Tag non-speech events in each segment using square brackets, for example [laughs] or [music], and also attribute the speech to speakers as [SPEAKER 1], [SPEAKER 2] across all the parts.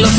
[SPEAKER 1] las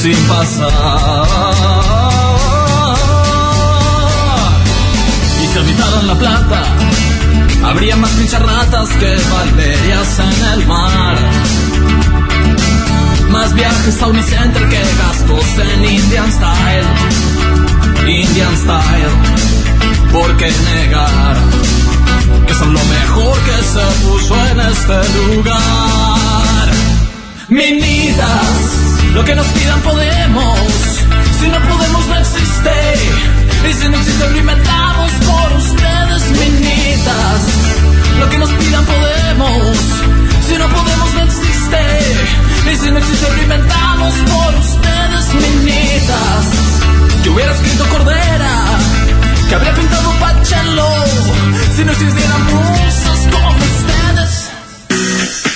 [SPEAKER 1] Sin pasar. Y si habitaran la plata, habría más pincharratas que valerias en el mar. Más viajes a Unicenter que gastos en Indian Style. Indian Style, ¿por qué negar? Que son lo mejor que se puso en este lugar. Minitas, lo que nos pidan podemos. Si no podemos, no existe. Y si no existe, lo inventamos por ustedes, minitas. Lo que nos pidan podemos. Si no podemos, no existe. Y si no existe, lo inventamos por ustedes, minitas. Yo hubiera escrito Cordera, que habría pintado Pachelo. Si no existieran musas como ustedes.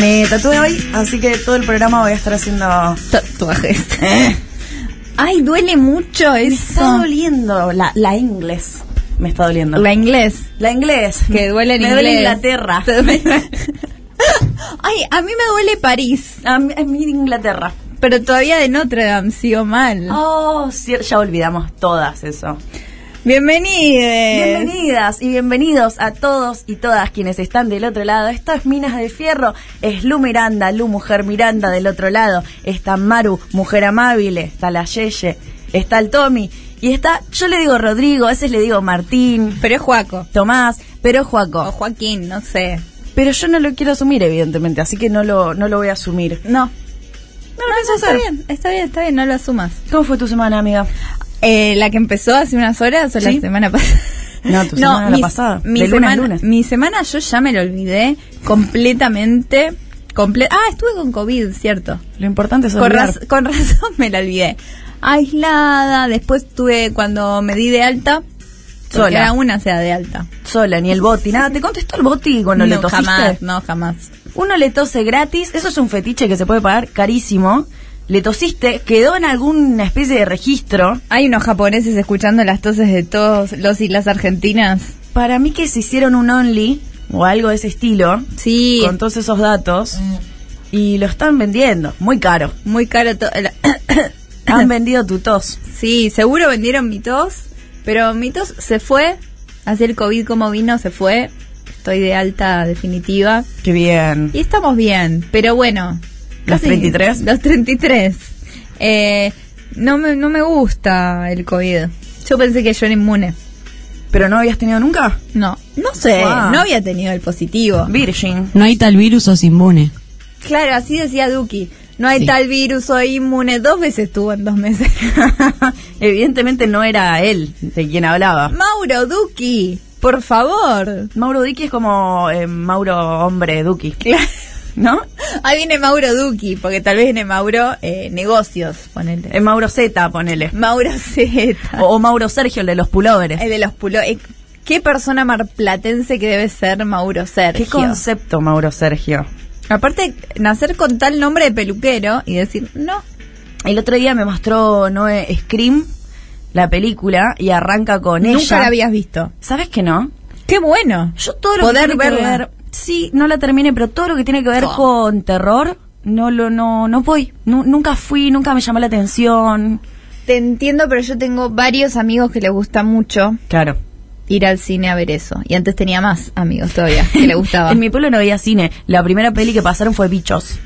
[SPEAKER 2] Me tatué hoy, así que todo el programa voy a estar haciendo [laughs]
[SPEAKER 3] Tatuajes.
[SPEAKER 2] ¿Eh?
[SPEAKER 3] Ay, duele mucho
[SPEAKER 2] Me está
[SPEAKER 3] eso.
[SPEAKER 2] doliendo la, la inglés. Me está doliendo.
[SPEAKER 3] La inglés.
[SPEAKER 2] La inglés.
[SPEAKER 3] Que duele en
[SPEAKER 2] Me
[SPEAKER 3] inglés.
[SPEAKER 2] duele
[SPEAKER 3] [laughs]
[SPEAKER 2] Inglaterra.
[SPEAKER 3] Te duele- Ay, a mí me duele París.
[SPEAKER 2] A mí, a mí Inglaterra.
[SPEAKER 3] Pero todavía de Notre Dame sigo mal.
[SPEAKER 2] Oh, sí, ya olvidamos todas eso.
[SPEAKER 3] Bienvenides.
[SPEAKER 2] Bienvenidas y bienvenidos a todos y todas quienes están del otro lado. Esto es Minas de Fierro, es Lu Miranda, Lu Mujer Miranda del otro lado. Está Maru, Mujer Amable, está la Yeye, está el Tommy y está, yo le digo Rodrigo, a veces le digo Martín,
[SPEAKER 3] Pero es Juaco.
[SPEAKER 2] Tomás, pero
[SPEAKER 3] O
[SPEAKER 2] Juaco.
[SPEAKER 3] Joaquín, no sé.
[SPEAKER 2] Pero yo no lo quiero asumir, evidentemente, así que no lo, no lo voy a asumir.
[SPEAKER 3] No. No,
[SPEAKER 2] lo pienso
[SPEAKER 3] Ah, está
[SPEAKER 2] hacer.
[SPEAKER 3] bien, está bien, está bien, no lo asumas.
[SPEAKER 2] ¿Cómo fue tu semana, amiga?
[SPEAKER 3] Eh, la que empezó hace unas horas o la
[SPEAKER 2] Sí.
[SPEAKER 3] semana pasada.
[SPEAKER 2] No,
[SPEAKER 3] [laughs]
[SPEAKER 2] tu semana pasada,
[SPEAKER 3] Mi
[SPEAKER 2] de lunes a
[SPEAKER 3] semana,
[SPEAKER 2] lunes.
[SPEAKER 3] mi semana yo ya me lo olvidé completamente. comple- ah, estuve con COVID, cierto.
[SPEAKER 2] Lo importante es
[SPEAKER 3] Con,
[SPEAKER 2] olvidar.
[SPEAKER 3] raz- con [laughs] razón me la olvidé. Aislada, después tuve cuando me di de alta. Porque
[SPEAKER 2] Sola.
[SPEAKER 3] era una sea de alta.
[SPEAKER 2] sola, ni el boti, nada. ¿Te contestó el boti cuando le tosiste?
[SPEAKER 3] jamás, no, jamás.
[SPEAKER 2] Uno le tose gratis, eso es un fetiche que se puede pagar carísimo. Le tosiste, quedó en alguna especie de registro.
[SPEAKER 3] Hay unos japoneses escuchando las toses de todos los y las argentinas.
[SPEAKER 2] Para mí que se hicieron un only o algo de ese estilo,
[SPEAKER 3] Sí,
[SPEAKER 2] con todos esos datos, y lo están vendiendo, muy caro.
[SPEAKER 3] muy caro. to- la-
[SPEAKER 2] [coughs] Han vendido tu tos.
[SPEAKER 3] sí, seguro vendieron mi tos, pero mi tos se fue. Así el COVID como vino, se fue. Estoy de alta definitiva.
[SPEAKER 2] Qué bien.
[SPEAKER 3] Y estamos bien, pero bueno.
[SPEAKER 2] ¿Los
[SPEAKER 3] casi-
[SPEAKER 2] 33?
[SPEAKER 3] Los 33. Eh, no, me, no me gusta el COVID. Yo pensé que yo era inmune.
[SPEAKER 2] ¿Pero no habías tenido nunca?
[SPEAKER 3] No, no sé,
[SPEAKER 2] Wow.
[SPEAKER 3] no había tenido el positivo.
[SPEAKER 2] Virgin.
[SPEAKER 4] No hay tal virus, sos inmune.
[SPEAKER 3] Claro, así decía Duki. No hay
[SPEAKER 4] Sí.
[SPEAKER 3] tal virus, soy inmune. Dos veces estuvo en dos meses. [laughs]
[SPEAKER 2] Evidentemente no era él de quien hablaba.
[SPEAKER 3] Mauro Duki, por favor.
[SPEAKER 2] Mauro Duki es como eh, Mauro Hombre
[SPEAKER 3] [laughs]
[SPEAKER 2] Duki,
[SPEAKER 3] Claro.
[SPEAKER 2] ¿no?
[SPEAKER 3] Ahí viene Mauro Duki, porque tal vez viene Mauro eh, Negocios, ponele.
[SPEAKER 2] Es Eh, Mauro Z, ponele.
[SPEAKER 3] Mauro [laughs] Z.
[SPEAKER 2] O, o Mauro Sergio, el de los pulóveres.
[SPEAKER 3] El de los pulo. eh, ¿Qué persona marplatense que debe ser Mauro Sergio?
[SPEAKER 2] ¿Qué concepto, Mauro Sergio?
[SPEAKER 3] Aparte, nacer con tal nombre de peluquero y decir, no.
[SPEAKER 2] El otro día me mostró Noé Scream, la película, y arranca con ella.
[SPEAKER 3] Nunca la habías visto.
[SPEAKER 2] ¿Sabes que no?
[SPEAKER 3] Qué bueno.
[SPEAKER 2] Yo todo lo
[SPEAKER 3] Poder
[SPEAKER 2] que tiene
[SPEAKER 3] verla.
[SPEAKER 2] que ver... Sí, no la terminé, pero todo lo que tiene que ver
[SPEAKER 3] Oh.
[SPEAKER 2] con terror, no lo no no voy. Nu- nunca fui, nunca me llamó la atención.
[SPEAKER 3] Te entiendo, pero yo tengo varios amigos que les gusta mucho
[SPEAKER 2] Claro.
[SPEAKER 3] ir al cine a ver eso. Y antes tenía más amigos todavía que le gustaba.
[SPEAKER 2] [laughs] En mi pueblo no había cine. La primera peli que pasaron fue Bichos.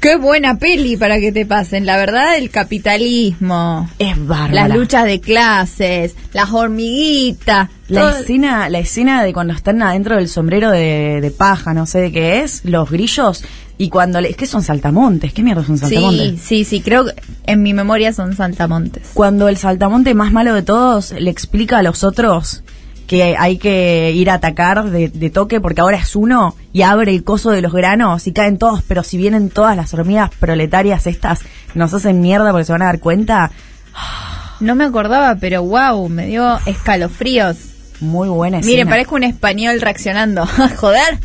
[SPEAKER 3] Qué buena peli para que te pasen. La verdad, el capitalismo.
[SPEAKER 2] Es bárbara.
[SPEAKER 3] Las luchas de clases, las hormiguitas.
[SPEAKER 2] La
[SPEAKER 3] todo-
[SPEAKER 2] escena, la escena de cuando están adentro del sombrero de, de paja, no sé de qué es, los grillos, y cuando le, es que son saltamontes, ¿qué mierda son saltamontes?
[SPEAKER 3] Sí, sí, sí, creo que en mi memoria son saltamontes.
[SPEAKER 2] Cuando el saltamonte más malo de todos le explica a los otros que hay que ir a atacar de, de toque porque ahora es uno y abre el coso de los granos y caen todos, pero si vienen todas las hormigas proletarias estas, nos hacen mierda porque se van a dar cuenta.
[SPEAKER 3] No me acordaba, pero wow, me dio escalofríos.
[SPEAKER 2] Muy buena escena.
[SPEAKER 3] Mire, parezco un español reaccionando. [laughs] ¡Ah, Joder.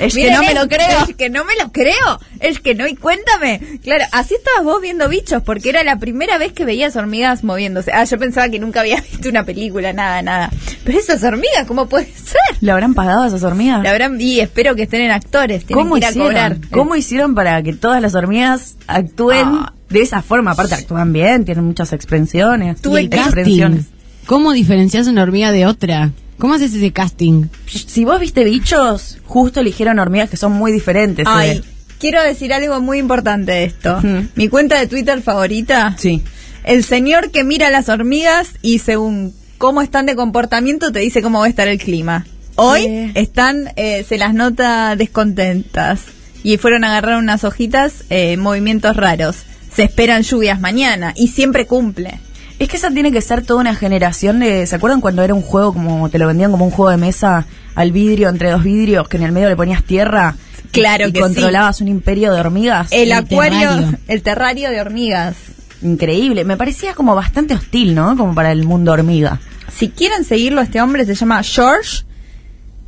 [SPEAKER 2] Es que
[SPEAKER 3] Miren,
[SPEAKER 2] no me lo creo.
[SPEAKER 3] Es que no me lo creo. Es que no, y cuéntame. Claro, así estabas vos viendo bichos, porque era la primera vez que veías hormigas moviéndose. Ah, yo pensaba que nunca había [laughs] visto una película, nada, nada. Pero esas hormigas, ¿cómo puede ser?
[SPEAKER 2] ¿Le habrán pagado a esas hormigas?
[SPEAKER 3] La habrán, y espero que estén en actores. Tienen
[SPEAKER 2] ¿Cómo
[SPEAKER 3] que ir
[SPEAKER 2] hicieron?
[SPEAKER 3] a cobrar.
[SPEAKER 2] ¿Cómo hicieron para que todas las hormigas actúen
[SPEAKER 3] Ah.
[SPEAKER 2] de esa forma? Aparte actúan bien, tienen muchas expresiones.
[SPEAKER 3] Tuve
[SPEAKER 2] Y
[SPEAKER 3] que-
[SPEAKER 2] expresiones.
[SPEAKER 4] ¿Cómo diferencias una hormiga de otra? ¿Cómo haces ese casting?
[SPEAKER 2] Si vos viste bichos, justo eligieron hormigas que son muy diferentes.
[SPEAKER 3] Ay,
[SPEAKER 2] eh.
[SPEAKER 3] quiero decir algo muy importante de esto.
[SPEAKER 2] Ujú.
[SPEAKER 3] Mi cuenta de Twitter favorita.
[SPEAKER 2] Sí.
[SPEAKER 3] El señor que mira las hormigas y según cómo están de comportamiento te dice cómo va a estar el clima. Hoy
[SPEAKER 2] Eh.
[SPEAKER 3] están, eh, se las nota descontentas y fueron a agarrar unas hojitas, eh, movimientos raros. Se esperan lluvias mañana y siempre cumple.
[SPEAKER 2] Es que esa tiene que ser toda una generación de... ¿Se acuerdan cuando era un juego como... Te lo vendían como un juego de mesa al vidrio, entre dos vidrios, que en el medio le ponías tierra?
[SPEAKER 3] Claro
[SPEAKER 2] y
[SPEAKER 3] que sí.
[SPEAKER 2] controlabas un imperio de hormigas.
[SPEAKER 3] El,
[SPEAKER 4] El
[SPEAKER 3] acuario,
[SPEAKER 4] terrario.
[SPEAKER 3] el terrario de hormigas.
[SPEAKER 2] Increíble. Me parecía como bastante hostil, ¿no? Como para el mundo hormiga.
[SPEAKER 3] Si quieren seguirlo, este hombre se llama George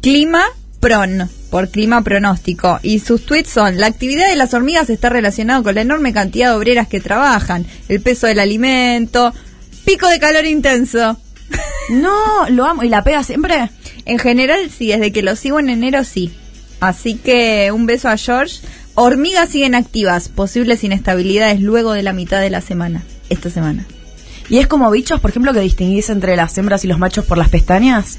[SPEAKER 3] Clima Pron, por clima pronóstico. Y sus tweets son, la actividad de las hormigas está relacionada con la enorme cantidad de obreras que trabajan, el peso del alimento, pico de calor intenso. [laughs]
[SPEAKER 2] No, lo amo. ¿Y la pega siempre?
[SPEAKER 3] En general, sí, desde que lo sigo en enero, sí. Así que un beso a George. Hormigas siguen activas, posibles inestabilidades luego de la mitad de la semana, esta semana.
[SPEAKER 2] ¿Y es como bichos, por ejemplo, que distinguís entre las hembras y los machos por las pestañas?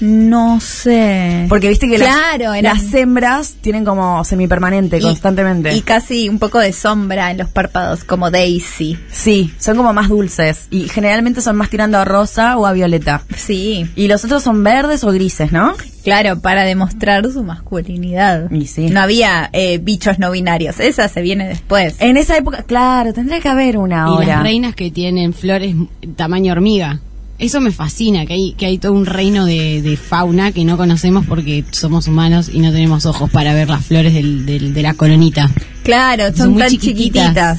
[SPEAKER 3] No sé.
[SPEAKER 2] Porque viste que
[SPEAKER 3] Claro,
[SPEAKER 2] las,
[SPEAKER 3] eran-
[SPEAKER 2] las hembras tienen como semipermanente
[SPEAKER 3] Y-
[SPEAKER 2] constantemente.
[SPEAKER 3] Y casi un poco de sombra en los párpados, como Daisy.
[SPEAKER 2] sí, son como más dulces. Y generalmente son más tirando a rosa o a violeta.
[SPEAKER 3] Sí,
[SPEAKER 2] Y los otros son verdes o grises, ¿no?
[SPEAKER 3] claro, para demostrar su masculinidad.
[SPEAKER 2] Y sí.
[SPEAKER 3] No había eh, bichos no binarios, esa se viene después.
[SPEAKER 2] En esa época, claro, tendría que haber una
[SPEAKER 4] Y las
[SPEAKER 2] ahora.
[SPEAKER 4] reinas que tienen flores m- tamaño hormiga. Eso me fascina, que hay, que hay todo un reino de, de fauna que no conocemos porque somos humanos y no tenemos ojos para ver las flores del- del- de la coronita.
[SPEAKER 3] Claro, son,
[SPEAKER 4] Son muy
[SPEAKER 3] tan chiquititas.
[SPEAKER 4] chiquititas.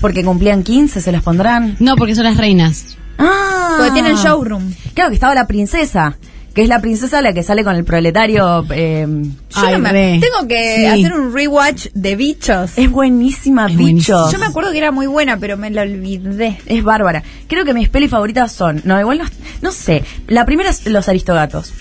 [SPEAKER 2] Porque cumplían 15, se las pondrán.
[SPEAKER 4] No, porque son las reinas.
[SPEAKER 2] Ah.
[SPEAKER 3] Porque tienen showroom.
[SPEAKER 2] Claro que estaba la princesa, que es la princesa la que sale con el proletario. eh,
[SPEAKER 3] Yo
[SPEAKER 4] Ay,
[SPEAKER 3] no me-
[SPEAKER 4] re.
[SPEAKER 3] tengo que
[SPEAKER 4] Sí.
[SPEAKER 3] hacer un rewatch de bichos.
[SPEAKER 2] es buenísima,
[SPEAKER 4] Es
[SPEAKER 2] bichos.
[SPEAKER 4] buenísima.
[SPEAKER 3] Yo me acuerdo que era muy buena, pero me la olvidé.
[SPEAKER 2] Es bárbara. Creo que mis pelis favoritas son. No, igual no, no sé. La primera es Los Aristogatos.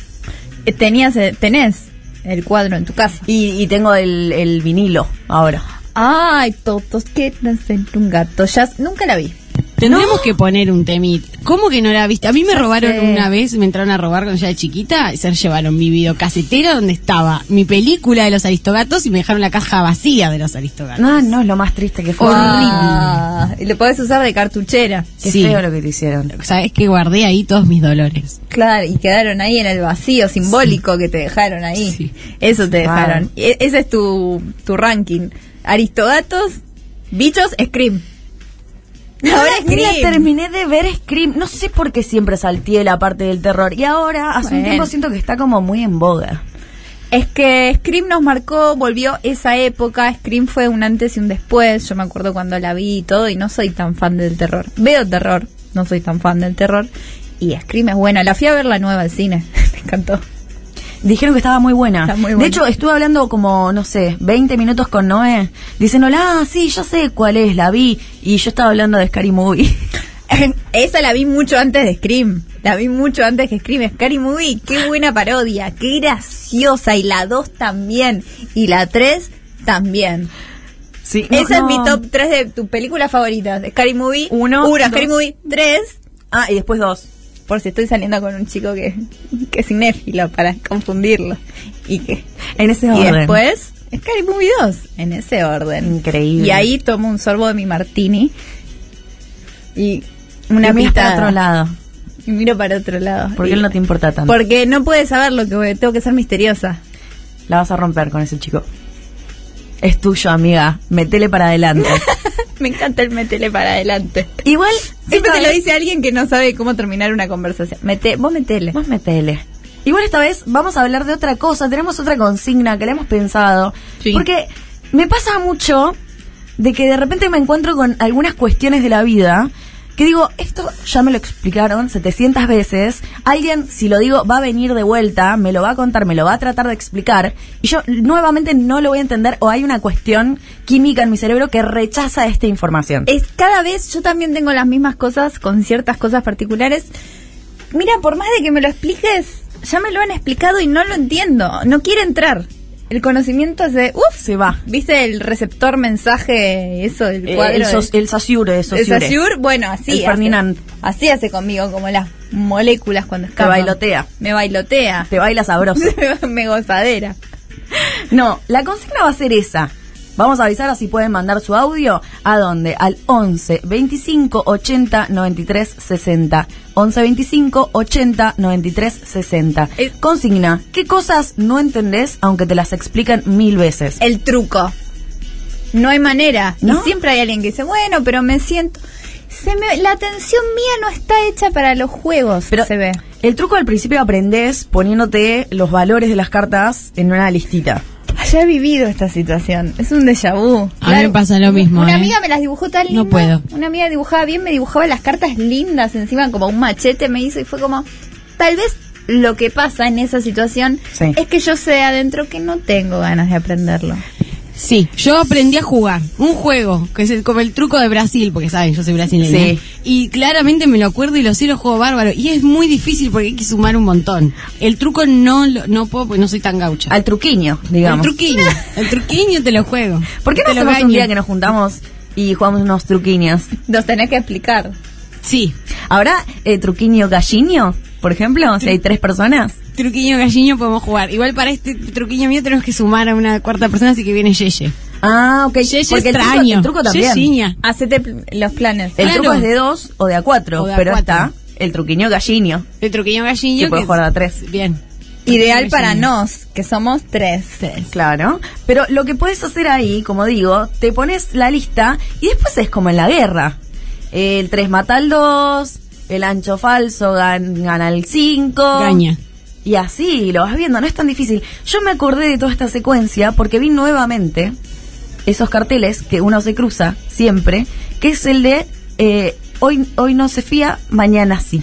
[SPEAKER 3] Eh, Tenías, eh, tenés el cuadro en tu casa.
[SPEAKER 2] Y, y tengo el, el vinilo ahora.
[SPEAKER 3] Ay, totos que nacen un gato. Ya, nunca la vi.
[SPEAKER 4] Tendremos que poner un temit. ¿Cómo que no la viste? A mí me
[SPEAKER 3] Ya
[SPEAKER 4] robaron
[SPEAKER 3] sé.
[SPEAKER 4] una vez, me entraron a robar cuando yo era chiquita, y se llevaron mi videocasetera donde estaba mi película de los aristogatos y me dejaron la caja vacía de los aristogatos.
[SPEAKER 2] No, Ah, no, es lo más triste que fue.
[SPEAKER 3] Ah, y lo podés usar de cartuchera.
[SPEAKER 2] Qué
[SPEAKER 4] Sí.
[SPEAKER 2] feo lo que te hicieron.
[SPEAKER 4] Sabes que guardé ahí todos mis dolores.
[SPEAKER 3] Claro, y quedaron ahí en el vacío simbólico que te dejaron ahí.
[SPEAKER 4] Sí.
[SPEAKER 3] Eso te
[SPEAKER 2] Wow.
[SPEAKER 3] dejaron. E- ese es tu, tu ranking. Aristogatos, bichos, Scream. Ahora
[SPEAKER 2] Ni la
[SPEAKER 3] Scream.
[SPEAKER 2] terminé de ver Scream. No sé por qué siempre salté la parte del terror. Y ahora, hace un
[SPEAKER 3] Bueno.
[SPEAKER 2] tiempo siento que está como muy en boga.
[SPEAKER 3] Es que Scream nos marcó, volvió esa época. Scream fue un antes y un después. Yo me acuerdo cuando la vi y todo, y no soy tan fan del terror. Veo terror, no soy tan fan del terror. Y este, Scream es buena. La fui a ver la nueva al cine. [laughs] me encantó.
[SPEAKER 2] Dijeron que estaba muy buena.
[SPEAKER 3] Está muy
[SPEAKER 2] De
[SPEAKER 3] buena.
[SPEAKER 2] hecho, estuve hablando como, no sé, 20 minutos con Noé. Dicen, hola, sí, yo sé cuál es, la vi. Y yo estaba hablando de
[SPEAKER 3] [laughs]
[SPEAKER 2] Scary Movie.
[SPEAKER 3] Esa la vi mucho antes de Scream. La vi mucho antes que Scream. Scary Movie, qué buena parodia, qué graciosa. Y la 2 también. Y la 3 también.
[SPEAKER 2] Sí,
[SPEAKER 3] Esa
[SPEAKER 2] no,
[SPEAKER 3] es mi
[SPEAKER 2] no.
[SPEAKER 3] top 3 de tus películas favoritas. Scary Movie
[SPEAKER 2] Uno,
[SPEAKER 3] uno, Scary
[SPEAKER 2] dos.
[SPEAKER 3] Movie 3.
[SPEAKER 2] Ah, y después dos.
[SPEAKER 3] Por si estoy saliendo con un chico que, que es cinéfilo, para confundirlo. Y, que,
[SPEAKER 2] En ese
[SPEAKER 3] y
[SPEAKER 2] orden.
[SPEAKER 3] después, Scary Movie 2, en ese orden.
[SPEAKER 2] Increíble.
[SPEAKER 3] Y ahí tomo un sorbo de mi martini. Y
[SPEAKER 2] una
[SPEAKER 3] una
[SPEAKER 2] pista
[SPEAKER 3] mitad.
[SPEAKER 2] a otro lado.
[SPEAKER 3] Y miro para otro lado.
[SPEAKER 2] Porque
[SPEAKER 3] Y-
[SPEAKER 2] él no te importa tanto.
[SPEAKER 3] Porque no puedes saber lo que voy- tengo que ser misteriosa. [laughs]
[SPEAKER 2] La vas a romper con ese chico. Es tuyo, amiga. Metele para adelante.
[SPEAKER 3] [laughs] Me encanta el metele para adelante.
[SPEAKER 2] Igual,
[SPEAKER 3] Siempre
[SPEAKER 2] esta
[SPEAKER 3] te lo
[SPEAKER 2] vez-
[SPEAKER 3] dice alguien que no sabe cómo terminar una conversación. Mete, vos metele.
[SPEAKER 2] Vos metele. Igual esta vez vamos a hablar de otra cosa, tenemos otra consigna que la hemos pensado.
[SPEAKER 3] Sí.
[SPEAKER 2] Porque me pasa mucho de que de repente me encuentro con algunas cuestiones de la vida que digo, esto ya me lo explicaron 700 veces, alguien, si lo digo, va a venir de vuelta, me lo va a contar, me lo va a tratar de explicar, y yo nuevamente no lo voy a entender o hay una cuestión química en mi cerebro que rechaza esta información.
[SPEAKER 3] Es cada vez yo también tengo las mismas cosas con ciertas cosas particulares. Mira, por más de que me lo expliques, ya me lo han explicado y no lo entiendo. No quiere entrar. El conocimiento se, uff,
[SPEAKER 2] Se va.
[SPEAKER 3] ¿Viste el receptor mensaje eso del
[SPEAKER 2] Eh,
[SPEAKER 3] cuadro?
[SPEAKER 2] el,
[SPEAKER 3] de-
[SPEAKER 2] sos- el Saussure,
[SPEAKER 3] el
[SPEAKER 2] Saussure,
[SPEAKER 3] Saussure? bueno, así.
[SPEAKER 2] El
[SPEAKER 3] hace.
[SPEAKER 2] Ferdinand.
[SPEAKER 3] así hace conmigo, como las moléculas cuando
[SPEAKER 2] Te
[SPEAKER 3] escapan.
[SPEAKER 2] bailotea,
[SPEAKER 3] Me bailotea.
[SPEAKER 2] te baila sabroso.
[SPEAKER 3] [laughs] me gozadera.
[SPEAKER 2] No, la consigna va a ser esa. Vamos a avisar así pueden mandar su audio. ¿A dónde? Al 11 25 80 93 60. 11 25 80 93 60.
[SPEAKER 3] Eh.
[SPEAKER 2] Consigna, ¿qué cosas no entendés aunque te las explican mil veces?
[SPEAKER 3] El truco. No hay manera.
[SPEAKER 2] ¿No?
[SPEAKER 3] Y siempre hay alguien que dice, bueno, pero me siento... Se me- La atención mía no está hecha para los juegos,
[SPEAKER 2] Pero-
[SPEAKER 3] se ve.
[SPEAKER 2] El truco al principio aprendés poniéndote los valores de las cartas en una listita.
[SPEAKER 3] Ya he vivido esta situación. Es un déjà vu.
[SPEAKER 4] A mí me pasa lo mismo,
[SPEAKER 3] Una
[SPEAKER 4] ¿eh?
[SPEAKER 3] amiga me las dibujó tan lindas.
[SPEAKER 4] No puedo.
[SPEAKER 3] Una amiga dibujaba bien, me dibujaba las cartas lindas encima, como un machete me hizo y fue como. Tal vez lo que pasa en esa situación
[SPEAKER 2] Sí.
[SPEAKER 3] es que yo sé adentro que no tengo ganas de aprenderlo.
[SPEAKER 4] Sí, yo aprendí a jugar un juego, que es el- como el truco de Brasil, porque saben, yo soy brasileña.
[SPEAKER 2] Sí.
[SPEAKER 4] Y claramente me lo acuerdo y lo sé, lo juego bárbaro. Y es muy difícil porque hay que sumar un montón. El truco no lo- no puedo porque no soy tan gaucha.
[SPEAKER 2] Al truquiño,
[SPEAKER 4] el
[SPEAKER 2] digamos.
[SPEAKER 4] truquiño, el truquiño te lo juego.
[SPEAKER 2] ¿Por qué no
[SPEAKER 4] te lo
[SPEAKER 2] hacemos un
[SPEAKER 4] gaño.
[SPEAKER 2] día que nos juntamos y jugamos unos truquiños?
[SPEAKER 3] Los tenés que explicar.
[SPEAKER 4] Sí,
[SPEAKER 2] Ahora, eh, truquiño galliño, por ejemplo, si hay tres personas.
[SPEAKER 4] truquiño galliño podemos jugar. Igual para este truquiño mío tenemos que sumar a una cuarta persona, así que viene Yeye.
[SPEAKER 2] Ah, ok.
[SPEAKER 4] Yeye es
[SPEAKER 2] Porque el truco-
[SPEAKER 4] extraño.
[SPEAKER 2] el truco también.
[SPEAKER 4] Yeyeña.
[SPEAKER 3] Hacete pl- los planes.
[SPEAKER 2] El
[SPEAKER 4] Claro.
[SPEAKER 2] truco es de dos o de a cuatro,
[SPEAKER 4] O de a
[SPEAKER 2] pero
[SPEAKER 4] cuatro.
[SPEAKER 2] está el truquiño galliño.
[SPEAKER 4] El truquiño galliño.
[SPEAKER 2] Que puede jugar de a tres.
[SPEAKER 4] Bien.
[SPEAKER 3] Ideal
[SPEAKER 4] Truquiño
[SPEAKER 3] para
[SPEAKER 4] galliño.
[SPEAKER 3] nos, que somos tres.
[SPEAKER 2] Claro. Pero lo que puedes hacer ahí, como digo, te pones la lista y después es como en la guerra. El tres mata al dos, el ancho falso gan- gana el cinco.
[SPEAKER 4] Gaña.
[SPEAKER 2] Y así lo vas viendo, no es tan difícil. Yo me acordé de toda esta secuencia porque vi nuevamente esos carteles que uno se cruza siempre, que es el de eh, hoy, hoy no se fía, mañana sí.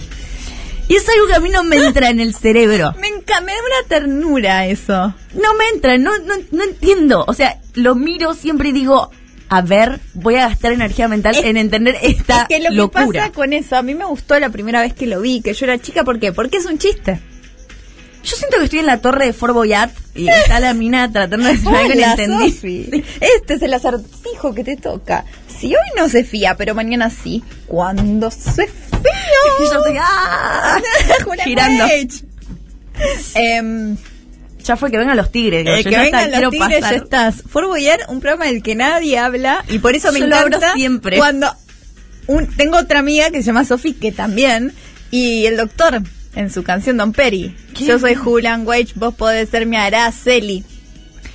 [SPEAKER 2] Y es algo que a mí no me entra en el cerebro.
[SPEAKER 3] [laughs] Me, enca- me da una ternura eso.
[SPEAKER 2] No me entra, no, no, no entiendo. O sea, lo miro siempre y digo, a ver, voy a gastar energía mental
[SPEAKER 3] Es-
[SPEAKER 2] en entender esta
[SPEAKER 3] Es que lo que
[SPEAKER 2] locura.
[SPEAKER 3] pasa con eso, a mí me gustó la primera vez que lo vi, que yo era chica, ¿por qué? Porque es un chiste.
[SPEAKER 2] Yo siento que estoy en la torre de Fort Boyard y está la mina tratando de decirme algo que no
[SPEAKER 3] Hola,
[SPEAKER 2] entendí.
[SPEAKER 3] Sofi. Este es el acertijo que te toca. Si hoy no se fía, pero mañana sí, cuando se
[SPEAKER 2] [laughs] Y yo estoy,
[SPEAKER 3] fía. [laughs]
[SPEAKER 2] ¡ah!
[SPEAKER 3] Juana
[SPEAKER 2] girando.
[SPEAKER 3] Page. Em,
[SPEAKER 2] Ya fue que vengan los tigres. digo,
[SPEAKER 3] eh,
[SPEAKER 2] yo
[SPEAKER 3] que
[SPEAKER 2] ya está,
[SPEAKER 3] vengan
[SPEAKER 2] quiero
[SPEAKER 3] los tigres,
[SPEAKER 2] pasar.
[SPEAKER 3] ya estás. Fort Boyard, un programa del que nadie habla y por eso me
[SPEAKER 2] Yo lo
[SPEAKER 3] encanta
[SPEAKER 2] abro siempre.
[SPEAKER 3] cuando un- tengo otra amiga que se llama Sofi que también y el doctor en su canción Don Perry.
[SPEAKER 2] ¿Qué?
[SPEAKER 3] Yo soy Julian Wage, vos podés ser mi Araceli.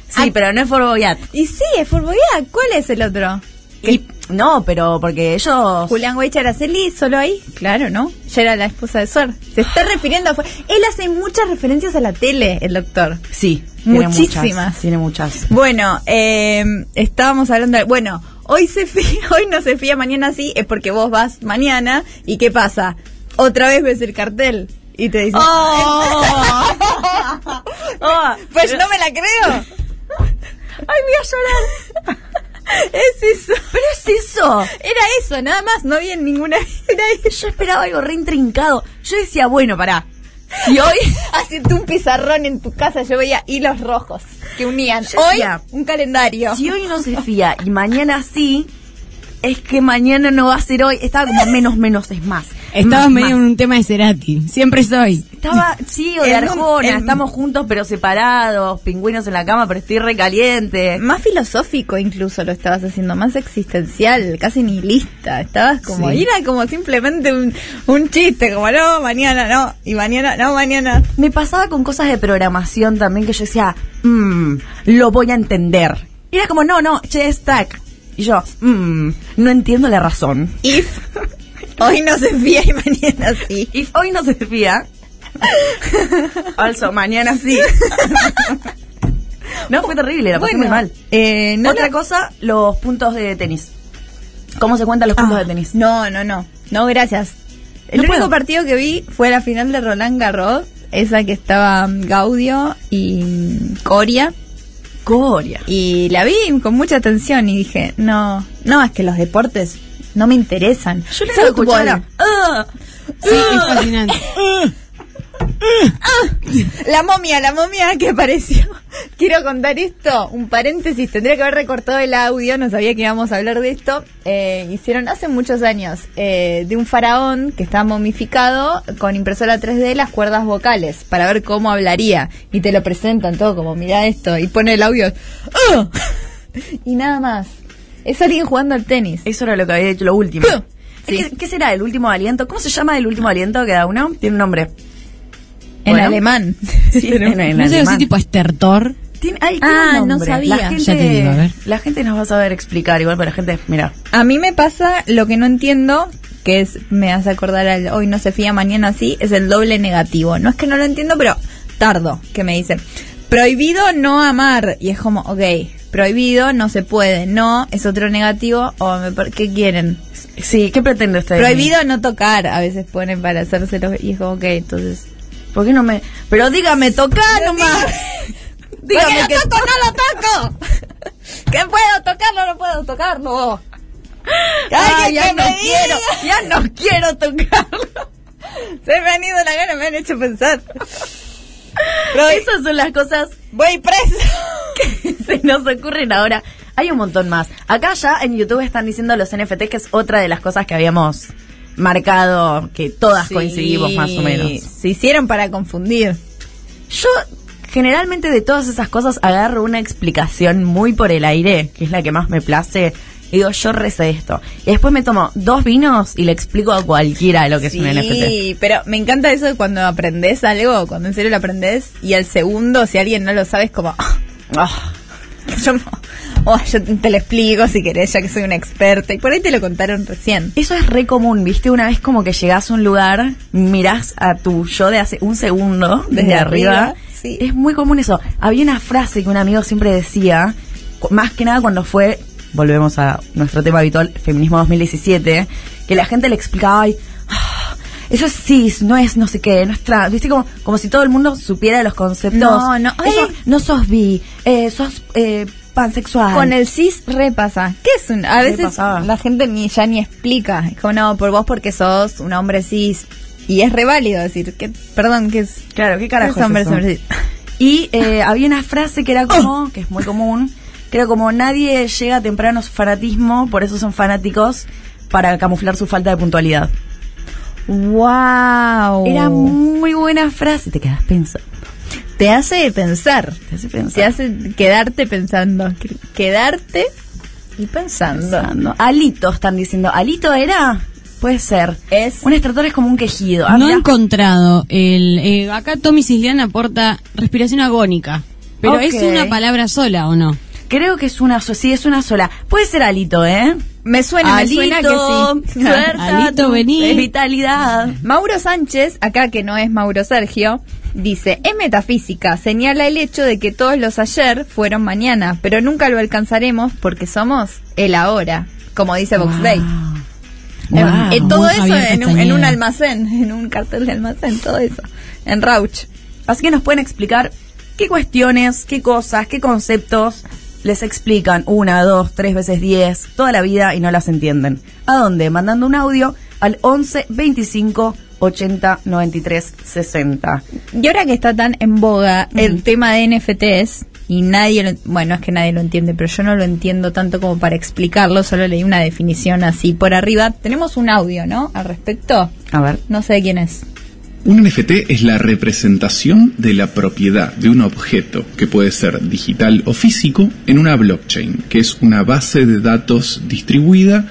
[SPEAKER 2] Sí, pero no es Fort Boyard.
[SPEAKER 3] Y sí, es Fort Boyard. ¿Cuál es el otro?
[SPEAKER 2] Y- no, pero porque ellos...
[SPEAKER 3] Julián Weich Araceli, solo ahí. Claro, ¿no? Ya era la esposa de Sor. Se está refiriendo a. Él hace muchas referencias a la tele, el doctor.
[SPEAKER 2] Sí, tiene
[SPEAKER 3] Muchísimas.
[SPEAKER 2] muchas, Tiene muchas.
[SPEAKER 3] [laughs] Bueno, eh, estábamos hablando. de- bueno, hoy se fía, [laughs] hoy no se fía, mañana sí, es porque vos vas mañana. ¿Y qué pasa? Otra vez ves el cartel y te dicen. [laughs]
[SPEAKER 2] Oh,
[SPEAKER 3] Pues no me la creo.
[SPEAKER 2] ¡Ay, voy a llorar!
[SPEAKER 3] Es eso.
[SPEAKER 2] ¡Pero es eso!
[SPEAKER 3] Era eso, nada más. No había ninguna. Era
[SPEAKER 2] Yo esperaba algo re intrincado. Yo decía, bueno, pará.
[SPEAKER 3] [laughs]
[SPEAKER 2] Y hoy...
[SPEAKER 3] Hacerte un pizarrón en tu casa, yo veía hilos rojos que unían.
[SPEAKER 2] Yo
[SPEAKER 3] Hoy,
[SPEAKER 2] decía,
[SPEAKER 3] un calendario.
[SPEAKER 2] Si hoy no se fía y mañana sí, es que mañana no va a ser hoy. Estaba como menos, menos es más.
[SPEAKER 4] Estabas
[SPEAKER 2] Más,
[SPEAKER 4] medio
[SPEAKER 2] más.
[SPEAKER 4] en un tema de Cerati. Siempre soy.
[SPEAKER 2] Estaba, sí, o de
[SPEAKER 3] En un-
[SPEAKER 2] Arjona,
[SPEAKER 3] en-
[SPEAKER 2] estamos juntos pero separados, pingüinos en la cama, pero estoy recaliente.
[SPEAKER 3] Más filosófico incluso lo estabas haciendo, más existencial, casi nihilista. Estabas como,
[SPEAKER 4] Sí.
[SPEAKER 3] y era como simplemente un, un chiste, como no, mañana no, y mañana, no, mañana.
[SPEAKER 2] Me pasaba con cosas de programación "Mm, también que yo decía, mmm, lo voy a entender. Y era como, no, no, che, stack. Y yo, mm, no entiendo la razón.
[SPEAKER 3] If hoy no se fía y mañana sí.
[SPEAKER 2] Y hoy no se fía. Also, mañana sí. [laughs] no, fue terrible, la pasé muy mal.
[SPEAKER 3] eh, no
[SPEAKER 2] Otra
[SPEAKER 3] la-
[SPEAKER 2] cosa, los puntos de tenis. ¿Cómo se cuentan los puntos de tenis?
[SPEAKER 3] Ah. No, no, no. No, gracias. El
[SPEAKER 2] No
[SPEAKER 3] único
[SPEAKER 2] puedo.
[SPEAKER 3] partido que vi fue la final de Roland Garros, esa que estaba mm, Gaudio y mm, Coria.
[SPEAKER 2] Coria.
[SPEAKER 3] Y la vi con mucha atención y dije, no, no, es que los deportes no me interesan.
[SPEAKER 2] Yo le hago
[SPEAKER 3] Fútbol.
[SPEAKER 2] cuchara. Ah,
[SPEAKER 4] Sí, es fascinante.
[SPEAKER 3] ¡Ah! La momia, la momia que apareció. [laughs] Quiero contar esto, un paréntesis, tendría que haber recortado el audio, no sabía que íbamos a hablar de esto. Eh, hicieron hace muchos años eh, de un faraón que estaba momificado con impresora 3D las cuerdas vocales para ver cómo hablaría. Y te lo presentan todo como, mira esto, y pone el audio. "Ah". Y nada más. Es alguien jugando al tenis.
[SPEAKER 2] Eso era lo que había hecho, lo último.
[SPEAKER 3] Sí.
[SPEAKER 2] ¿Qué, qué será el último aliento? ¿Cómo se llama el último aliento que da uno? Tiene un nombre.
[SPEAKER 3] En
[SPEAKER 2] Bueno.
[SPEAKER 3] alemán.
[SPEAKER 2] [laughs] Sí, en- en
[SPEAKER 4] No sé,
[SPEAKER 2] alemán.
[SPEAKER 4] así tipo estertor.
[SPEAKER 2] Tiene- ay, tiene
[SPEAKER 3] Ah,
[SPEAKER 2] un
[SPEAKER 3] no
[SPEAKER 2] nombre.
[SPEAKER 3] sabía.
[SPEAKER 2] La gente,
[SPEAKER 4] Ya te digo, a ver.
[SPEAKER 2] la gente nos va a saber explicar, igual, pero la gente, mira,
[SPEAKER 3] A mí me pasa lo que no entiendo, que es, me hace acordar al hoy no se fía, mañana sí, es el doble negativo. No es que no lo entiendo, pero tardo, que me dicen. Prohibido no amar. Y es como, ok, prohibido, no se puede, no, es otro negativo, o me par- ¿qué quieren?
[SPEAKER 2] Sí, ¿qué pretende usted? de mí?
[SPEAKER 3] Prohibido no tocar, a veces ponen para hacerse los... Y es como, ok, entonces...
[SPEAKER 2] ¿Por qué no me.? Pero dígame, tocá [laughs] nomás.
[SPEAKER 3] Ah, [laughs] Dígame
[SPEAKER 2] Dígame
[SPEAKER 3] que
[SPEAKER 2] que.
[SPEAKER 3] toco, no lo [laughs] toco. que puedo tocarlo, no puedo tocarlo.
[SPEAKER 2] Ay, ya no quiero,
[SPEAKER 3] ya no quiero tocarlo. Se me han ido la gana, me han hecho pensar.
[SPEAKER 2] Esas son las cosas
[SPEAKER 3] Voy preso.
[SPEAKER 2] [laughs] que se nos ocurren ahora. Hay un montón más. Acá ya en YouTube están diciendo los NFT, que es otra de las cosas que habíamos marcado, que todas coincidimos más o menos.
[SPEAKER 3] Se hicieron para confundir.
[SPEAKER 2] Yo generalmente de todas esas cosas agarro una explicación muy por el aire, que es la que más me place. Y digo, yo recé esto. Y después me tomo dos vinos y le explico a cualquiera lo que es un NFT.
[SPEAKER 3] Sí, pero me encanta eso de cuando aprendes algo, cuando en serio lo aprendes, y al segundo, si alguien no lo sabe, es como, [laughs] "Ah,
[SPEAKER 2] Ah,
[SPEAKER 3] yo, no- oh, yo te lo explico si querés, ya que soy una experta. Y por ahí te lo contaron recién.
[SPEAKER 2] Eso es re común, ¿viste? Una vez como que llegás a un lugar, mirás a tu yo de hace un segundo, desde,
[SPEAKER 3] Desde
[SPEAKER 2] arriba.
[SPEAKER 3] arriba, sí.
[SPEAKER 2] Es muy común eso. Había una frase que un amigo siempre decía, cu- más que nada cuando fue, volvemos a nuestro tema habitual, feminismo 2017, que la gente le explicaba, ay, ah, eso es cis, no es no sé qué, no es trans. ¿Viste? Como, como si todo el mundo supiera los conceptos.
[SPEAKER 3] No, no,
[SPEAKER 2] Eso,
[SPEAKER 3] ay.
[SPEAKER 2] no sos bi, eh, sos eh, pansexual.
[SPEAKER 3] Con el cis repasa. ¿Qué es un? A veces
[SPEAKER 2] Repasaba.
[SPEAKER 3] la gente ni ya ni explica. Es como, no, por vos porque sos un hombre cis. Y es re válido decir, que, perdón, que es,
[SPEAKER 2] Claro, ¿qué
[SPEAKER 3] que
[SPEAKER 2] carajo
[SPEAKER 3] es
[SPEAKER 2] es
[SPEAKER 3] hombre,
[SPEAKER 2] eso?
[SPEAKER 3] hombre cis.
[SPEAKER 2] Y eh, había una frase que era como, que es muy común, que era como nadie llega temprano a su fanatismo, por eso son fanáticos, para camuflar su falta de puntualidad.
[SPEAKER 3] ¡Wow!
[SPEAKER 2] Era muy buena frase, te quedas pensando.
[SPEAKER 3] te hace pensar.
[SPEAKER 2] Te hace pensar.
[SPEAKER 3] Te hace quedarte pensando. Quedarte y pensando.
[SPEAKER 2] Pensando. Alito, están diciendo. ¿Alito era? Puede ser.
[SPEAKER 3] Es-
[SPEAKER 2] Un extractor es como un quejido. Ah,
[SPEAKER 4] no he
[SPEAKER 2] mirá.
[SPEAKER 4] encontrado el. eh, acá Tommy Cislián aporta respiración agónica. Pero es
[SPEAKER 2] Ok.
[SPEAKER 4] una palabra sola, ¿o no?
[SPEAKER 2] Creo que es una sola. Sí, es una sola. Puede ser Alito, ¿eh?
[SPEAKER 3] Me suena, me suena que sí.
[SPEAKER 2] [laughs] suerte,
[SPEAKER 4] Alito, vení.
[SPEAKER 2] Vitalidad.
[SPEAKER 3] Mauro Sánchez, acá que no es Mauro Sergio, dice, es metafísica, señala el hecho de que todos los ayer fueron mañana, pero nunca lo alcanzaremos porque somos el ahora, como dice Vox Day.
[SPEAKER 4] Wow.
[SPEAKER 3] Eh, eh, todo
[SPEAKER 4] Muy
[SPEAKER 3] eso
[SPEAKER 4] Javier
[SPEAKER 3] en un, en un
[SPEAKER 4] Castañeda.
[SPEAKER 2] [laughs]
[SPEAKER 3] almacén, en un cartel de almacén, todo eso, en Rauch.
[SPEAKER 2] Así que nos pueden explicar qué cuestiones, qué cosas, qué conceptos les explican una, dos, tres veces diez, toda la vida y no las entienden. ¿A dónde? Mandando un audio al 11 25 80 93 60.
[SPEAKER 3] Y ahora que está tan en boga
[SPEAKER 2] Mm.
[SPEAKER 3] el tema de NFTs y nadie, lo- bueno, es que nadie lo entiende, pero yo no lo entiendo tanto como para explicarlo, solo leí una definición así por arriba. Tenemos un audio, ¿no? Al respecto.
[SPEAKER 2] A ver.
[SPEAKER 3] No sé de quién es.
[SPEAKER 5] Un NFT es la representación de la propiedad de un objeto, que puede ser digital o físico, en una blockchain, que es una base de datos distribuida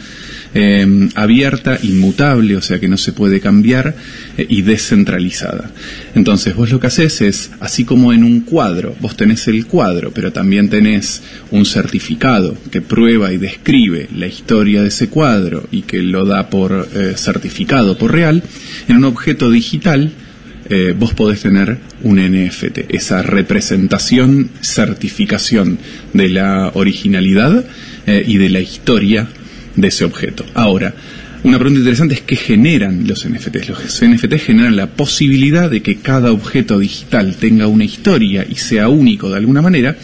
[SPEAKER 5] eh, abierta, inmutable, o sea que no se puede cambiar, eh, y descentralizada. Entonces, vos lo que haces es, así como en un cuadro, vos tenés el cuadro, pero también tenés un certificado que prueba y describe la historia de ese cuadro y que lo da por eh, certificado, por real, en un objeto digital, eh, vos podés tener un NFT, esa representación, certificación de la originalidad eh, y de la historia de ese objeto. Ahora, una pregunta interesante es qué generan los NFTs. Los NFTs generan la posibilidad de que cada objeto digital tenga una historia y sea único de alguna manera,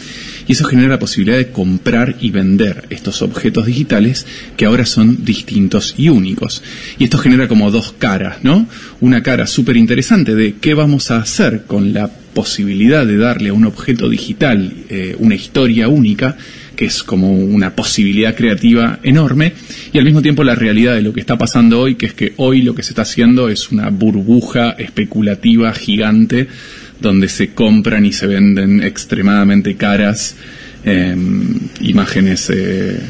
[SPEAKER 5] y eso genera la posibilidad de comprar y vender estos objetos digitales que ahora son distintos y únicos. Y esto genera como dos caras, ¿no? Una cara súper interesante de qué vamos a hacer con la posibilidad de darle a un objeto digital eh, una historia única, que es como una posibilidad creativa enorme, y al mismo tiempo la realidad de lo que está pasando hoy, que es que hoy lo que se está haciendo es una burbuja especulativa gigante donde se compran y se venden extremadamente caras eh, imágenes eh,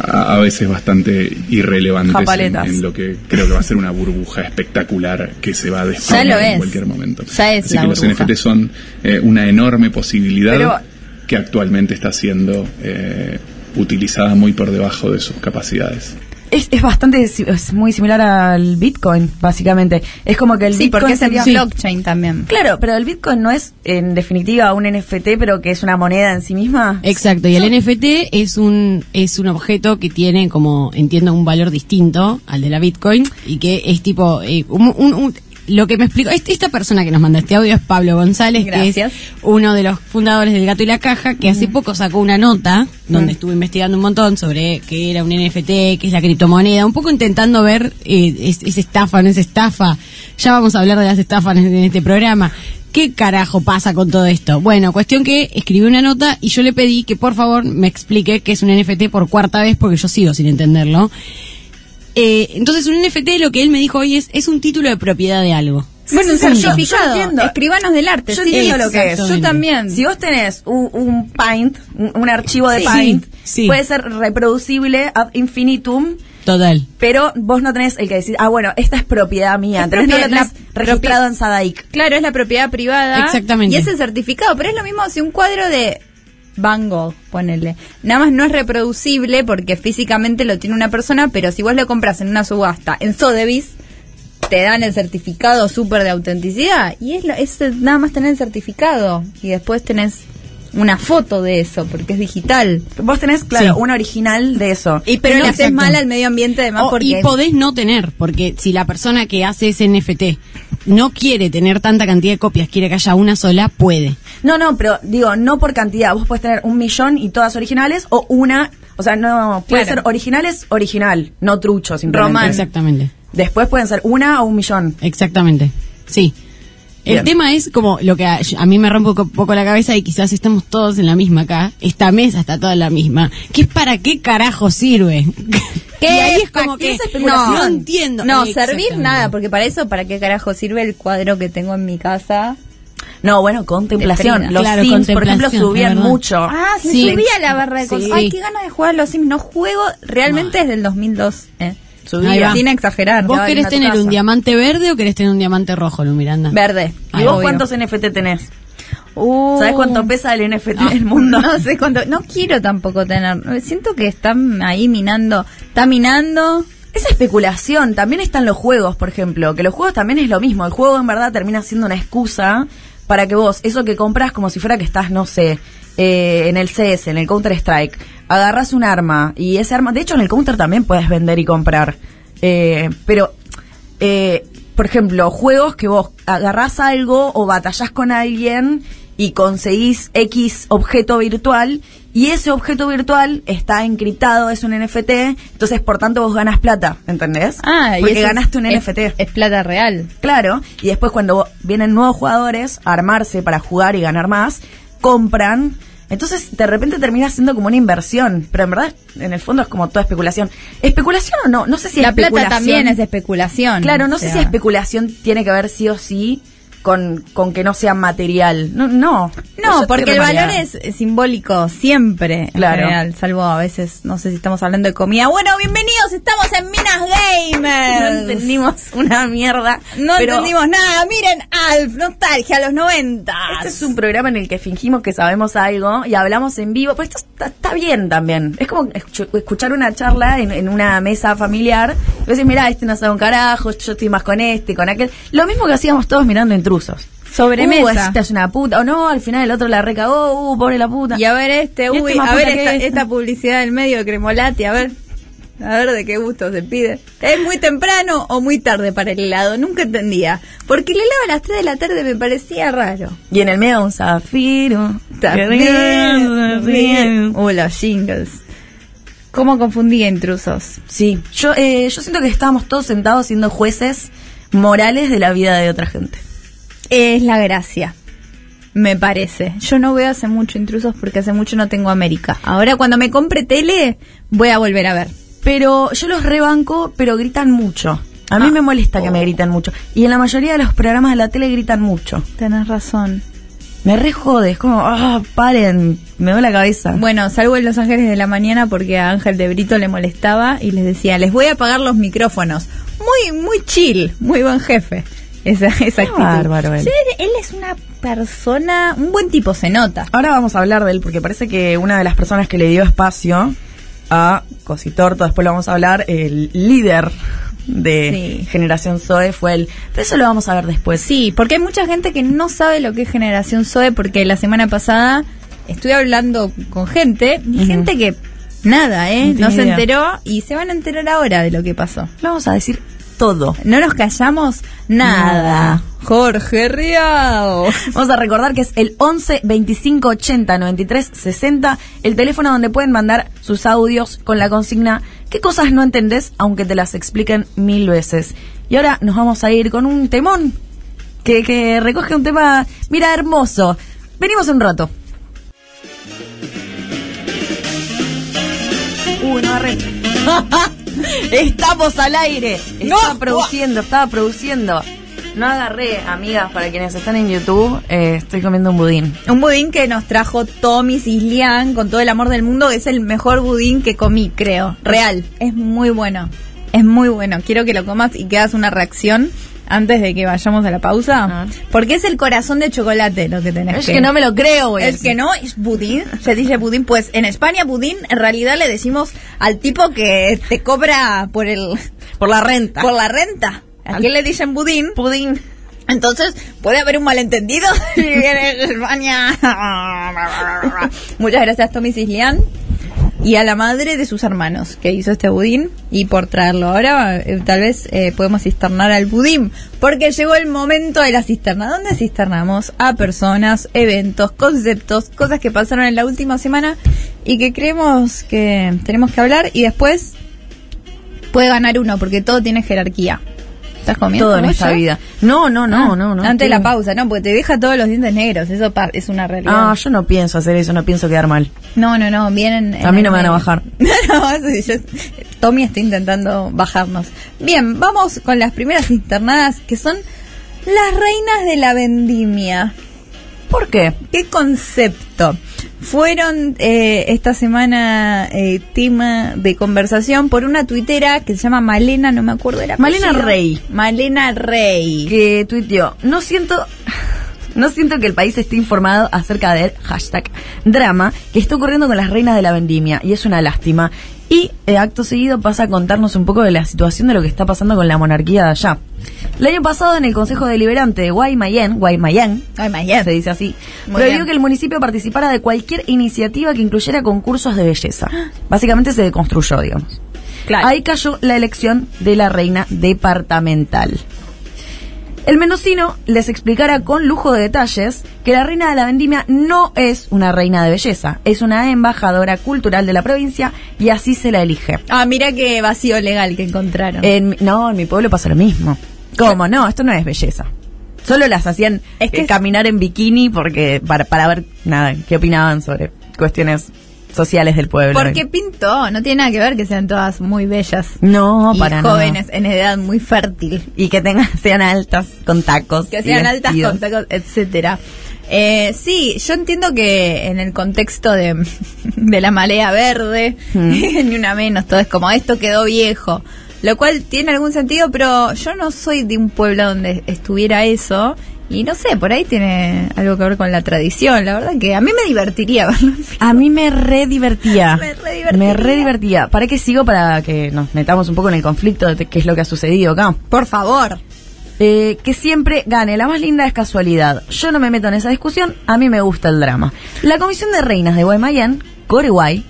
[SPEAKER 5] a, a veces bastante irrelevantes en,
[SPEAKER 2] Japaletas.
[SPEAKER 5] en lo que creo que va a ser una burbuja espectacular que se va a
[SPEAKER 3] Ya lo
[SPEAKER 5] desplomar en
[SPEAKER 3] es.
[SPEAKER 5] cualquier momento.
[SPEAKER 3] Ya es
[SPEAKER 5] Así
[SPEAKER 3] la
[SPEAKER 5] que los
[SPEAKER 3] burbuja.
[SPEAKER 5] NFTs son eh, una enorme posibilidad
[SPEAKER 2] Pero-
[SPEAKER 5] que actualmente está siendo eh, utilizada muy por debajo de sus capacidades.
[SPEAKER 2] Es, es bastante, si- es muy similar al Bitcoin, básicamente. Es como que el
[SPEAKER 3] Sí,
[SPEAKER 2] Bitcoin
[SPEAKER 3] porque es el
[SPEAKER 2] sería-
[SPEAKER 3] blockchain también.
[SPEAKER 2] Claro, pero el Bitcoin no es en definitiva un NFT, pero que es una moneda en sí misma.
[SPEAKER 4] Exacto, y el NFT es un es un objeto que tiene como entiendo un valor distinto al de la Bitcoin y que es tipo eh, un- un- un- lo que me explico est- esta persona que nos manda este audio es Pablo González, que
[SPEAKER 3] Gracias.
[SPEAKER 4] es uno de los fundadores del Gato y la Caja, que hace poco sacó una nota donde estuve investigando un montón sobre qué era un NFT, qué es la criptomoneda, un poco intentando ver eh, es, es estafa, no es estafa. Ya vamos a hablar de las estafas en, en este programa. ¿Qué carajo pasa con todo esto? Bueno, cuestión que escribí una nota y yo le pedí que por favor me explique qué es un NFT por cuarta vez porque yo sigo sin entenderlo. Eh, entonces un NFT lo que él me dijo hoy es es un título de propiedad de algo.
[SPEAKER 3] Bueno, un
[SPEAKER 2] sí, yo-
[SPEAKER 3] certificado.
[SPEAKER 2] yo entiendo.
[SPEAKER 3] Escribanos del arte.
[SPEAKER 2] Yo
[SPEAKER 3] sí,
[SPEAKER 2] entiendo
[SPEAKER 3] lo que es. Yo
[SPEAKER 4] Exactamente.
[SPEAKER 3] también.
[SPEAKER 2] Si vos tenés un, un paint, un, un archivo de
[SPEAKER 4] Sí.
[SPEAKER 2] paint,
[SPEAKER 4] Sí.
[SPEAKER 2] puede ser reproducible ad infinitum,
[SPEAKER 4] Total.
[SPEAKER 2] pero vos no tenés el que decir, ah, bueno, esta es propiedad mía.
[SPEAKER 3] Es
[SPEAKER 2] Entonces no lo
[SPEAKER 3] propiedad-
[SPEAKER 2] tenés
[SPEAKER 3] la-
[SPEAKER 2] registrado
[SPEAKER 3] propi-
[SPEAKER 2] en Sadaic.
[SPEAKER 3] Claro, es la propiedad privada.
[SPEAKER 4] Exactamente.
[SPEAKER 3] Y es el certificado, pero es lo mismo si un cuadro de Van Gogh, ponele. Nada más no es reproducible porque físicamente lo tiene una persona, pero si vos lo compras en una subasta en Sotheby's, te dan el certificado súper de autenticidad. Y es, lo- es el- nada más tener el certificado. Y después tenés una foto de eso porque es digital.
[SPEAKER 2] Vos tenés, claro,
[SPEAKER 4] Sí.
[SPEAKER 2] un original de eso.
[SPEAKER 3] Y pero
[SPEAKER 4] No,
[SPEAKER 3] le haces
[SPEAKER 4] exacto.
[SPEAKER 3] mal al medio ambiente además
[SPEAKER 4] O-
[SPEAKER 3] porque...
[SPEAKER 4] y podés no tener, porque si la persona que hace ese NFT no quiere tener tanta cantidad de copias, quiere que haya una sola, puede.
[SPEAKER 2] No, no, pero digo, no por cantidad. Vos podés tener un millón y todas originales o una. O sea, no. Puede
[SPEAKER 3] Claro.
[SPEAKER 2] ser originales, original, no trucho, simplemente.
[SPEAKER 3] Román.
[SPEAKER 4] Exactamente,
[SPEAKER 2] Después pueden ser una o un millón.
[SPEAKER 4] exactamente. Sí. El
[SPEAKER 2] Bien.
[SPEAKER 4] tema es como lo que a, a mí me rompe un co- poco la cabeza y quizás estamos todos en la misma acá. Esta mesa está toda en la misma. ¿Qué para qué carajo sirve? Y
[SPEAKER 3] ¿Qué
[SPEAKER 4] ahí
[SPEAKER 3] es
[SPEAKER 4] es como
[SPEAKER 3] pa- qué
[SPEAKER 4] que
[SPEAKER 3] es especulación?
[SPEAKER 4] no entiendo.
[SPEAKER 3] No,
[SPEAKER 4] Exactamente.
[SPEAKER 3] servir nada, porque para eso, ¿para qué carajo sirve el cuadro que tengo en mi casa?
[SPEAKER 2] No, bueno,
[SPEAKER 3] De
[SPEAKER 2] contemplación.
[SPEAKER 3] Frida.
[SPEAKER 2] Los
[SPEAKER 4] Claro,
[SPEAKER 2] Sims, por ejemplo,
[SPEAKER 4] contemplación,
[SPEAKER 2] subían
[SPEAKER 4] es verdad.
[SPEAKER 2] mucho.
[SPEAKER 3] Ah, se
[SPEAKER 4] Sí.
[SPEAKER 3] subía a la barra de
[SPEAKER 4] Sí.
[SPEAKER 3] cosas. Ay, qué ganas de jugar a los Sims. No juego realmente desde el 2002. eh.
[SPEAKER 4] Ahí va.
[SPEAKER 3] Sin exagerar.
[SPEAKER 4] ¿Vos
[SPEAKER 3] Estaba en
[SPEAKER 4] querés
[SPEAKER 3] la
[SPEAKER 4] tener
[SPEAKER 3] casa.
[SPEAKER 4] un diamante verde o querés tener un diamante rojo, Lu Miranda?
[SPEAKER 3] Verde.
[SPEAKER 2] ¿Y vos
[SPEAKER 3] obvio.
[SPEAKER 2] cuántos NFT tenés?
[SPEAKER 3] Uh.
[SPEAKER 2] ¿Sabés cuánto pesa el NFT en
[SPEAKER 3] [laughs]
[SPEAKER 2] el mundo?
[SPEAKER 3] No sé cuánto. No quiero tampoco tener. Siento que están ahí minando. Está minando.
[SPEAKER 2] Esa especulación también está en los juegos, por ejemplo, que los juegos también es lo mismo. El juego en verdad termina siendo una excusa para que vos, eso que compras como si fuera que estás, no sé, eh, en el CS, en el Counter Strike, agarras un arma y ese arma, de hecho en el Counter también puedes vender y comprar, Eh, pero, eh, por ejemplo, juegos que vos agarrás algo o batallás con alguien y conseguís X objeto virtual y ese objeto virtual está encriptado, es un NFT, entonces por tanto vos ganas plata, ¿entendés?
[SPEAKER 3] Ah, y
[SPEAKER 2] Porque
[SPEAKER 3] eso es-
[SPEAKER 2] ganaste un
[SPEAKER 3] es-
[SPEAKER 2] NFT.
[SPEAKER 3] Es plata real.
[SPEAKER 2] Claro, y después cuando vo- vienen nuevos jugadores a armarse para jugar y ganar más, compran. Entonces de repente termina siendo como una inversión, pero en verdad en el fondo es como toda especulación. ¿Especulación o no? No sé si
[SPEAKER 3] la plata
[SPEAKER 2] especulación-
[SPEAKER 3] también es especulación.
[SPEAKER 2] Claro, no
[SPEAKER 3] o
[SPEAKER 2] sé si
[SPEAKER 3] sea.
[SPEAKER 2] especulación tiene que ver sí o sí con, con que no sea material. No, no.
[SPEAKER 3] No,
[SPEAKER 2] Yo
[SPEAKER 3] porque
[SPEAKER 2] estoy
[SPEAKER 3] el valor
[SPEAKER 2] remareada.
[SPEAKER 3] es simbólico siempre, en
[SPEAKER 2] Claro.
[SPEAKER 3] general, salvo a veces, no sé si estamos hablando de comida. Bueno, bienvenidos, estamos en Minas
[SPEAKER 2] No
[SPEAKER 3] Gamers.
[SPEAKER 2] entendimos una mierda.
[SPEAKER 3] No
[SPEAKER 2] pero
[SPEAKER 3] entendimos nada. Miren, Alf, nostalgia a los 90.
[SPEAKER 2] Este es un programa en el que fingimos que sabemos algo y hablamos en vivo, pero esto está, está bien también. Es como escu- escuchar una charla en, en una mesa familiar y decir, mirá, este no sabe un carajo, yo estoy más con este, con aquel. Lo mismo que hacíamos todos mirando intrusos. Uh,
[SPEAKER 3] sobremesa.
[SPEAKER 2] esta es una puta. O no, al final el otro la recagó, uh, pobre la puta.
[SPEAKER 3] y a ver este,
[SPEAKER 2] Y este
[SPEAKER 3] uy,
[SPEAKER 2] más
[SPEAKER 3] a ver
[SPEAKER 2] puta que
[SPEAKER 3] esta,
[SPEAKER 2] esta.
[SPEAKER 3] esta publicidad del medio de Cremolati, a ver. A ver de qué gusto se pide. ¿Es muy temprano o muy tarde para el helado? Nunca entendía. Porque el helado a las 3 de la tarde me parecía raro.
[SPEAKER 2] Y en el medio un zafiro.
[SPEAKER 3] También. bien. Uh, los jingles. ¿Cómo confundí a intrusos?
[SPEAKER 2] Sí, yo, eh, yo siento que estábamos todos sentados siendo jueces morales de la vida de otra gente.
[SPEAKER 3] Es la gracia. Me parece. Yo no veo hace mucho intrusos porque hace mucho no tengo América. Ahora cuando me compre tele, voy a volver a ver.
[SPEAKER 2] Pero yo los rebanco, pero gritan mucho. A mí
[SPEAKER 3] Ah.
[SPEAKER 2] me molesta que me gritan mucho. Y en la mayoría de los programas de la tele gritan mucho.
[SPEAKER 3] Tenés razón.
[SPEAKER 2] Me re jode, es como, ah, paren, me duele la cabeza.
[SPEAKER 3] Bueno, salgo en Los Ángeles de la mañana porque a Ángel de Brito le molestaba y les decía, les voy a apagar los micrófonos. Muy, muy chill, muy buen jefe. Esa, esa actitud.
[SPEAKER 2] bárbaro él.
[SPEAKER 3] Sí, él es una persona, un buen tipo, se nota.
[SPEAKER 2] Ahora vamos a hablar de él, porque parece que una de las personas que le dio espacio a Cositorto, después lo vamos a hablar, el líder de
[SPEAKER 3] Sí.
[SPEAKER 2] Generación Zoe fue él. Pero eso lo vamos a ver después.
[SPEAKER 3] Sí, porque hay mucha gente que no sabe lo que es generación Zoe, porque la semana pasada estuve hablando con gente, y
[SPEAKER 2] Ujú.
[SPEAKER 3] gente que nada, ¿eh? No,
[SPEAKER 2] No tiene
[SPEAKER 3] se
[SPEAKER 2] idea.
[SPEAKER 3] enteró y se van a enterar ahora de lo que pasó.
[SPEAKER 2] Lo vamos a decir todo.
[SPEAKER 3] No nos callamos nada.
[SPEAKER 2] Nada.
[SPEAKER 3] Jorge Riau.
[SPEAKER 2] Vamos a recordar que es el 11 25 80 93 60, el teléfono donde pueden mandar sus audios con la consigna ¿Qué cosas no entendés aunque te las expliquen mil veces? Y ahora nos vamos a ir con un temón que, que recoge un tema, mira, hermoso. Venimos un rato. Uh, no agarré. [laughs] Estamos al aire. Estaba
[SPEAKER 3] No.
[SPEAKER 2] produciendo, estaba produciendo. No agarré, amigas, para quienes están en YouTube, eh, estoy comiendo un budín.
[SPEAKER 3] Un budín que nos trajo Tommy Cislián con todo el amor del mundo. Es el mejor budín que comí, creo. Real. Es muy bueno. Es muy bueno. Quiero que lo comas y que hagas una reacción antes de que vayamos a la pausa.
[SPEAKER 2] Ah.
[SPEAKER 3] Porque es el corazón de chocolate lo que tenés.
[SPEAKER 2] Es que no me lo creo, güey.
[SPEAKER 3] Es que no es budín, se dice budín. Pues en España, budín, en realidad le decimos al tipo que te cobra por el
[SPEAKER 2] Por la renta.
[SPEAKER 3] por la renta. Aquí le dicen budín.
[SPEAKER 2] pudín.
[SPEAKER 3] Entonces, puede haber un malentendido [laughs] si viene de España. Muchas gracias, Tommy Cislián. Y a la madre de sus hermanos que hizo este budín y por traerlo. Ahora eh, tal vez eh, podemos cisternar al budín porque llegó el momento de la cisterna, donde cisternamos a personas, eventos, conceptos, cosas que pasaron en la última semana y que creemos que tenemos que hablar y después puede ganar uno porque todo tiene jerarquía. ¿Estás comiendo?
[SPEAKER 2] Todo en
[SPEAKER 3] vos
[SPEAKER 2] esta
[SPEAKER 3] ya?
[SPEAKER 2] vida. No, no, no,
[SPEAKER 3] Ah,
[SPEAKER 2] no, no.
[SPEAKER 3] Antes de la
[SPEAKER 2] Estoy-
[SPEAKER 3] pausa, no, porque te deja todos los dientes negros, eso pa- es una realidad.
[SPEAKER 2] Ah, yo no pienso hacer eso, no pienso quedar mal.
[SPEAKER 3] no, no, no, vienen. en
[SPEAKER 2] A mí
[SPEAKER 3] el
[SPEAKER 2] no me van
[SPEAKER 3] medio.
[SPEAKER 2] a bajar.
[SPEAKER 3] [laughs] no, sí, yo- Tommy está intentando bajarnos. Bien, vamos con las primeras internadas que son las reinas de la vendimia.
[SPEAKER 2] ¿Por qué?
[SPEAKER 3] ¿Qué concepto? Fueron eh, esta semana eh, tema de conversación por una tuitera que se llama Malena, no me acuerdo, era
[SPEAKER 2] Malena Rey.
[SPEAKER 3] Malena Rey.
[SPEAKER 2] que tuiteó, no siento... No siento que el país esté informado acerca del hashtag drama que está ocurriendo con las reinas de la vendimia y es una lástima. Y eh, acto seguido pasa a contarnos un poco de la situación de lo que está pasando con la monarquía de allá. El año pasado en el Consejo Deliberante de Guaymallén, Guaymallén,
[SPEAKER 3] Ay, Malena.
[SPEAKER 2] se dice así,
[SPEAKER 3] Muy bien.
[SPEAKER 2] prohibió que el municipio participara de cualquier iniciativa que incluyera concursos de belleza. Básicamente se deconstruyó, digamos.
[SPEAKER 3] Claro.
[SPEAKER 2] Ahí cayó la elección de la reina departamental. El mendocino les explicara con lujo de detalles que la reina de la vendimia no es una reina de belleza, es una embajadora cultural de la provincia y así se la elige.
[SPEAKER 3] Ah, mira qué vacío legal que encontraron.
[SPEAKER 2] En mi- no, en mi pueblo pasa lo mismo. ¿Cómo? No, esto no es belleza. Solo las hacían
[SPEAKER 3] Es que
[SPEAKER 2] eh,
[SPEAKER 3] es-
[SPEAKER 2] caminar en bikini porque para, para ver nada, qué opinaban sobre cuestiones sociales del pueblo.
[SPEAKER 3] Porque pintó, no tiene nada que ver que sean todas muy bellas.
[SPEAKER 2] no,
[SPEAKER 3] y
[SPEAKER 2] para nada.
[SPEAKER 3] jóvenes en edad muy fértil.
[SPEAKER 2] Y que tengan, sean altas, con tacos.
[SPEAKER 3] [laughs] Que sean
[SPEAKER 2] y
[SPEAKER 3] altas
[SPEAKER 2] vestidos.
[SPEAKER 3] con tacos, etcétera. Eh, sí, yo entiendo que en el contexto de, [laughs] de la marea verde,
[SPEAKER 2] Mm.
[SPEAKER 3] [laughs] ni una menos, todo es como esto quedó viejo. Lo cual tiene algún sentido, pero yo no soy de un pueblo donde estuviera eso. Y no sé, por ahí tiene algo que ver con la tradición. La verdad que a mí me divertiría [laughs] verlo.
[SPEAKER 2] A mí me re divertía.
[SPEAKER 3] Me re divertía.
[SPEAKER 2] Me re divertía. ¿Para qué sigo? Para que nos metamos un poco en el conflicto de qué es lo que ha sucedido acá.
[SPEAKER 3] Por favor.
[SPEAKER 2] Eh, que siempre gane. La más linda es casualidad. Yo no me meto en esa discusión. A mí me gusta el drama. La Comisión de Reinas de Guaymallén, Coreguay,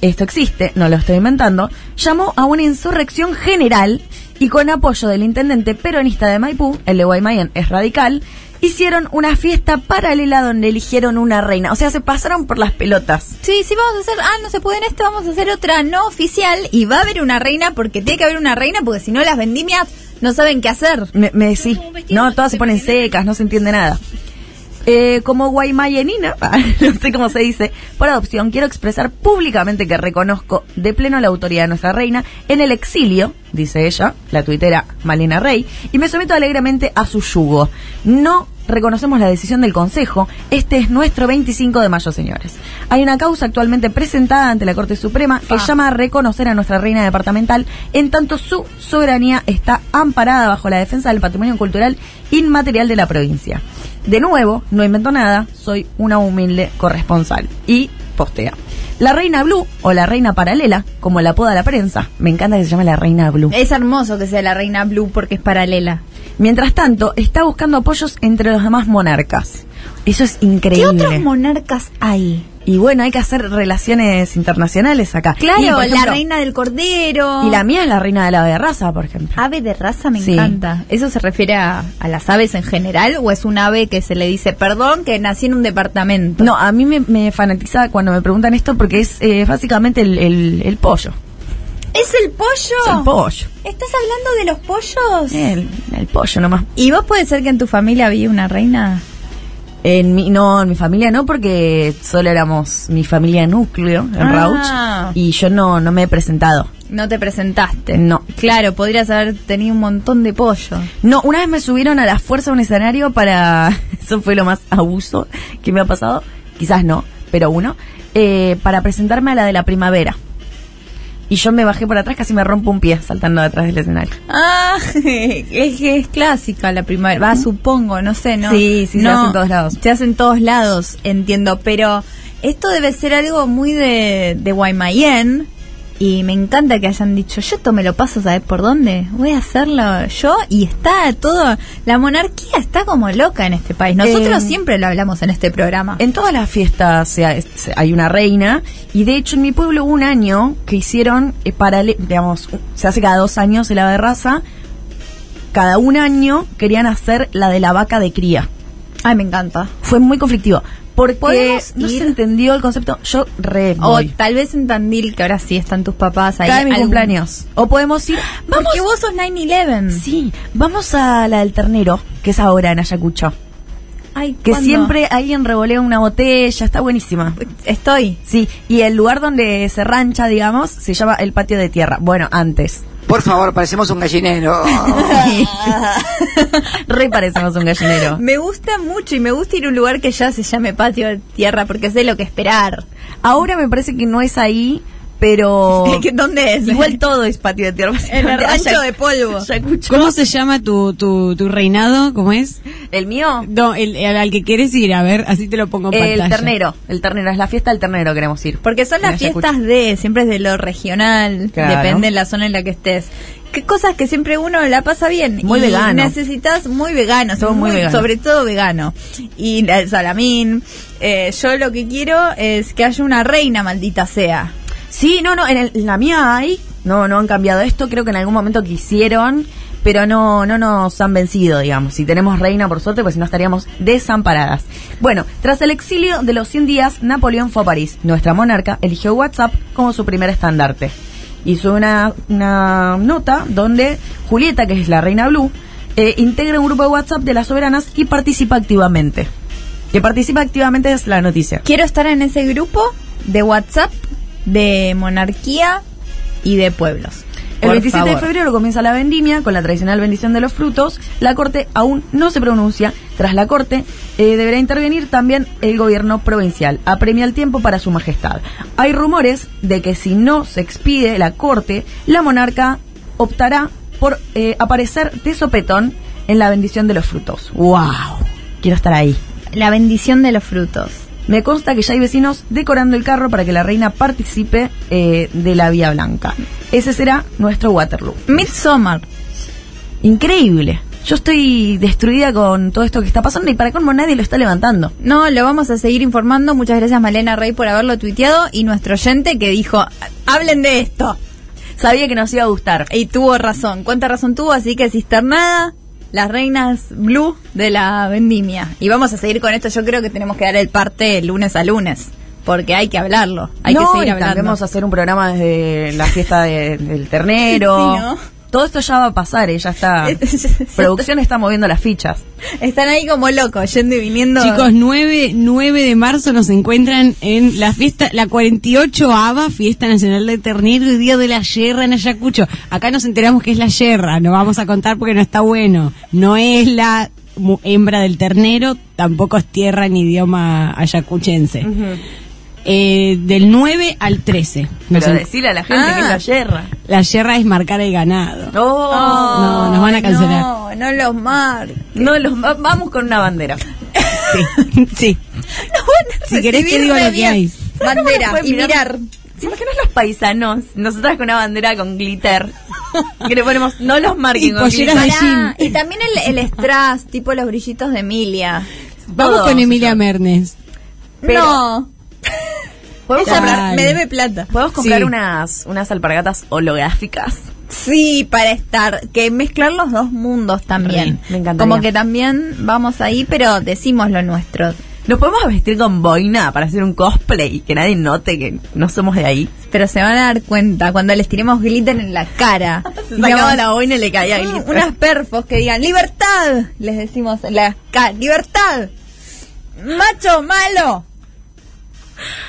[SPEAKER 2] esto existe, no lo estoy inventando, llamó a una insurrección general y con apoyo del intendente peronista de Maipú, el de Guaymallén es radical, hicieron una fiesta paralela donde eligieron una reina. O sea, se pasaron por las pelotas.
[SPEAKER 3] Sí, sí, vamos a hacer. Ah, no se puede en esto, vamos a hacer otra no oficial. Y va a haber una reina porque tiene que haber una reina porque si no las vendimias no saben qué hacer.
[SPEAKER 2] Me, me decís, no, todas se ponen secas, no se entiende nada. Eh, como guaymayenina, [laughs] ah, no sé cómo se dice, por adopción, quiero expresar públicamente que reconozco de pleno la autoridad de nuestra reina en el exilio, dice ella, la tuitera Malena Rey, y me someto alegremente a su yugo. No reconocemos la decisión del Consejo. Este es nuestro 25 de mayo, señores. Hay una causa actualmente presentada ante la Corte Suprema que
[SPEAKER 3] Ah.
[SPEAKER 2] llama a reconocer a nuestra reina departamental, en tanto su soberanía está amparada bajo la defensa del patrimonio cultural inmaterial de la provincia. De nuevo, no invento nada, soy una humilde corresponsal. Y postea. La reina Blue, o la reina paralela, como la apoda la prensa. Me encanta que se llame la reina Blue.
[SPEAKER 3] Es hermoso que sea la reina Blue porque es paralela.
[SPEAKER 2] Mientras tanto, está buscando apoyos entre los demás monarcas. Eso es
[SPEAKER 3] ¿Qué
[SPEAKER 2] increíble.
[SPEAKER 3] otros monarcas hay?
[SPEAKER 2] y bueno, hay que hacer relaciones internacionales acá. Y,
[SPEAKER 3] Claro,
[SPEAKER 2] por
[SPEAKER 3] la
[SPEAKER 2] ejemplo,
[SPEAKER 3] reina del cordero.
[SPEAKER 2] Y la mía es la reina de la ave de raza, por ejemplo.
[SPEAKER 3] ave de raza me
[SPEAKER 2] Sí.
[SPEAKER 3] encanta. ¿Eso se refiere a, a las aves en general o es un ave que se le dice, perdón, que nací en un departamento?
[SPEAKER 2] No, a mí me, me fanatiza cuando me preguntan esto porque es eh, básicamente el, el- el pollo.
[SPEAKER 3] ¿Es el pollo?
[SPEAKER 2] Es el pollo.
[SPEAKER 3] ¿Estás hablando de los pollos?
[SPEAKER 2] El, el pollo nomás.
[SPEAKER 3] ¿Y vos puede ser que en tu familia había una reina?
[SPEAKER 2] En mi, no, en mi familia no, porque solo éramos mi familia núcleo, en
[SPEAKER 3] Ah.
[SPEAKER 2] Rauch, y yo no, no me he presentado.
[SPEAKER 3] No te presentaste.
[SPEAKER 2] No.
[SPEAKER 3] Claro, podrías haber tenido un montón de pollo.
[SPEAKER 2] No, una vez me subieron a la fuerza a un escenario para. [laughs] Eso fue lo más abuso que me ha pasado. Quizás no, pero uno. eh, para presentarme a la de la primavera. Y yo me bajé por atrás, casi me rompo un pie saltando detrás del escenario.
[SPEAKER 3] Ah, [laughs] es que es clásica la primavera. Va, supongo, no sé, ¿no?
[SPEAKER 2] Sí, sí, se
[SPEAKER 3] No,
[SPEAKER 2] hace en todos lados.
[SPEAKER 3] Se hace en todos lados, entiendo. Pero esto debe ser algo muy de, de Guaymallén. Y me encanta que hayan dicho, yo esto me lo paso, ¿sabes por dónde? Voy a hacerlo yo. Y está todo. La monarquía está como loca en este país. Nosotros
[SPEAKER 2] Eh,
[SPEAKER 3] siempre lo hablamos en este programa.
[SPEAKER 2] En todas las fiestas se ha- se- hay una reina y de hecho en mi pueblo hubo un año que hicieron eh, parale- digamos, u- se hace cada dos años el ave de raza, cada un año querían hacer la de la vaca de cría.
[SPEAKER 3] Ay, me encanta.
[SPEAKER 2] Fue muy conflictivo porque
[SPEAKER 3] ¿Podemos
[SPEAKER 2] no
[SPEAKER 3] ir?
[SPEAKER 2] se entendió el concepto. Yo re
[SPEAKER 3] O
[SPEAKER 2] voy.
[SPEAKER 3] tal vez en Tandil, que ahora sí están tus papás ahí.
[SPEAKER 2] Cae mi
[SPEAKER 3] algún-
[SPEAKER 2] cumpleaños. O podemos ir.
[SPEAKER 3] Vamos.
[SPEAKER 2] Vamos.
[SPEAKER 3] Porque vos sos 9-11.
[SPEAKER 2] Sí, vamos a la del ternero, que es ahora en Ayacucho.
[SPEAKER 3] Ay,
[SPEAKER 2] Que
[SPEAKER 3] ¿cuándo?
[SPEAKER 2] siempre alguien revolea una botella, está buenísima.
[SPEAKER 3] Estoy.
[SPEAKER 2] Sí, y el lugar donde se rancha, digamos, se llama el patio de tierra. Bueno, antes.
[SPEAKER 6] Por favor, parecemos un
[SPEAKER 2] [laughs]
[SPEAKER 6] gallinero.
[SPEAKER 2] Re parecemos un gallinero.
[SPEAKER 3] Me gusta mucho y me gusta ir a un lugar que ya se llame patio de tierra porque sé lo que esperar.
[SPEAKER 2] Ahora me parece que no es ahí, pero.
[SPEAKER 3] [laughs]
[SPEAKER 2] [laughs]
[SPEAKER 3] ¿Que ¿Dónde es?
[SPEAKER 2] Igual todo es patio de tierra.
[SPEAKER 3] en
[SPEAKER 2] [laughs]
[SPEAKER 3] el rancho de polvo.
[SPEAKER 2] Ayacucho.
[SPEAKER 4] ¿Cómo se llama tu, tu, tu reinado? ¿Cómo es?
[SPEAKER 2] ¿El mío?
[SPEAKER 4] No, el, el al que quieres ir, a ver, así te lo pongo en
[SPEAKER 2] El
[SPEAKER 4] pantalla.
[SPEAKER 2] ternero. El ternero. Es la fiesta del ternero queremos ir.
[SPEAKER 3] Porque son las
[SPEAKER 2] En Ayacucho.
[SPEAKER 3] fiestas de, siempre es de lo regional,
[SPEAKER 2] Claro.
[SPEAKER 3] depende de la zona en la que estés. Que cosas que siempre uno la pasa bien.
[SPEAKER 2] Muy
[SPEAKER 3] y
[SPEAKER 2] vegano.
[SPEAKER 3] Necesitas muy vegano,
[SPEAKER 2] Todo muy vegano.
[SPEAKER 3] sobre todo vegano. Y la- el salamín. Eh, yo lo que quiero es que haya una reina, maldita sea.
[SPEAKER 2] Sí, no, no, en, el- en la mía hay. No, no han cambiado esto. Creo que en algún momento quisieron, pero no, no nos han vencido, digamos. Si tenemos reina, por suerte, pues si no estaríamos desamparadas. Bueno, tras el exilio de los 100 días, Napoleón fue a París. Nuestra monarca eligió WhatsApp como su primer estandarte. Hizo una, una nota donde Julieta, que es la reina Blue, eh, integra un grupo de WhatsApp de las soberanas y participa activamente. Que participa activamente es la noticia.
[SPEAKER 3] Quiero estar en ese grupo de WhatsApp, de monarquía y de pueblos. Por
[SPEAKER 2] El 27 de
[SPEAKER 3] favor.
[SPEAKER 2] febrero comienza la vendimia con la tradicional bendición de los frutos. La Corte aún no se pronuncia. Tras la Corte eh, deberá intervenir también el gobierno provincial. Apremia el tiempo para su majestad. Hay rumores de que si no se expide la Corte, la monarca optará por eh, aparecer de sopetón en la bendición de los frutos. ¡Wow! Quiero estar ahí.
[SPEAKER 3] La bendición de los frutos.
[SPEAKER 2] Me consta que ya hay vecinos decorando el carro para que la reina participe eh, de la Vía Blanca. Ese será nuestro Waterloo.
[SPEAKER 3] Midsommar.
[SPEAKER 2] Increíble. Yo estoy destruida con todo esto que está pasando y para cómo nadie lo está levantando.
[SPEAKER 3] No, lo vamos a seguir informando. Muchas gracias Malena Rey por haberlo tuiteado y nuestro oyente que dijo, hablen de esto.
[SPEAKER 2] Sabía que nos iba a gustar.
[SPEAKER 3] Y tuvo razón. ¿Cuánta razón tuvo? Así que cisternada, las reinas blue de la vendimia. Y vamos a seguir con esto. Yo creo que tenemos que dar el parte lunes a lunes. Porque hay que hablarlo. Hay
[SPEAKER 2] No,
[SPEAKER 3] que seguir
[SPEAKER 2] y
[SPEAKER 3] hablando.
[SPEAKER 2] también vamos a hacer un programa desde la fiesta de- del ternero.
[SPEAKER 3] [laughs] Sí, ¿no?
[SPEAKER 2] Todo esto ya va a pasar, eh, ya
[SPEAKER 3] [laughs]
[SPEAKER 2] está. Producción está moviendo las fichas.
[SPEAKER 3] Están ahí como locos, yendo y viniendo.
[SPEAKER 4] Chicos, 9, 9 de marzo nos encuentran en la fiesta, la 48 ABA, Fiesta Nacional de Ternero y Día de la Yerra en Ayacucho. Acá nos enteramos que es la Yerra, no vamos a contar porque no está bueno. No es la mu- hembra del ternero, tampoco es tierra ni idioma ayacuchense. Eh, del 9 al 13. nos
[SPEAKER 2] Pero
[SPEAKER 4] en-
[SPEAKER 2] decirle a la gente
[SPEAKER 3] Ah.
[SPEAKER 2] que es la yerra.
[SPEAKER 4] la Yerra es marcar el ganado.
[SPEAKER 2] Oh,
[SPEAKER 4] No, nos van a cancelar.
[SPEAKER 3] No, no los mar.
[SPEAKER 2] no, los, va- vamos con una bandera. [laughs]
[SPEAKER 4] Sí, sí. Si querés que digo lo que hay.
[SPEAKER 3] Bandera
[SPEAKER 2] Pueden
[SPEAKER 3] y mirar.
[SPEAKER 2] ¿Se imaginan los paisanos? Nosotras con una bandera con glitter. Que le ponemos, no los marquen
[SPEAKER 4] Y
[SPEAKER 2] con
[SPEAKER 4] polleras de
[SPEAKER 2] glitter.
[SPEAKER 4] jean.
[SPEAKER 3] Pará, y también el, el strass, tipo los brillitos de Emilia.
[SPEAKER 4] Vamos
[SPEAKER 2] Todo,
[SPEAKER 4] con Emilia Mernes.
[SPEAKER 2] Pero-
[SPEAKER 3] no,
[SPEAKER 2] ¿Podemos
[SPEAKER 3] ella
[SPEAKER 2] comprar,
[SPEAKER 3] me- me debe plata.
[SPEAKER 2] ¿podemos comprar
[SPEAKER 4] Sí.
[SPEAKER 2] unas, unas alpargatas holográficas?
[SPEAKER 3] Sí, para estar, que mezclar los dos mundos también.
[SPEAKER 2] Re, me encantaría.
[SPEAKER 3] Como que también vamos ahí, pero decimos lo nuestro.
[SPEAKER 2] ¿Nos podemos vestir con boina para hacer un cosplay? Que nadie note que no somos de ahí.
[SPEAKER 3] Pero se van a dar cuenta cuando les tiremos glitter en la
[SPEAKER 2] [laughs]
[SPEAKER 3] cara. Digamos,
[SPEAKER 2] boina y le caía
[SPEAKER 3] Mm, unas perfos que digan libertad les decimos en la ca- libertad macho malo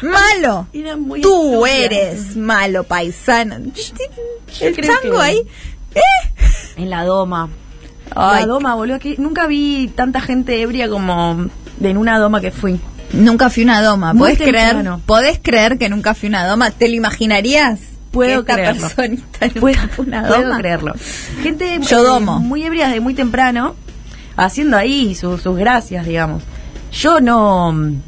[SPEAKER 3] malo
[SPEAKER 2] Era muy
[SPEAKER 3] tú
[SPEAKER 2] estúpida.
[SPEAKER 3] eres malo paisano el
[SPEAKER 2] creo
[SPEAKER 3] chango
[SPEAKER 2] que-
[SPEAKER 3] ahí
[SPEAKER 2] En la doma.
[SPEAKER 3] ¿Eh? Ay,
[SPEAKER 2] La doma, boludo. Que nunca vi tanta gente ebria como en una doma que fui.
[SPEAKER 3] nunca fui una doma
[SPEAKER 2] Muy
[SPEAKER 3] podés creer
[SPEAKER 2] temprano.
[SPEAKER 3] podés creer que nunca fui una doma te lo imaginarías
[SPEAKER 2] Puedo
[SPEAKER 3] que esta
[SPEAKER 2] creerlo. [laughs]
[SPEAKER 3] personita nunca
[SPEAKER 2] Puedo,
[SPEAKER 3] fue una
[SPEAKER 2] puedo
[SPEAKER 3] doma
[SPEAKER 2] creerlo. Gente
[SPEAKER 3] Yo
[SPEAKER 2] eh,
[SPEAKER 3] domo.
[SPEAKER 2] muy ebria desde muy temprano, haciendo ahí su- sus gracias, digamos. Yo no, mm,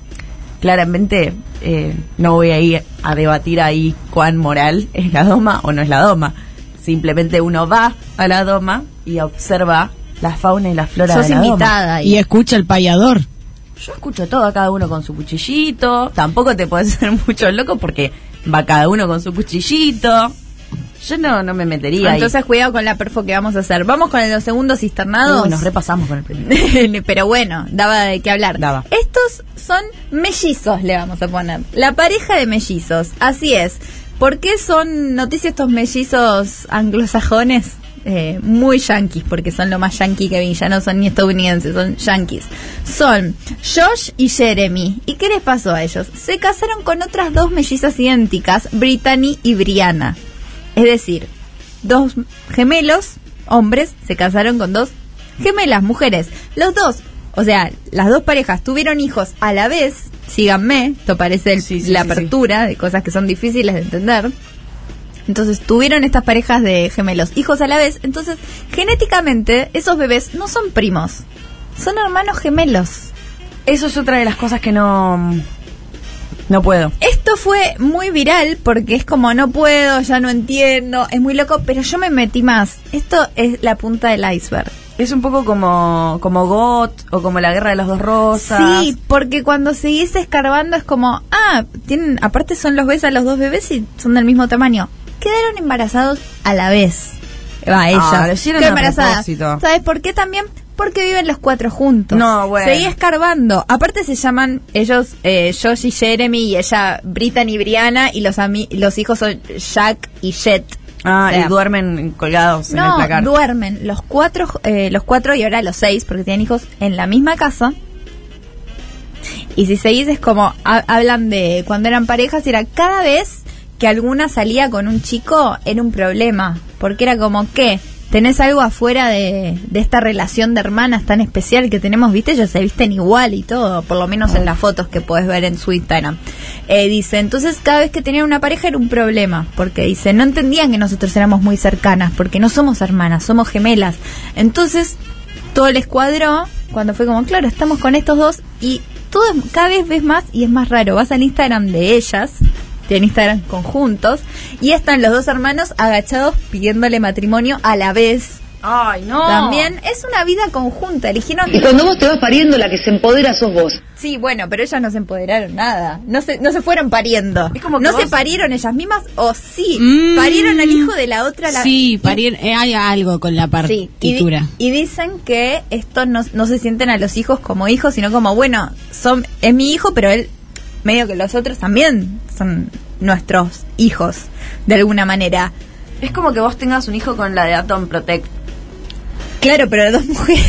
[SPEAKER 2] claramente, eh, no voy a ir a debatir ahí cuán moral [laughs] es la doma o no es la doma. Simplemente uno va a la doma y observa la fauna y la flora
[SPEAKER 3] sos
[SPEAKER 2] de la doma.
[SPEAKER 3] invitada ahí.
[SPEAKER 4] Y escucha el payador.
[SPEAKER 2] Yo escucho todo a cada uno con su cuchillito. Tampoco te [laughs] puedes hacer mucho el loco porque va cada uno con su cuchillito. Yo no, no me metería ahí.
[SPEAKER 3] Ah, entonces cuidado con la perfo que vamos a hacer vamos con los segundos cisternados
[SPEAKER 2] Uy, nos repasamos con el primero.
[SPEAKER 3] [laughs] Pero bueno, daba de qué hablar.
[SPEAKER 2] Daba.
[SPEAKER 3] Estos son mellizos, le vamos a poner. La pareja de mellizos. Así es. ¿Por qué son noticia estos mellizos anglosajones? Eh, muy yanquis, porque son lo más yanqui que vi. Ya no son ni estadounidenses, son yanquis. Son Josh y Jeremy. ¿Y qué les pasó a ellos? Se casaron con otras dos mellizas idénticas, Brittany y Brianna. Es decir, dos gemelos, hombres, se casaron con dos gemelas, mujeres. Los dos, o sea, las dos parejas tuvieron hijos a la vez. Síganme, esto parece el-
[SPEAKER 2] Sí, sí,
[SPEAKER 3] la
[SPEAKER 2] sí,
[SPEAKER 3] apertura de cosas que son difíciles de entender. Entonces tuvieron estas parejas de gemelos, hijos a la vez. Entonces, genéticamente, esos bebés no son primos, son hermanos gemelos.
[SPEAKER 2] Eso es otra de las cosas que no. No puedo.
[SPEAKER 3] Esto fue muy viral porque es como no puedo, ya no entiendo, es muy loco, pero yo me metí más. Esto es la punta del iceberg.
[SPEAKER 2] Es un poco como, como GOT o como la guerra de las dos rosas.
[SPEAKER 3] Sí, porque cuando seguís escarbando es como, ah, tienen, aparte son los ves a los dos bebés y son del mismo tamaño. Quedaron embarazados a la vez. Va,
[SPEAKER 2] Ah, lo
[SPEAKER 3] ellas.
[SPEAKER 2] hicieron
[SPEAKER 3] Qué
[SPEAKER 2] a
[SPEAKER 3] embarazadas.
[SPEAKER 2] propósito.
[SPEAKER 3] ¿Sabes por qué también? Porque viven los cuatro juntos.
[SPEAKER 2] No, bueno.
[SPEAKER 3] Seguí escarbando. Aparte se llaman ellos eh, Josh y Jeremy y ella Brittany y Brianna y los, ami- los hijos son Jack y Jet.
[SPEAKER 2] Ah,
[SPEAKER 3] O sea,
[SPEAKER 2] y duermen colgados en el
[SPEAKER 3] no,
[SPEAKER 2] placar.
[SPEAKER 3] duermen los cuatro, eh, los cuatro y ahora los seis, porque tienen hijos en la misma casa. Y si seguís es como ha- hablan de cuando eran parejas, era cada vez que alguna salía con un chico era un problema, porque era como que tenés algo afuera de, de esta relación de hermanas tan especial que tenemos, viste, ellas se visten igual y todo, por lo menos en las fotos que podés ver en su Instagram. Eh, dice, entonces cada vez que tenían una pareja era un problema, porque dice, no entendían que nosotros éramos muy cercanas, porque no somos hermanas, somos gemelas. Entonces, todo el escuadrón, cuando fue como, claro, estamos con estos dos y todo es- cada vez ves más y es más raro. Vas al Instagram de ellas, tienen Instagram conjuntos, y están los dos hermanos agachados pidiéndole matrimonio a la vez.
[SPEAKER 2] Ay, no.
[SPEAKER 3] También es una vida conjunta, eligieron...
[SPEAKER 7] Y cuando vos te vas pariendo, la que se empodera sos vos.
[SPEAKER 3] Sí, bueno, pero ellas no se empoderaron nada. No se, no se fueron pariendo.
[SPEAKER 2] Es como que
[SPEAKER 3] no
[SPEAKER 2] vos-
[SPEAKER 3] se parieron ellas mismas o sí.
[SPEAKER 4] Mm.
[SPEAKER 3] parieron al hijo de la otra. La...
[SPEAKER 4] Sí, parir, eh, hay algo con la
[SPEAKER 3] Sí, y, di-
[SPEAKER 4] partitura.
[SPEAKER 3] y dicen que esto no, no se sienten a los hijos como hijos, sino como, bueno, son es mi hijo, pero él, medio que los otros también son nuestros hijos, de alguna manera.
[SPEAKER 2] Es como que vos tengas un hijo con la de Atom Protect.
[SPEAKER 3] Claro, pero las dos mujeres.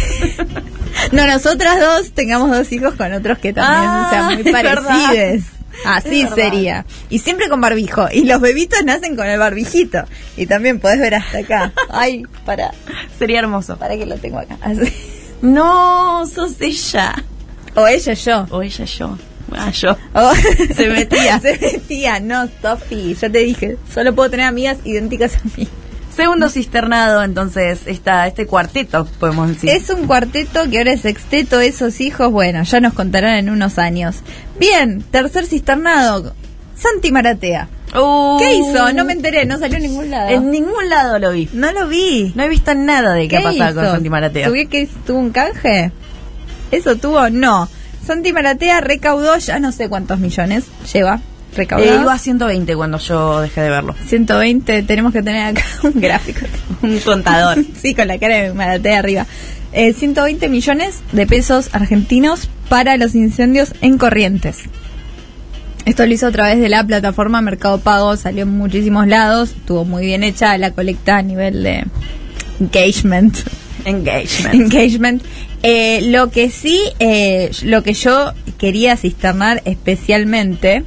[SPEAKER 3] [laughs] no, nosotras dos tengamos dos hijos con otros que también
[SPEAKER 2] Ah,
[SPEAKER 3] sean muy
[SPEAKER 2] es verdad.
[SPEAKER 3] parecidos. Así
[SPEAKER 2] Es verdad.
[SPEAKER 3] sería. Y siempre con barbijo. Y los bebitos nacen con el barbijito. Y también podés ver hasta
[SPEAKER 2] [laughs]
[SPEAKER 3] acá. Ay, para,
[SPEAKER 2] Sería hermoso.
[SPEAKER 3] para que lo tengo acá. Así.
[SPEAKER 2] No, sos ella.
[SPEAKER 3] O ella yo.
[SPEAKER 2] O ella yo. Ah, yo.
[SPEAKER 3] [laughs] Oh,
[SPEAKER 2] Se
[SPEAKER 3] [laughs]
[SPEAKER 2] metía.
[SPEAKER 3] se metía, no, Sofi. Yo te dije, solo puedo tener amigas idénticas a mí.
[SPEAKER 2] Segundo cisternado, entonces, está este cuarteto, podemos decir.
[SPEAKER 3] Es un cuarteto que ahora es sexteto, esos hijos, bueno, ya nos contarán en unos años. Bien, tercer cisternado, Santi Maratea.
[SPEAKER 2] Uh,
[SPEAKER 3] ¿Qué hizo? No me enteré, no salió en ningún lado.
[SPEAKER 2] En ningún lado lo vi.
[SPEAKER 3] No lo vi.
[SPEAKER 2] No he visto nada de qué, ha pasado con
[SPEAKER 3] hizo?
[SPEAKER 2] Santi Maratea.
[SPEAKER 3] ¿Tuvi- que tuvo un canje? ¿Eso tuvo? No. Santi Maratea recaudó ya no sé cuántos millones lleva. Recaudó.
[SPEAKER 2] Eh, iba a 120 cuando yo dejé de verlo.
[SPEAKER 3] 120, tenemos que tener acá [laughs] un gráfico.
[SPEAKER 2] Un contador.
[SPEAKER 3] sí, con la cara de Maratea arriba. Eh, 120 millones de pesos argentinos para los incendios en Corrientes. Esto lo hizo a través de la plataforma Mercado Pago, salió en muchísimos lados, estuvo muy bien hecha la colecta a nivel de engagement.
[SPEAKER 2] Engagement.
[SPEAKER 3] Engagement. Eh, lo que sí, eh, lo que yo quería cisternar especialmente,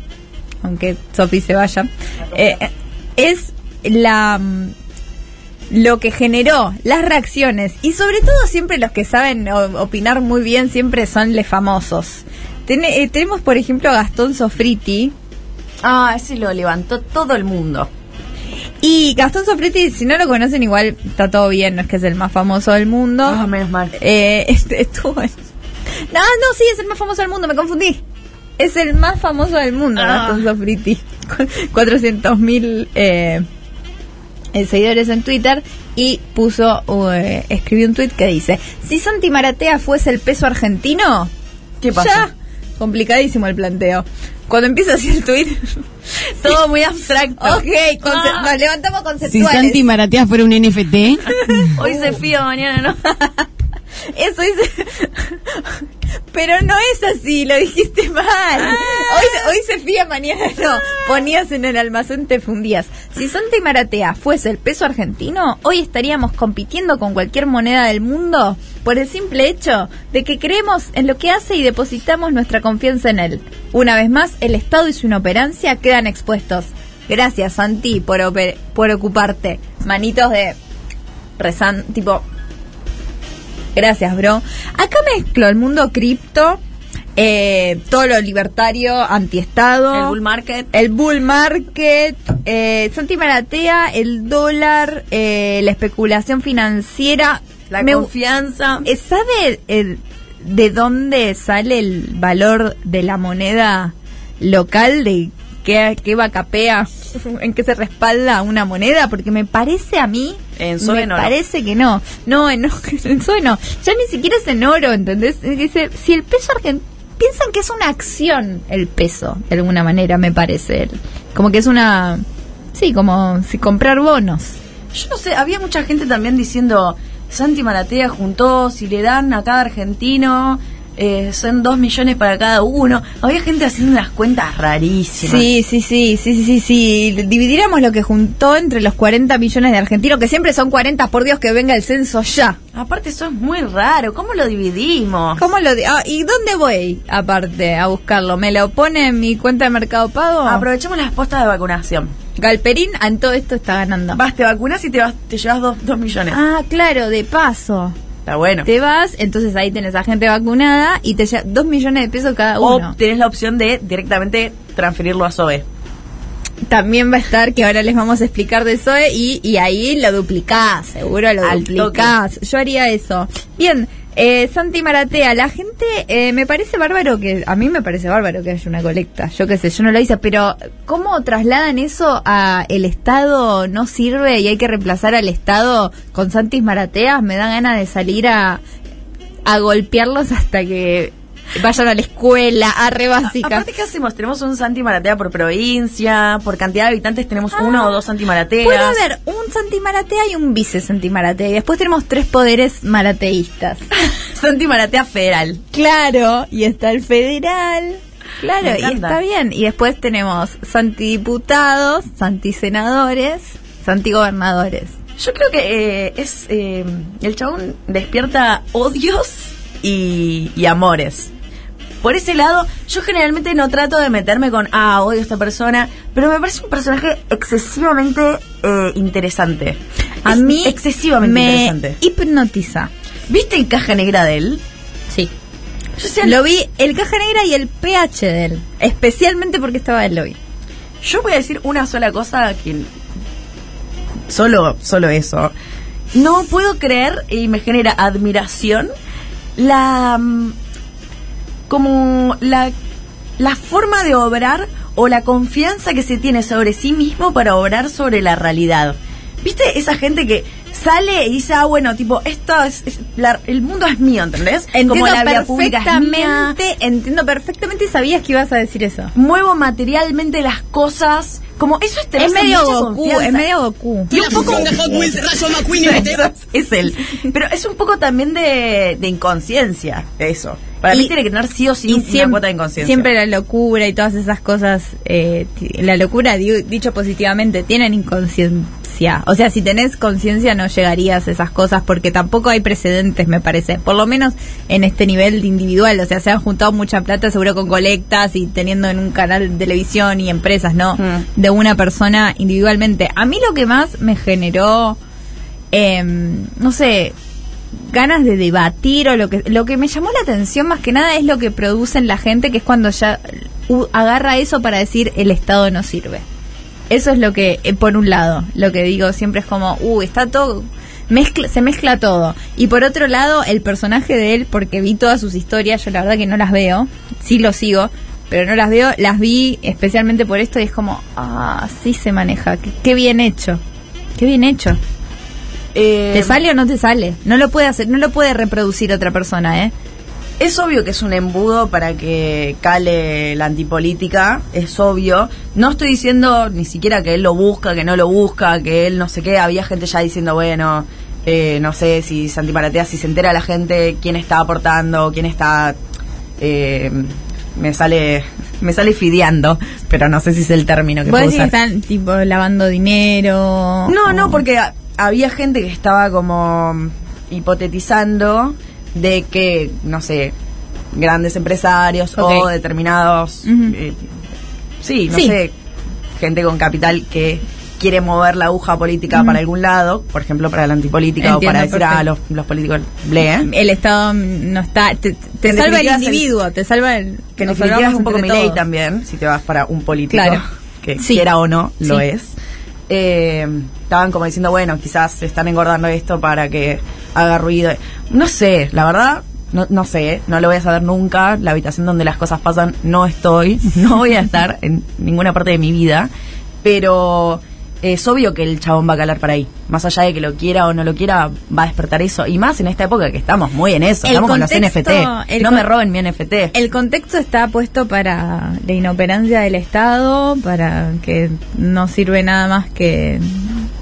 [SPEAKER 3] aunque Sofi se vaya, eh, es la mm, lo que generó las reacciones y sobre todo siempre los que saben o- opinar muy bien siempre son los famosos. Tene- eh, tenemos por ejemplo a Gastón Sofriti,
[SPEAKER 2] Ah, ese lo levantó todo el mundo.
[SPEAKER 3] Y Gastón Sofriti, si no lo conocen, igual está todo bien, no es que es el más famoso del mundo.
[SPEAKER 2] Ah, menos mal.
[SPEAKER 3] Eh, [laughs] este, estuvo en- No, no, sí, es el más famoso del mundo, me confundí. Es el más famoso del mundo,
[SPEAKER 2] Ah.
[SPEAKER 3] Gastón Sofriti. 400 mil eh, seguidores en Twitter y puso, eh, escribió un tweet que dice, si Santi Maratea fuese el peso argentino,
[SPEAKER 2] ¿Qué pasó?
[SPEAKER 3] ya, complicadísimo el planteo. Cuando empieza así el tweet, [laughs] todo muy abstracto. Ok, conce-
[SPEAKER 2] Ah.
[SPEAKER 3] nos levantamos
[SPEAKER 4] Si
[SPEAKER 3] conceptuales.
[SPEAKER 4] Santi Maratea fuera un
[SPEAKER 3] [laughs]
[SPEAKER 4] NFT,
[SPEAKER 2] Hoy se fía, mañana no.
[SPEAKER 3] Eso dice. [laughs] Pero no es así, lo dijiste mal. Hoy, se- hoy se fía, mañana no. Ponías en el almacén, te fundías. Si Santa y Maratea fuese el peso argentino, hoy estaríamos compitiendo con cualquier moneda del mundo por el simple hecho de que creemos en lo que hace y depositamos nuestra confianza en él. Una vez más, el Estado y su inoperancia quedan expuestos. Gracias, Santi, por, ope- por ocuparte. Manitos de rezan, tipo, Gracias, bro. Acá mezclo el mundo cripto, eh, todo lo libertario, antiestado.
[SPEAKER 2] El bull market.
[SPEAKER 3] El bull market, eh, Santi Maratea, el dólar, eh, la especulación financiera.
[SPEAKER 2] La
[SPEAKER 3] Me-
[SPEAKER 2] confianza.
[SPEAKER 3] eh, ¿Sabe el- de dónde sale el valor de la moneda local? ¿De qué, qué bacapea? [laughs] ¿En qué se respalda una moneda? Porque me parece a mí.
[SPEAKER 2] En Sobe
[SPEAKER 3] me
[SPEAKER 2] no, no.
[SPEAKER 3] parece que no. No, en, [laughs] en Sobe no. Ya ni siquiera es en oro, ¿entendés? Dice, si el peso argentino. Piensan que es una acción el peso, de alguna manera, me parece. Como que es una. Sí, como si comprar bonos.
[SPEAKER 2] Yo no sé, había mucha gente también diciendo, Santi Maratea juntó, si le dan a cada argentino, eh, son dos millones para cada uno. Había gente haciendo unas cuentas rarísimas.
[SPEAKER 3] Sí, sí, sí, sí, sí, sí, sí. Dividiéramos lo que juntó entre los 40 millones de argentinos, que siempre son 40, por Dios, que venga el censo ya.
[SPEAKER 2] Aparte, eso es muy raro. ¿Cómo lo dividimos?
[SPEAKER 3] ¿Cómo lo di- ah, ¿Y dónde voy, aparte, a buscarlo? ¿Me lo pone en mi cuenta de Mercado Pago?
[SPEAKER 2] Aprovechemos las postas de vacunación.
[SPEAKER 3] Galperín, ah, en todo esto está ganando.
[SPEAKER 2] Vas, te vacunas y te, vas, te llevas dos, dos millones.
[SPEAKER 3] Ah, claro, de paso.
[SPEAKER 2] Está bueno.
[SPEAKER 3] Te vas, entonces ahí tenés a gente vacunada y te llevas dos millones de pesos cada uno.
[SPEAKER 2] O tenés la opción de directamente transferirlo a SOE.
[SPEAKER 3] También va a estar, que ahora les vamos a explicar de Zoe, y, y ahí lo duplicás, seguro lo
[SPEAKER 2] Al
[SPEAKER 3] duplicás. Yo haría eso. Bien, eh, Santi Maratea, la gente, eh, me parece bárbaro que, a mí me parece bárbaro que haya una colecta, yo qué sé, yo no lo hice, pero ¿cómo trasladan eso a el Estado no sirve y hay que reemplazar al Estado con Santis Marateas? Me da ganas de salir a, a golpearlos hasta que vayan a la escuela, a re básica.
[SPEAKER 2] Aparte, ¿qué hacemos? Tenemos un Santi Maratea por provincia, por cantidad de habitantes tenemos uno o dos Santi Marateas.
[SPEAKER 3] Ah, Puede haber un Santi Maratea y un vice Santi Maratea. Y después tenemos tres poderes
[SPEAKER 2] [laughs]
[SPEAKER 3] marateístas.
[SPEAKER 2] Santi Maratea federal.
[SPEAKER 3] claro, y está el federal.
[SPEAKER 2] Me
[SPEAKER 3] Claro, y
[SPEAKER 2] encanta.
[SPEAKER 3] está bien. Y después tenemos Santi Diputados, Santi Senadores, Santi Gobernadores.
[SPEAKER 2] Yo creo que eh, es. eh, el chabón despierta odios y, y amores. Por ese lado, yo generalmente no trato de meterme con, ah, odio a esta persona, pero me parece un personaje excesivamente eh, interesante.
[SPEAKER 3] A
[SPEAKER 2] Es
[SPEAKER 3] mí
[SPEAKER 2] excesivamente
[SPEAKER 3] me
[SPEAKER 2] interesante.
[SPEAKER 3] hipnotiza.
[SPEAKER 2] ¿Viste el caja negra de él?
[SPEAKER 3] Sí.
[SPEAKER 2] Yo, sé-
[SPEAKER 3] Lo vi el Caja Negra y el PH de él. E Especialmente porque estaba el lobby.
[SPEAKER 2] yo voy a decir una sola cosa que solo, solo eso. No puedo creer y me genera admiración la mm, como la la forma de obrar o la confianza que se tiene sobre sí mismo para obrar sobre la realidad. ¿Viste esa gente que sale y dice, ah, bueno, tipo, esto es, es- la- el mundo es mío, ¿entendés?
[SPEAKER 3] Entiendo
[SPEAKER 2] como la vida pública es mía,
[SPEAKER 3] perfectamente, entiendo perfectamente y sabías que ibas a decir eso.
[SPEAKER 2] muevo materialmente las cosas, como eso es tener
[SPEAKER 3] Es
[SPEAKER 2] esa
[SPEAKER 3] medio
[SPEAKER 2] mucha
[SPEAKER 3] Goku,
[SPEAKER 2] confianza.
[SPEAKER 3] es medio Goku.
[SPEAKER 2] Y un poco es él. Pero es un poco también de, de inconsciencia, eso. Para mí
[SPEAKER 3] Y-
[SPEAKER 2] tiene que tener sí o sí
[SPEAKER 3] y
[SPEAKER 2] una
[SPEAKER 3] siem-
[SPEAKER 2] cuota de inconsciencia.
[SPEAKER 3] siempre la locura y todas esas cosas, eh, ti- la locura, di- dicho positivamente, tienen inconsciencia. O sea, si tenés conciencia no llegarías a esas cosas porque tampoco hay precedentes, me parece. Por lo menos en este nivel de individual. O sea, se han juntado mucha plata seguro con colectas y teniendo en un canal de televisión y empresas, ¿no?
[SPEAKER 2] Mm.
[SPEAKER 3] De una persona individualmente. A mí lo que más me generó, em, no sé, ganas de debatir o lo que lo que me llamó la atención más que nada es lo que producen la gente que es cuando ya u- agarra eso para decir el Estado no sirve eso es lo que eh, por un lado lo que digo siempre es como uh está todo mezcla- se mezcla todo y por otro lado el personaje de él porque vi todas sus historias yo la verdad que no las veo sí lo sigo pero no las veo las vi especialmente por esto y es como ah sí se maneja qué- qué bien hecho qué bien hecho
[SPEAKER 2] Eh,
[SPEAKER 3] ¿Te sale o no te sale? No lo puede hacer, no lo puede reproducir otra persona, ¿eh?
[SPEAKER 2] Es obvio que es un embudo para que cale la antipolítica, es obvio. No estoy diciendo ni siquiera que él lo busca, que no lo busca, que él no sé qué. Había gente ya diciendo, bueno, eh, no sé si Santi Maratea, si se entera la gente quién está aportando, quién está... eh, me sale me sale fideando, pero no sé si es el término que
[SPEAKER 3] Vos
[SPEAKER 2] puedo
[SPEAKER 3] decís que
[SPEAKER 2] usar.
[SPEAKER 3] están tipo lavando dinero.
[SPEAKER 2] No,
[SPEAKER 3] o-
[SPEAKER 2] no, porque a- había gente que estaba como mm, hipotetizando de que, no sé, grandes empresarios o
[SPEAKER 3] Ok.
[SPEAKER 2] determinados,
[SPEAKER 3] Ujú.
[SPEAKER 2] eh, sí, no
[SPEAKER 3] Sí.
[SPEAKER 2] sé, gente con capital que quiere mover la aguja política para algún lado, por ejemplo, para la antipolítica o
[SPEAKER 3] Entiendo,
[SPEAKER 2] para decir,
[SPEAKER 3] perfecto.
[SPEAKER 2] ah, los, los políticos, ¿eh? bleh,
[SPEAKER 3] El Estado no está. Te, te
[SPEAKER 2] En
[SPEAKER 3] salva el
[SPEAKER 2] definitiva es el-
[SPEAKER 3] individuo, te salva el.
[SPEAKER 2] que en
[SPEAKER 3] nos
[SPEAKER 2] definitiva
[SPEAKER 3] salvamos
[SPEAKER 2] es un poco mi
[SPEAKER 3] entre
[SPEAKER 2] ley
[SPEAKER 3] todos.
[SPEAKER 2] también, si te vas para un político
[SPEAKER 3] Claro.
[SPEAKER 2] que
[SPEAKER 3] Sí.
[SPEAKER 2] quiera o no, lo
[SPEAKER 3] Sí.
[SPEAKER 2] es. Eh, estaban como diciendo, bueno, quizás están engordando esto para que haga ruido. No sé, la verdad, no, no sé, no lo voy a saber nunca. La habitación donde las cosas pasan no estoy, [laughs] no voy a estar en ninguna parte de mi vida, pero eh, es obvio que el chabón va a calar para ahí. Más allá de que lo quiera o no lo quiera, va a despertar eso. Y más en esta época que estamos muy en eso,
[SPEAKER 3] El
[SPEAKER 2] estamos
[SPEAKER 3] contexto-
[SPEAKER 2] con los NFT.
[SPEAKER 3] el
[SPEAKER 2] No
[SPEAKER 3] con-
[SPEAKER 2] me roben mi NFT.
[SPEAKER 3] El contexto está puesto para la inoperancia del Estado, para que no sirve nada más que,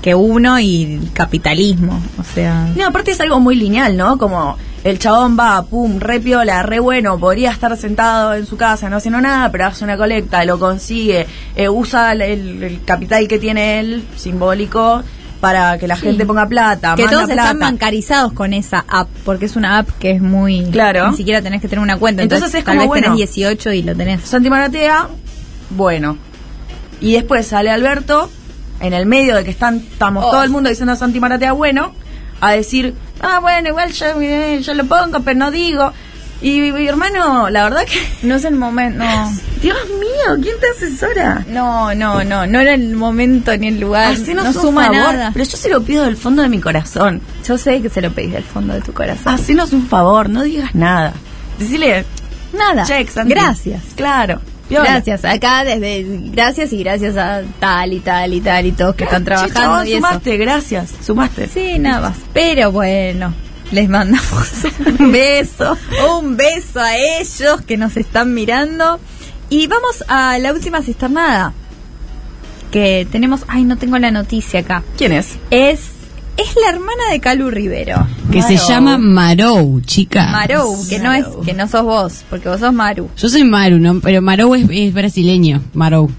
[SPEAKER 3] que uno y el capitalismo. O sea.
[SPEAKER 2] No, aparte es algo muy lineal, ¿no? Como el chabón va, pum, re piola, re bueno, podría estar sentado en su casa no haciendo nada, pero hace una colecta, lo consigue, eh, usa el, el- el capital que tiene él, simbólico, para que la gente ponga plata.
[SPEAKER 3] Que
[SPEAKER 2] manda
[SPEAKER 3] todos están
[SPEAKER 2] plata.
[SPEAKER 3] bancarizados con esa app, porque es una app que es muy...
[SPEAKER 2] Claro.
[SPEAKER 3] Ni siquiera tenés que tener una cuenta.
[SPEAKER 2] Entonces
[SPEAKER 3] Entonces,
[SPEAKER 2] es
[SPEAKER 3] tal
[SPEAKER 2] como,
[SPEAKER 3] vez
[SPEAKER 2] bueno.
[SPEAKER 3] tenés 18 y lo tenés.
[SPEAKER 2] Santi Maratea, bueno. Y después sale Alberto, en el medio de que están, estamos
[SPEAKER 3] Oh.
[SPEAKER 2] todo el mundo diciendo Santi Maratea bueno, a decir, ah, bueno, igual yo, eh, yo lo pongo, pero no digo. Y, y, hermano, la verdad
[SPEAKER 3] [laughs]
[SPEAKER 2] que,
[SPEAKER 3] No es el momento, no.
[SPEAKER 2] [laughs] Dios mío, ¿quién te asesora?
[SPEAKER 3] No, no, no, no era el momento ni el lugar.
[SPEAKER 2] Hacenos
[SPEAKER 3] no
[SPEAKER 2] un
[SPEAKER 3] suma
[SPEAKER 2] favor,
[SPEAKER 3] nada.
[SPEAKER 2] pero yo se lo pido del fondo de mi corazón.
[SPEAKER 3] Yo sé que se lo pedís del fondo de tu corazón.
[SPEAKER 2] Hacenos un favor, no digas nada. Decirle,
[SPEAKER 3] nada.
[SPEAKER 2] check, Santi.
[SPEAKER 3] Gracias.
[SPEAKER 2] Claro. piola.
[SPEAKER 3] Ah, Gracias, acá desde gracias y gracias a tal y tal y tal y todos que están
[SPEAKER 2] Che, chabón,
[SPEAKER 3] trabajando y eso.
[SPEAKER 2] sumaste, gracias,
[SPEAKER 3] [laughs]
[SPEAKER 2] sumaste.
[SPEAKER 3] Sí, nada más. Pero bueno, les mandamos un beso, un beso a ellos que nos están mirando. Y vamos a la última cisternada que tenemos. Ay, no tengo la noticia acá.
[SPEAKER 2] ¿Quién es?
[SPEAKER 3] Es es la hermana de Calu Rivero,
[SPEAKER 4] Que se
[SPEAKER 2] Marou.
[SPEAKER 4] llama Marou, chica.
[SPEAKER 3] Marou, que no es
[SPEAKER 2] Marou.
[SPEAKER 3] que no sos vos, porque vos sos Maru.
[SPEAKER 4] Yo soy Maru, ¿no? pero Marou es, es brasileño. Marou.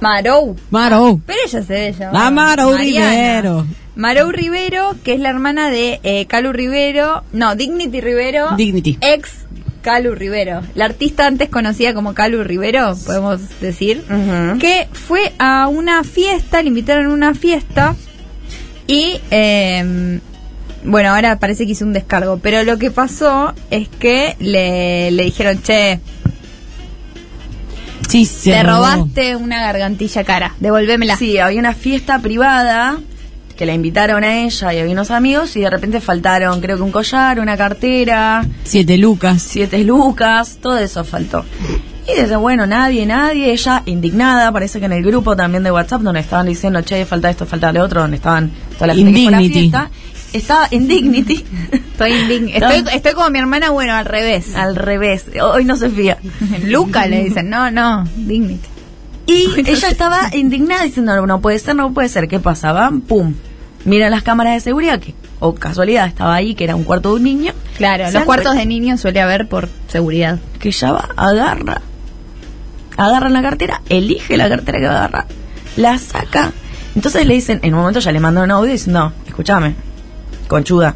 [SPEAKER 3] Marou.
[SPEAKER 4] Marou.
[SPEAKER 3] Pero ella se ve llamar.
[SPEAKER 4] La Marou
[SPEAKER 3] Ah, Mariana.
[SPEAKER 4] Rivero.
[SPEAKER 3] Marou Rivero, que es la hermana de eh, Calu Rivero, no, Dignity Rivero.
[SPEAKER 4] Dignity.
[SPEAKER 3] Ex Calu Rivero. La artista antes conocida como Calu Rivero, podemos decir,
[SPEAKER 2] Ujú.
[SPEAKER 3] que fue a una fiesta, le invitaron a una fiesta y... eh, bueno, ahora parece que hizo un descargo, pero lo que pasó es que le, le dijeron, che,
[SPEAKER 4] Sí, se
[SPEAKER 3] te
[SPEAKER 4] robó.
[SPEAKER 3] robaste una gargantilla cara, devolvémela.
[SPEAKER 2] Sí, había una fiesta privada que la invitaron a ella y había unos amigos y de repente faltaron, creo que un collar, una cartera,
[SPEAKER 4] Siete lucas.
[SPEAKER 2] siete lucas, todo eso faltó. Y desde bueno, nadie, nadie, ella indignada, parece que en el grupo también de WhatsApp donde estaban diciendo, che, falta esto, falta lo otro, donde estaban toda la gente que fue a la
[SPEAKER 4] Indignity.
[SPEAKER 2] fiesta, estaba indignity.
[SPEAKER 3] Estoy, indign- estoy, estoy como mi hermana, bueno, al revés.
[SPEAKER 2] Al revés, hoy no se
[SPEAKER 3] [laughs]
[SPEAKER 2] fía.
[SPEAKER 3] Luca le dicen, no, no, Dignity.
[SPEAKER 2] Y ella estaba indignada diciendo, no, no puede ser, no puede ser, ¿qué pasa? Van, pum, miran las cámaras de seguridad, que, o casualidad, estaba ahí, que era un cuarto de un niño.
[SPEAKER 3] Claro,
[SPEAKER 2] Se
[SPEAKER 3] los
[SPEAKER 2] dan
[SPEAKER 3] cuartos
[SPEAKER 2] cuenta
[SPEAKER 3] de niños suele haber por seguridad.
[SPEAKER 2] Que ya va, agarra, agarra la cartera, elige la cartera que va a agarrar, la saca. Entonces le dicen, en un momento ya le mandan un audio diciendo, escúchame, conchuda,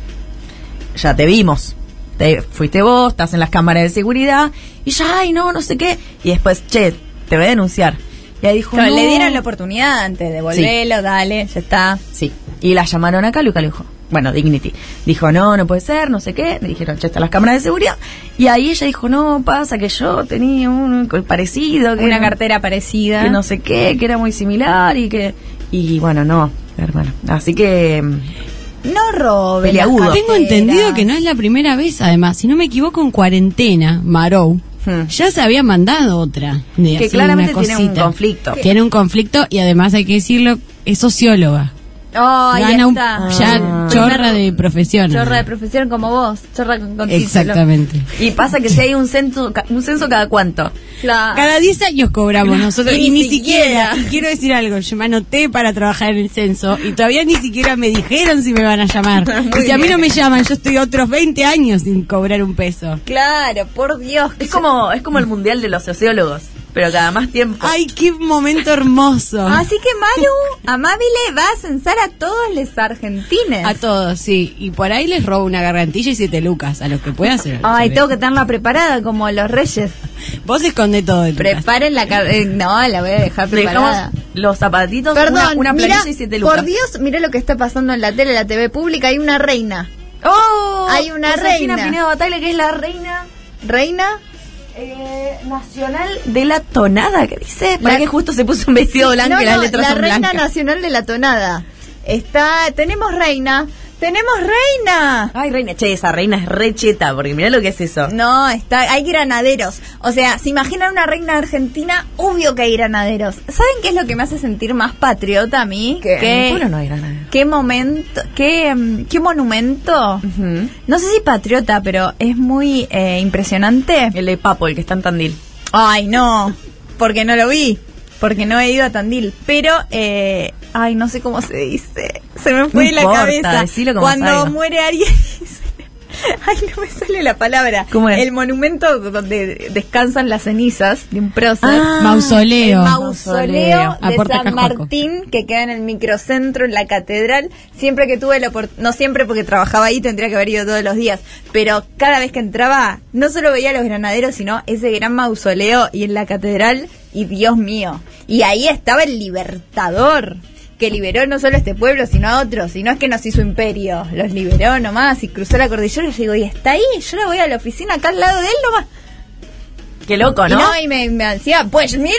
[SPEAKER 2] ya te vimos. Te, fuiste vos, estás en las cámaras de seguridad, y ya, ay, no, no sé qué. Y después, che, te voy a denunciar. Y ahí dijo,
[SPEAKER 3] le
[SPEAKER 2] "No".
[SPEAKER 3] dieron la oportunidad antes, devolvelo, dale, ya está.
[SPEAKER 2] Sí. Y la llamaron a Calu y Calu dijo, bueno, Dignity. Dijo, no, no puede ser, no sé qué. Le dijeron, ya están las cámaras de seguridad. Y ahí ella dijo, no, pasa que yo tenía un parecido. Que
[SPEAKER 3] Una
[SPEAKER 2] no-
[SPEAKER 3] cartera parecida.
[SPEAKER 2] Que no sé qué, que era muy similar y que... Y bueno, no, hermano. Así que... mm,
[SPEAKER 3] no robe.
[SPEAKER 2] Peliagudo.
[SPEAKER 3] las
[SPEAKER 4] Tengo
[SPEAKER 3] carteras.
[SPEAKER 4] entendido que no es la primera vez, además. Si no me equivoco, en cuarentena, Marou
[SPEAKER 2] Hmm.
[SPEAKER 4] ya se había mandado otra. de
[SPEAKER 2] Que
[SPEAKER 4] así,
[SPEAKER 2] claramente
[SPEAKER 4] una
[SPEAKER 2] tiene un
[SPEAKER 4] cosita.
[SPEAKER 2] conflicto.
[SPEAKER 4] Tiene un conflicto y además hay que decirlo, es socióloga.
[SPEAKER 3] Oh, ahí
[SPEAKER 4] Gana un-
[SPEAKER 3] está.
[SPEAKER 4] ya
[SPEAKER 2] Ah.
[SPEAKER 4] chorra de profesión.
[SPEAKER 3] Chorra de profesión como vos, chorra con, con título.
[SPEAKER 4] Exactamente.
[SPEAKER 2] Y pasa que si hay un censo, ca- un censo cada cuánto. Ah.
[SPEAKER 3] Claro.
[SPEAKER 4] Cada 10 años cobramos nosotros
[SPEAKER 3] Y
[SPEAKER 4] y,
[SPEAKER 3] ni
[SPEAKER 4] ni siquiera.
[SPEAKER 3] siquiera.
[SPEAKER 4] y quiero decir algo, yo me anoté para trabajar en el censo y todavía ni siquiera me dijeron si me van a
[SPEAKER 2] [laughs]
[SPEAKER 4] llamar. y
[SPEAKER 3] [laughs]
[SPEAKER 4] si a mí no me llaman, yo estoy otros 20 años sin cobrar un peso.
[SPEAKER 3] Claro, por Dios.
[SPEAKER 2] Es como, es como el mundial de los sociólogos, pero cada más tiempo. Ah,
[SPEAKER 4] Ay, qué momento hermoso.
[SPEAKER 3] Así que Maru, amabile, va a censar a todos los argentines.
[SPEAKER 4] A todos, sí. Y por ahí les robo una gargantilla y siete lucas a los que pueda hacer.
[SPEAKER 3] Ay, tengo que tenerla preparada como los reyes.
[SPEAKER 4] Vos esconde todo de lucas.
[SPEAKER 3] Preparen la car- eh, No, la voy a dejar
[SPEAKER 2] Le dejamos
[SPEAKER 3] preparada.
[SPEAKER 2] los zapatitos,
[SPEAKER 3] Perdón,
[SPEAKER 2] una, una
[SPEAKER 3] mirá,
[SPEAKER 2] planilla y siete lucas.
[SPEAKER 3] por Dios, mira lo que está pasando en la tele, en la TV pública. Hay una reina.
[SPEAKER 2] ¡Oh!
[SPEAKER 3] Hay una
[SPEAKER 2] Josefina
[SPEAKER 3] reina.
[SPEAKER 2] Pinedo Bataglia, que es la reina
[SPEAKER 3] ¿Reina?
[SPEAKER 2] eh, nacional de la tonada, que dice.
[SPEAKER 3] La-
[SPEAKER 2] Para que justo se puso un vestido blanco
[SPEAKER 3] No,
[SPEAKER 2] y las
[SPEAKER 3] no,
[SPEAKER 2] letras
[SPEAKER 3] la
[SPEAKER 2] son
[SPEAKER 3] reina
[SPEAKER 2] blancas.
[SPEAKER 3] nacional de la tonada. Está, tenemos reina, tenemos reina.
[SPEAKER 2] Ay, reina, che, esa reina es re cheta, porque mirá lo que es eso.
[SPEAKER 3] No, está, hay granaderos. O sea, si imaginan una reina argentina, obvio que hay granaderos. ¿Saben qué es lo que me hace sentir más patriota a mí?
[SPEAKER 2] En mi
[SPEAKER 3] Que-
[SPEAKER 2] pueblo no hay granada.
[SPEAKER 3] qué momento, qué, mm, qué monumento. No sé si patriota, pero es muy eh, impresionante.
[SPEAKER 2] El de Papo, el que está en Tandil.
[SPEAKER 3] Ay, no, porque no lo vi, porque no he ido a Tandil. Pero, eh, ay, no sé cómo se dice. Se me fue
[SPEAKER 2] No
[SPEAKER 3] la
[SPEAKER 2] importa,
[SPEAKER 3] cabeza.
[SPEAKER 2] decilo como
[SPEAKER 3] Cuando [laughs]
[SPEAKER 2] salga.
[SPEAKER 3] muere alguien. Ay, no me sale la palabra.
[SPEAKER 2] ¿Cómo es?
[SPEAKER 3] El monumento donde descansan las cenizas de un prócer.
[SPEAKER 2] Ah,
[SPEAKER 4] Mausoleo.
[SPEAKER 3] El mausoleo
[SPEAKER 4] A
[SPEAKER 3] de
[SPEAKER 4] Puerta
[SPEAKER 3] San
[SPEAKER 4] Cajaco.
[SPEAKER 3] Martín que queda en el microcentro en la catedral. Siempre que tuve la oportunidad, no siempre porque trabajaba ahí, tendría que haber ido todos los días, pero cada vez que entraba no solo veía a los granaderos, sino ese gran mausoleo y en la catedral y Dios mío. Y ahí estaba el libertador que liberó no solo a este pueblo, sino a otros, y no es que nos hizo imperio, los liberó nomás y cruzó la cordillera y yo digo, y está ahí, yo ahora voy a la oficina acá al lado de él nomás.
[SPEAKER 2] Qué loco,
[SPEAKER 3] Y
[SPEAKER 2] ¿no? [laughs]
[SPEAKER 3] no, y me, me decía, pues mira,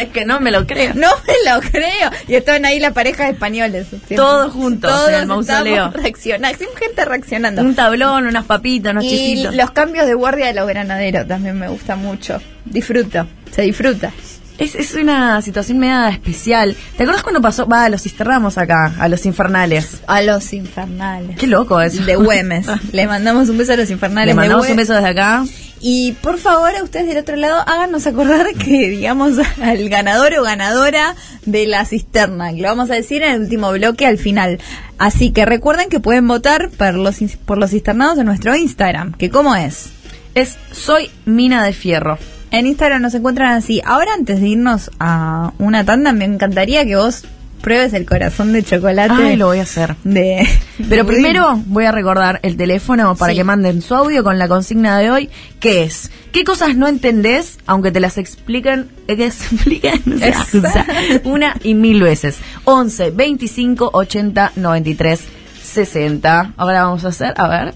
[SPEAKER 2] es que no me lo creo.
[SPEAKER 3] No me lo creo. Y estaban ahí la pareja de españoles. siempre.
[SPEAKER 2] Todos juntos en el mausoleo.
[SPEAKER 3] estábamos reacciona- siempre gente reaccionando.
[SPEAKER 2] Un tablón, unas papitas, unos
[SPEAKER 3] Y
[SPEAKER 2] chisitos.
[SPEAKER 3] los cambios de guardia de los granaderos también me gusta mucho. Disfruto, se disfruta.
[SPEAKER 2] Es, es una situación media especial. ¿Te acuerdas cuando pasó? Va, a los cisterramos acá, a los infernales.
[SPEAKER 3] A los infernales.
[SPEAKER 2] Qué loco eso.
[SPEAKER 3] De
[SPEAKER 2] [laughs]
[SPEAKER 3] Güemes. Le mandamos un beso a los infernales.
[SPEAKER 2] Le
[SPEAKER 3] de
[SPEAKER 2] mandamos un
[SPEAKER 3] Güemes.
[SPEAKER 2] beso desde acá.
[SPEAKER 3] Y por favor, a ustedes del otro lado, háganos acordar [laughs] que digamos al ganador o ganadora de la cisterna, que lo vamos a decir en el último bloque al final. Así que recuerden que pueden votar por los, por los cisternados en nuestro Instagram, que cómo es.
[SPEAKER 2] Es Soy Mina de Fierro.
[SPEAKER 3] En Instagram nos encuentran así. Ahora, antes de irnos a una tanda, me encantaría que vos pruebes el corazón de chocolate.
[SPEAKER 2] Ay, lo voy a hacer.
[SPEAKER 3] de,
[SPEAKER 2] Pero
[SPEAKER 3] de
[SPEAKER 2] primero voy a recordar el teléfono para
[SPEAKER 3] Sí.
[SPEAKER 2] que manden su audio con la consigna de hoy, que es ¿Qué cosas no entendés aunque te las expliquen, eh, que se expliquen [laughs] o sea,
[SPEAKER 3] Exacto.
[SPEAKER 2] o sea, una y mil veces? 11 25 80 93 60. Ahora vamos a hacer, a ver.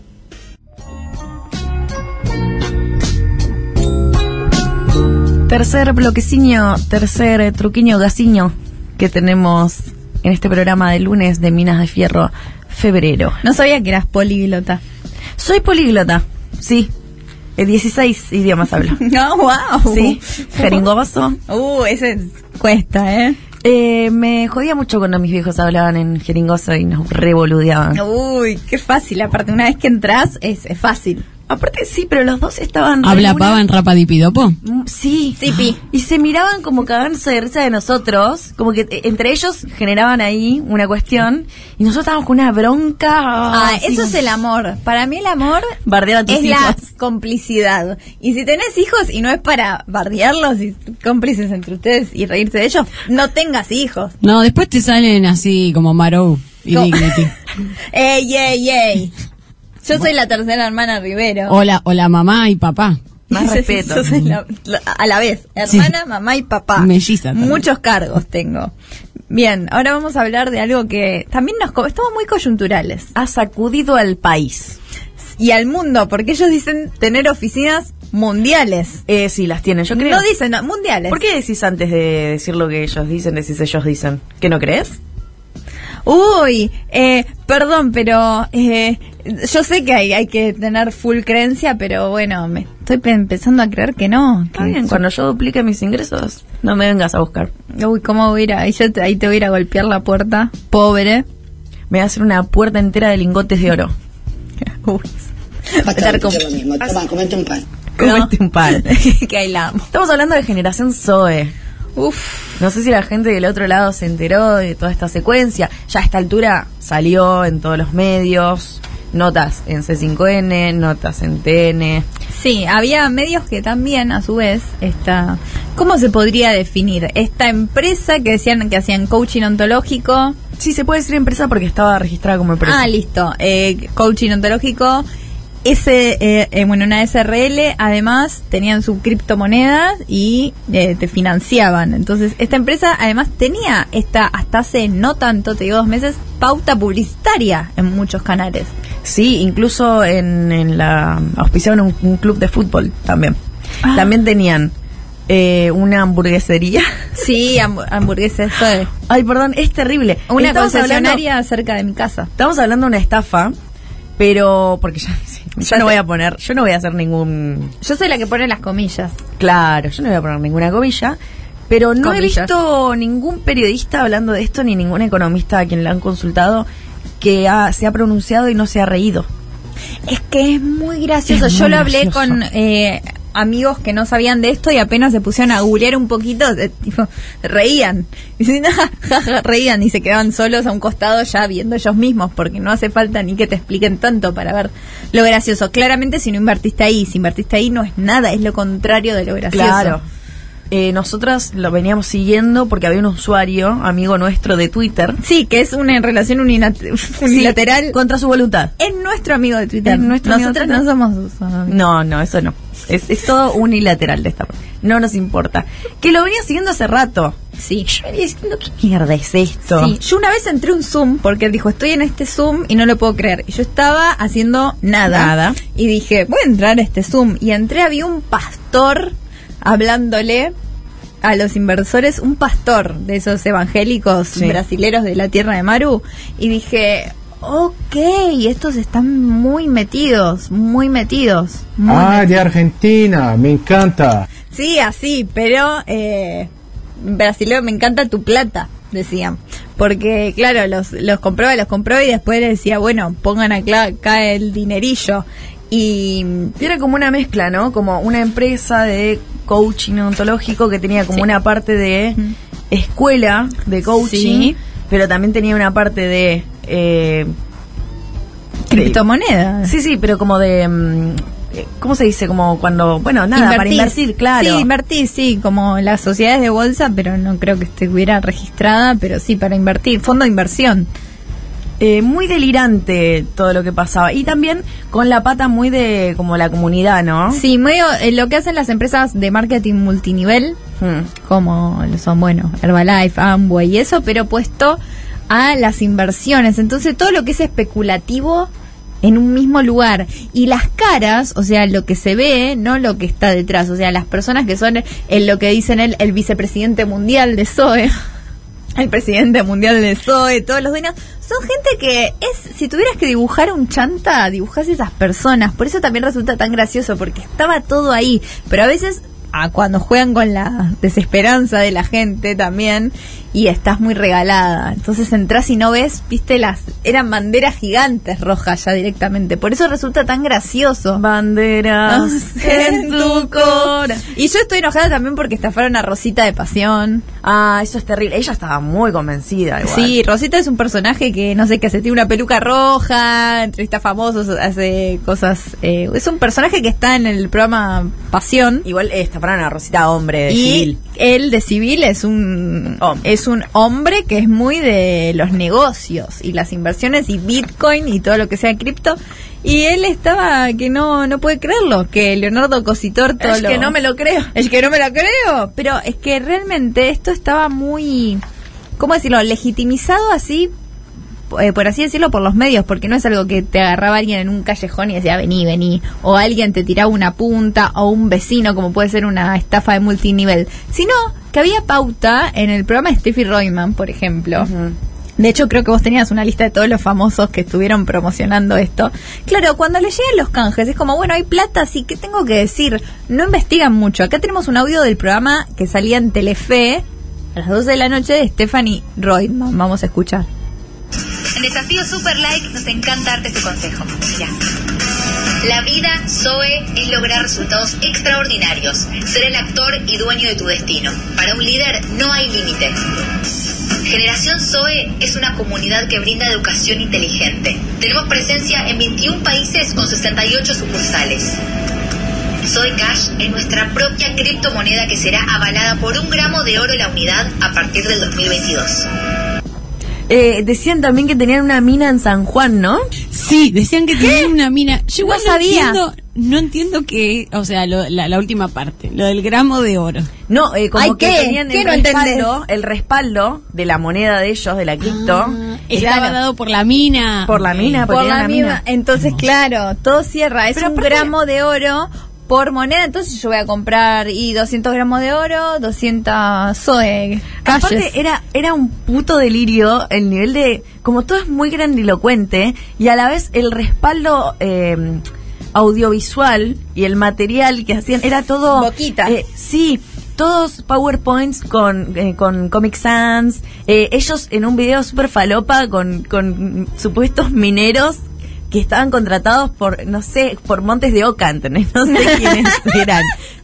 [SPEAKER 2] Tercer bloqueciño, tercer eh, truquiño gasiño que tenemos en este programa de lunes de Minas de Fierro, febrero.
[SPEAKER 3] No sabía que eras políglota.
[SPEAKER 2] Soy políglota, sí. Eh, 16 idiomas hablo.
[SPEAKER 3] No, wow.
[SPEAKER 2] Sí, jeringobazo.
[SPEAKER 3] Uh, ese es- [laughs] cuesta, ¿eh?
[SPEAKER 2] Eh, me jodía mucho cuando mis viejos hablaban en jeringoso y nos revoludeaban.
[SPEAKER 3] Uy, qué fácil. Aparte, una vez que entras, es, es fácil.
[SPEAKER 2] Aparte, sí, pero los dos estaban...
[SPEAKER 4] ¿Hablapaban rapadipidopo?
[SPEAKER 2] Mm, Sí.
[SPEAKER 3] Sí, pi.
[SPEAKER 2] Y se miraban como cagándose de risa de nosotros, como que eh, entre ellos generaban ahí una cuestión y nosotros estábamos con una bronca.
[SPEAKER 3] Ah,
[SPEAKER 2] así
[SPEAKER 3] eso
[SPEAKER 2] como-
[SPEAKER 3] es el amor. Para mí el amor
[SPEAKER 2] Bardear a tus
[SPEAKER 3] es la
[SPEAKER 2] hijos.
[SPEAKER 3] complicidad. Y si tenés hijos y no es para bardearlos y cómplices entre ustedes y reírse de ellos, no tengas hijos.
[SPEAKER 4] No, después te salen así como Marou y
[SPEAKER 3] Como-
[SPEAKER 2] [laughs]
[SPEAKER 4] Dignity.
[SPEAKER 3] ¡Ey, ey, ey! Yo soy la tercera hermana Rivero.
[SPEAKER 4] O la, o la mamá y papá.
[SPEAKER 2] Más
[SPEAKER 3] Yo soy-
[SPEAKER 2] respeto.
[SPEAKER 3] yo soy la- la- a la vez, hermana, mamá y papá.
[SPEAKER 4] Melliza también.
[SPEAKER 3] Muchos cargos tengo. Bien, ahora vamos a hablar de algo que también nos... co- Estamos muy coyunturales.
[SPEAKER 2] Ha sacudido al país.
[SPEAKER 3] y al mundo, porque ellos dicen tener oficinas mundiales.
[SPEAKER 2] Eh, sí, las tienen, yo creo.
[SPEAKER 3] No dicen no, mundiales.
[SPEAKER 2] ¿Por qué decís antes de decir lo que ellos dicen, decís ellos dicen? ¿Que no crees?
[SPEAKER 3] Uy, eh, perdón, pero eh, yo sé que hay, hay que tener full creencia, pero bueno, me estoy pe- empezando a creer que no. que-
[SPEAKER 2] Está bien, cuando yo duplique mis ingresos, no me vengas a buscar.
[SPEAKER 3] uy, ¿cómo voy a ir? a- Ahí, yo te, ahí te voy a ir a golpear la puerta. Pobre.
[SPEAKER 2] Me voy a hacer una puerta entera de lingotes de oro.
[SPEAKER 3] [laughs] Uy. Va a estar como,
[SPEAKER 6] lo mismo. Toma, comete un pan.
[SPEAKER 2] Como este un par.
[SPEAKER 3] [laughs] que ahí la amo.
[SPEAKER 2] Estamos hablando de generación Zoe.
[SPEAKER 3] Uf.
[SPEAKER 2] No sé si la gente del otro lado se enteró de toda esta secuencia. Ya a esta altura salió en todos los medios. Notas en C5N, notas en TN.
[SPEAKER 3] Sí, había medios que también, a su vez, esta, ¿cómo se podría definir? Esta empresa que decían que hacían coaching ontológico.
[SPEAKER 2] Sí, se puede decir empresa porque estaba registrada como empresa.
[SPEAKER 3] Ah, listo. Eh, coaching ontológico. Ese, eh, eh, bueno, una SRL, además tenían su criptomoneda y eh, te financiaban. Entonces, esta empresa además tenía esta, hasta hace no tanto, te digo dos meses, pauta publicitaria en muchos canales.
[SPEAKER 2] Sí, incluso en, en la auspiciaban un, un club de fútbol también.
[SPEAKER 3] Ah.
[SPEAKER 2] También tenían eh, una hamburguesería. [laughs]
[SPEAKER 3] Sí, hamb- hamburguesas, eso es.
[SPEAKER 2] Ay, perdón, es terrible.
[SPEAKER 3] Una
[SPEAKER 2] Estamos
[SPEAKER 3] concesionaria
[SPEAKER 2] hablando-
[SPEAKER 3] cerca de mi casa.
[SPEAKER 2] estamos hablando de una estafa, pero porque ya, [laughs] sí, yo no voy a poner, yo no voy a hacer ningún,
[SPEAKER 3] Yo soy la que pone las comillas.
[SPEAKER 2] claro, yo no voy a poner ninguna comilla. Pero no he
[SPEAKER 3] Comillas.
[SPEAKER 2] visto ningún periodista hablando de esto ni ningún economista a quien le han consultado que ha- se ha pronunciado y no se ha reído.
[SPEAKER 3] Es que es muy gracioso.
[SPEAKER 2] Es
[SPEAKER 3] Yo
[SPEAKER 2] muy
[SPEAKER 3] lo hablé
[SPEAKER 2] gracioso.
[SPEAKER 3] con eh, amigos que no sabían de esto y apenas se pusieron a googlear un poquito, eh, tipo, reían. Y dicen, [laughs] "Ah, ja, ja", reían y se quedaban solos a un costado ya viendo ellos mismos, porque no hace falta ni que te expliquen tanto para ver lo gracioso. Claramente si no invertiste ahí, si invertiste ahí no es nada, es lo contrario de lo gracioso.
[SPEAKER 2] Claro. Eh, nosotras lo veníamos siguiendo porque había un usuario, amigo nuestro de Twitter.
[SPEAKER 3] Sí, que es una relación uninat- [laughs] unilateral.
[SPEAKER 2] Sí, contra su voluntad.
[SPEAKER 3] Es nuestro amigo de Twitter.
[SPEAKER 2] Es nuestro amigo de
[SPEAKER 3] Nosotros
[SPEAKER 2] Twitter.
[SPEAKER 3] no somos sus amigos.
[SPEAKER 2] No, no, eso no. Es, es todo unilateral de esta parte. No nos importa. Que lo venía siguiendo hace rato.
[SPEAKER 3] Sí.
[SPEAKER 2] Yo venía diciendo, ¿qué mierda es esto?
[SPEAKER 3] Sí, yo una vez entré a un Zoom porque él dijo, estoy en este Zoom y no lo puedo creer. Y yo estaba haciendo nada.
[SPEAKER 2] Nada.
[SPEAKER 3] Y dije, voy a entrar a este Zoom. Y entré, había un pastor hablándole a los inversores, un pastor de esos evangélicos
[SPEAKER 2] Sí.
[SPEAKER 3] brasileros de la tierra de Maru. Y dije, ok, estos están muy metidos, muy metidos. Muy
[SPEAKER 8] Ah, de Argentina, me encanta.
[SPEAKER 3] Sí, así, pero eh, brasilero, me encanta tu plata, decían. Porque, claro, los, los compraba, los compró y después le decía, bueno, pongan acá, acá el dinerillo. Y
[SPEAKER 2] Y Era como una mezcla, ¿no? Como una empresa de coaching ontológico que tenía como una parte de
[SPEAKER 3] Mm.
[SPEAKER 2] escuela de coaching,
[SPEAKER 3] Sí.
[SPEAKER 2] pero también tenía una parte de... eh,
[SPEAKER 3] criptomonedas.
[SPEAKER 2] sí, sí, pero como de... mm, eh, ¿Cómo se dice? Como cuando... Bueno, nada, para
[SPEAKER 3] Invertís.
[SPEAKER 2] invertir, claro.
[SPEAKER 3] Sí, invertí, sí, como las sociedades de bolsa, pero no creo que estuviera registrada, pero sí, para invertir, fondo de inversión.
[SPEAKER 2] Eh, muy delirante todo lo que pasaba. Y también con la pata muy de como la comunidad, ¿no?
[SPEAKER 3] Sí, medio eh, lo que hacen las empresas de marketing multinivel,
[SPEAKER 2] Mm.
[SPEAKER 3] hmm, como lo son, bueno, Herbalife, Amway y eso, pero puesto a las inversiones. Entonces, todo lo que es especulativo en un mismo lugar. Y las caras, o sea, lo que se ve, no lo que está detrás. O sea, las personas que son, en lo que dicen el, el vicepresidente mundial de E. SOE, el presidente mundial de SOE, todos los dueños, son gente que es, si tuvieras que dibujar un chanta, dibujas esas personas. Por eso también resulta tan gracioso, porque estaba todo ahí. Pero a veces, ah, cuando juegan con la desesperanza de la gente también, y estás muy regalada. Entonces entras y no ves, viste, las eran banderas gigantes rojas ya directamente. Por eso resulta tan gracioso. [laughs]
[SPEAKER 2] Banderas en tu cora.
[SPEAKER 3] Y yo estoy enojada también porque estafaron a Rosita de Pasión.
[SPEAKER 2] Ah, eso es terrible. Ella estaba muy convencida igual.
[SPEAKER 3] Sí, Rosita es un personaje que no sé qué hace, tiene una peluca roja, entrevista a famosos, hace cosas. eh, es un personaje que está en el programa Pasión.
[SPEAKER 2] Igual esta para una Rosita hombre de
[SPEAKER 3] Y
[SPEAKER 2] civil.
[SPEAKER 3] él de civil es un
[SPEAKER 2] Hombre.
[SPEAKER 3] es un hombre que es muy de los negocios y las inversiones y Bitcoin y todo lo que sea cripto. Y él estaba que no no puede creerlo, que Leonardo Cositor todo
[SPEAKER 2] Es que no me lo creo.
[SPEAKER 3] Es que no me lo creo, pero es que realmente esto estaba muy ¿cómo decirlo? legitimizado así eh, por así decirlo, por los medios, porque no es algo que te agarraba alguien en un callejón y decía, vení, vení, o alguien te tiraba una punta, o un vecino, como puede ser una estafa de multinivel, sino que había pauta en el programa de Steffi Royman, por ejemplo. De hecho, creo que vos tenías una lista de todos los famosos que estuvieron promocionando esto. Claro, cuando le llegan los canjes, es como, bueno, hay plata, así que tengo que decir, no investigan mucho. Acá tenemos un audio del programa que salía en Telefe a las 12 de la noche de Stephanie Royman. Vamos a escuchar.
[SPEAKER 9] En Desafío Super Like nos encanta darte este consejo. Mira. La vida, Zoe, es lograr resultados extraordinarios, ser el actor y dueño de tu destino. Para un líder no hay límite. Generación Zoe es una comunidad que brinda educación inteligente. Tenemos presencia en 21 países con 68 sucursales. Soy Cash es nuestra propia criptomoneda que será avalada por un gramo de oro la unidad a partir del 2022.
[SPEAKER 2] Eh, decían también que tenían una mina en San Juan, ¿no?
[SPEAKER 4] Sí, decían que tenían una mina. Yo igual
[SPEAKER 3] No
[SPEAKER 4] no,
[SPEAKER 3] sabía.
[SPEAKER 4] entiendo, no entiendo que, o sea, lo- la, la última parte, lo del gramo de oro.
[SPEAKER 2] No, eh, como
[SPEAKER 3] Ay,
[SPEAKER 2] que
[SPEAKER 3] ¿qué?
[SPEAKER 2] tenían
[SPEAKER 3] ¿Qué
[SPEAKER 2] el,
[SPEAKER 3] no
[SPEAKER 2] respaldo, el respaldo de la moneda de ellos, de la cripto.
[SPEAKER 4] Estaba
[SPEAKER 2] Claro.
[SPEAKER 4] dado por Ah, la mina.
[SPEAKER 2] Por la mina,
[SPEAKER 3] por
[SPEAKER 2] tenían
[SPEAKER 3] la
[SPEAKER 2] una
[SPEAKER 3] misma.
[SPEAKER 2] mina.
[SPEAKER 3] Entonces, claro, todo cierra. Es
[SPEAKER 2] Pero
[SPEAKER 3] un
[SPEAKER 2] aparte-
[SPEAKER 3] gramo de oro por moneda. Entonces, yo voy a comprar y 200 gramos de oro, 200 Zoe. Calles.
[SPEAKER 2] Aparte, era, era un puto delirio el nivel de. Como todo es muy grandilocuente y a la vez el respaldo eh, audiovisual y el material que hacían era todo.
[SPEAKER 3] Boquita.
[SPEAKER 2] eh, sí. Todos PowerPoints con, eh, con Comic Sans, eh, ellos en un video super falopa con, con supuestos mineros que estaban contratados por, no sé, por Montes de Oca, ¿entendés? No
[SPEAKER 3] [laughs]
[SPEAKER 2] sé quiénes eran.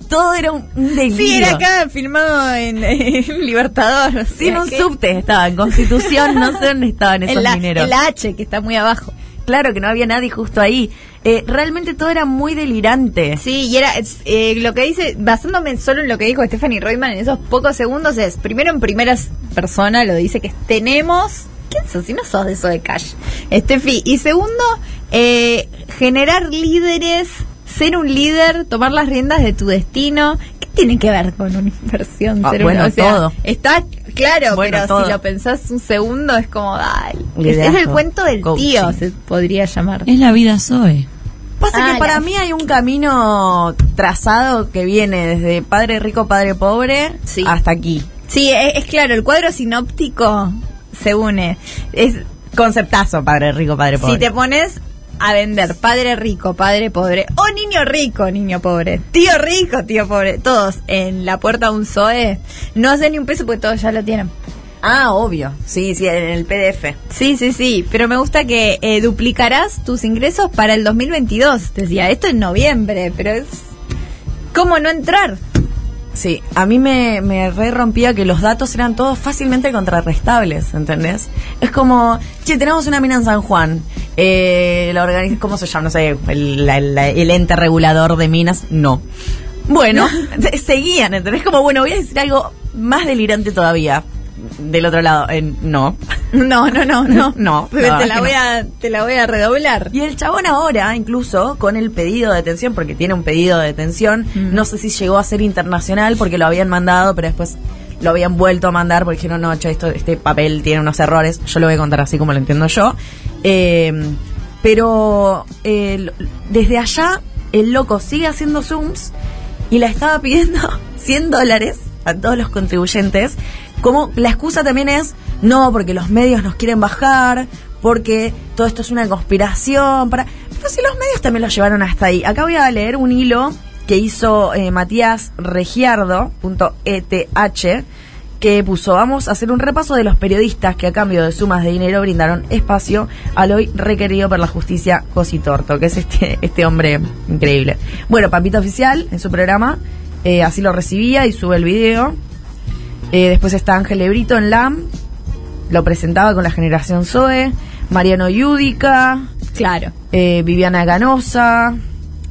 [SPEAKER 2] Todo era un un delirio.
[SPEAKER 3] Sí, era acá filmado
[SPEAKER 2] [laughs]
[SPEAKER 3] en, en Libertador. o sea
[SPEAKER 2] Sin un
[SPEAKER 3] que-
[SPEAKER 2] subte estaban, Constitución, no sé dónde estaban esos
[SPEAKER 3] en la,
[SPEAKER 2] mineros.
[SPEAKER 3] en la H, que está muy abajo.
[SPEAKER 2] Claro que no había nadie justo ahí. Eh, realmente todo era muy delirante.
[SPEAKER 3] Sí, y era es, eh, lo que dice, basándome solo en lo que dijo Stephanie Royman en esos pocos segundos, es primero en primera s- persona lo dice que es, tenemos. ¿Quién sos? Si no sos de eso de cash, Steffi. Y segundo, eh, generar líderes, ser un líder, tomar las riendas de tu destino. ¿Qué tiene que ver con una inversión?
[SPEAKER 2] Ah,
[SPEAKER 3] ser
[SPEAKER 2] bueno,
[SPEAKER 3] un- o sea,
[SPEAKER 2] todo.
[SPEAKER 3] Está claro,
[SPEAKER 2] Bueno,
[SPEAKER 3] pero
[SPEAKER 2] todo.
[SPEAKER 3] si lo pensás un segundo, es como, dale. Es,
[SPEAKER 2] Liderazgo,
[SPEAKER 3] el cuento del tío,
[SPEAKER 2] coaching.
[SPEAKER 3] se podría llamar.
[SPEAKER 4] Es la vida Zoe.
[SPEAKER 2] Pasa
[SPEAKER 3] Ah,
[SPEAKER 2] que para
[SPEAKER 3] la-
[SPEAKER 2] mí hay un camino trazado que viene desde padre rico, padre pobre,
[SPEAKER 3] Sí.
[SPEAKER 2] hasta aquí.
[SPEAKER 3] Sí, es, es claro, el cuadro sinóptico se une. Es,
[SPEAKER 2] Conceptazo, padre rico, padre pobre.
[SPEAKER 3] si te pones a vender padre rico, padre pobre, o niño rico, niño pobre, tío rico, tío pobre, todos en la puerta de un SOE, no hacen ni un peso porque todos ya lo tienen.
[SPEAKER 2] Ah, obvio. Sí, sí, en el PDF.
[SPEAKER 3] Sí, sí, sí, pero me gusta que eh, duplicarás tus ingresos para el 2022. Decía, esto en noviembre, pero es... ¿Cómo no entrar?
[SPEAKER 2] Sí, a mí me, me re rompía que los datos eran todos fácilmente contrarrestables, ¿entendés? Es como, che, tenemos una mina en San Juan. Eh, la organiz- ¿Cómo se llama? No sé, el, la- la- el ente regulador de minas, no.
[SPEAKER 3] [laughs]
[SPEAKER 2] Bueno, se- seguían, ¿entendés? Como, bueno, voy a decir algo más delirante todavía. Del otro lado, en no.
[SPEAKER 3] No, [laughs] no, no, no.
[SPEAKER 2] No,
[SPEAKER 3] Pero [laughs]
[SPEAKER 2] la
[SPEAKER 3] te,
[SPEAKER 2] verdad
[SPEAKER 3] la
[SPEAKER 2] que
[SPEAKER 3] voy
[SPEAKER 2] no.
[SPEAKER 3] a, te la voy a redoblar.
[SPEAKER 2] Y el chabón ahora, incluso con el pedido de detención, porque tiene un pedido de detención,
[SPEAKER 3] Mm.
[SPEAKER 2] no sé si llegó a ser internacional porque lo habían mandado, pero después lo habían vuelto a mandar porque dijeron, no, che, esto, este papel tiene unos errores, yo lo voy a contar así como lo entiendo yo. Eh, pero eh, lo- desde allá, el loco sigue haciendo zooms y la estaba pidiendo [laughs] 100 dólares a todos los contribuyentes. Como la excusa también es, no, porque los medios nos quieren bajar, porque todo esto es una conspiración. Para... Pero si los medios también los llevaron hasta ahí. Acá voy a leer un hilo que hizo eh, Matías Regiardo, punto E ETH, que puso, vamos a hacer un repaso de los periodistas que a cambio de sumas de dinero brindaron espacio al hoy requerido por la justicia Cositorto, que es este, este hombre increíble. Bueno, Papito Oficial, en su programa, eh, así lo recibía y sube el video. Eh, después está Ángel Ebrito en LAM, lo presentaba con la generación Zoe, Mariano Yudica,
[SPEAKER 3] Claro.
[SPEAKER 2] eh, Viviana Ganosa,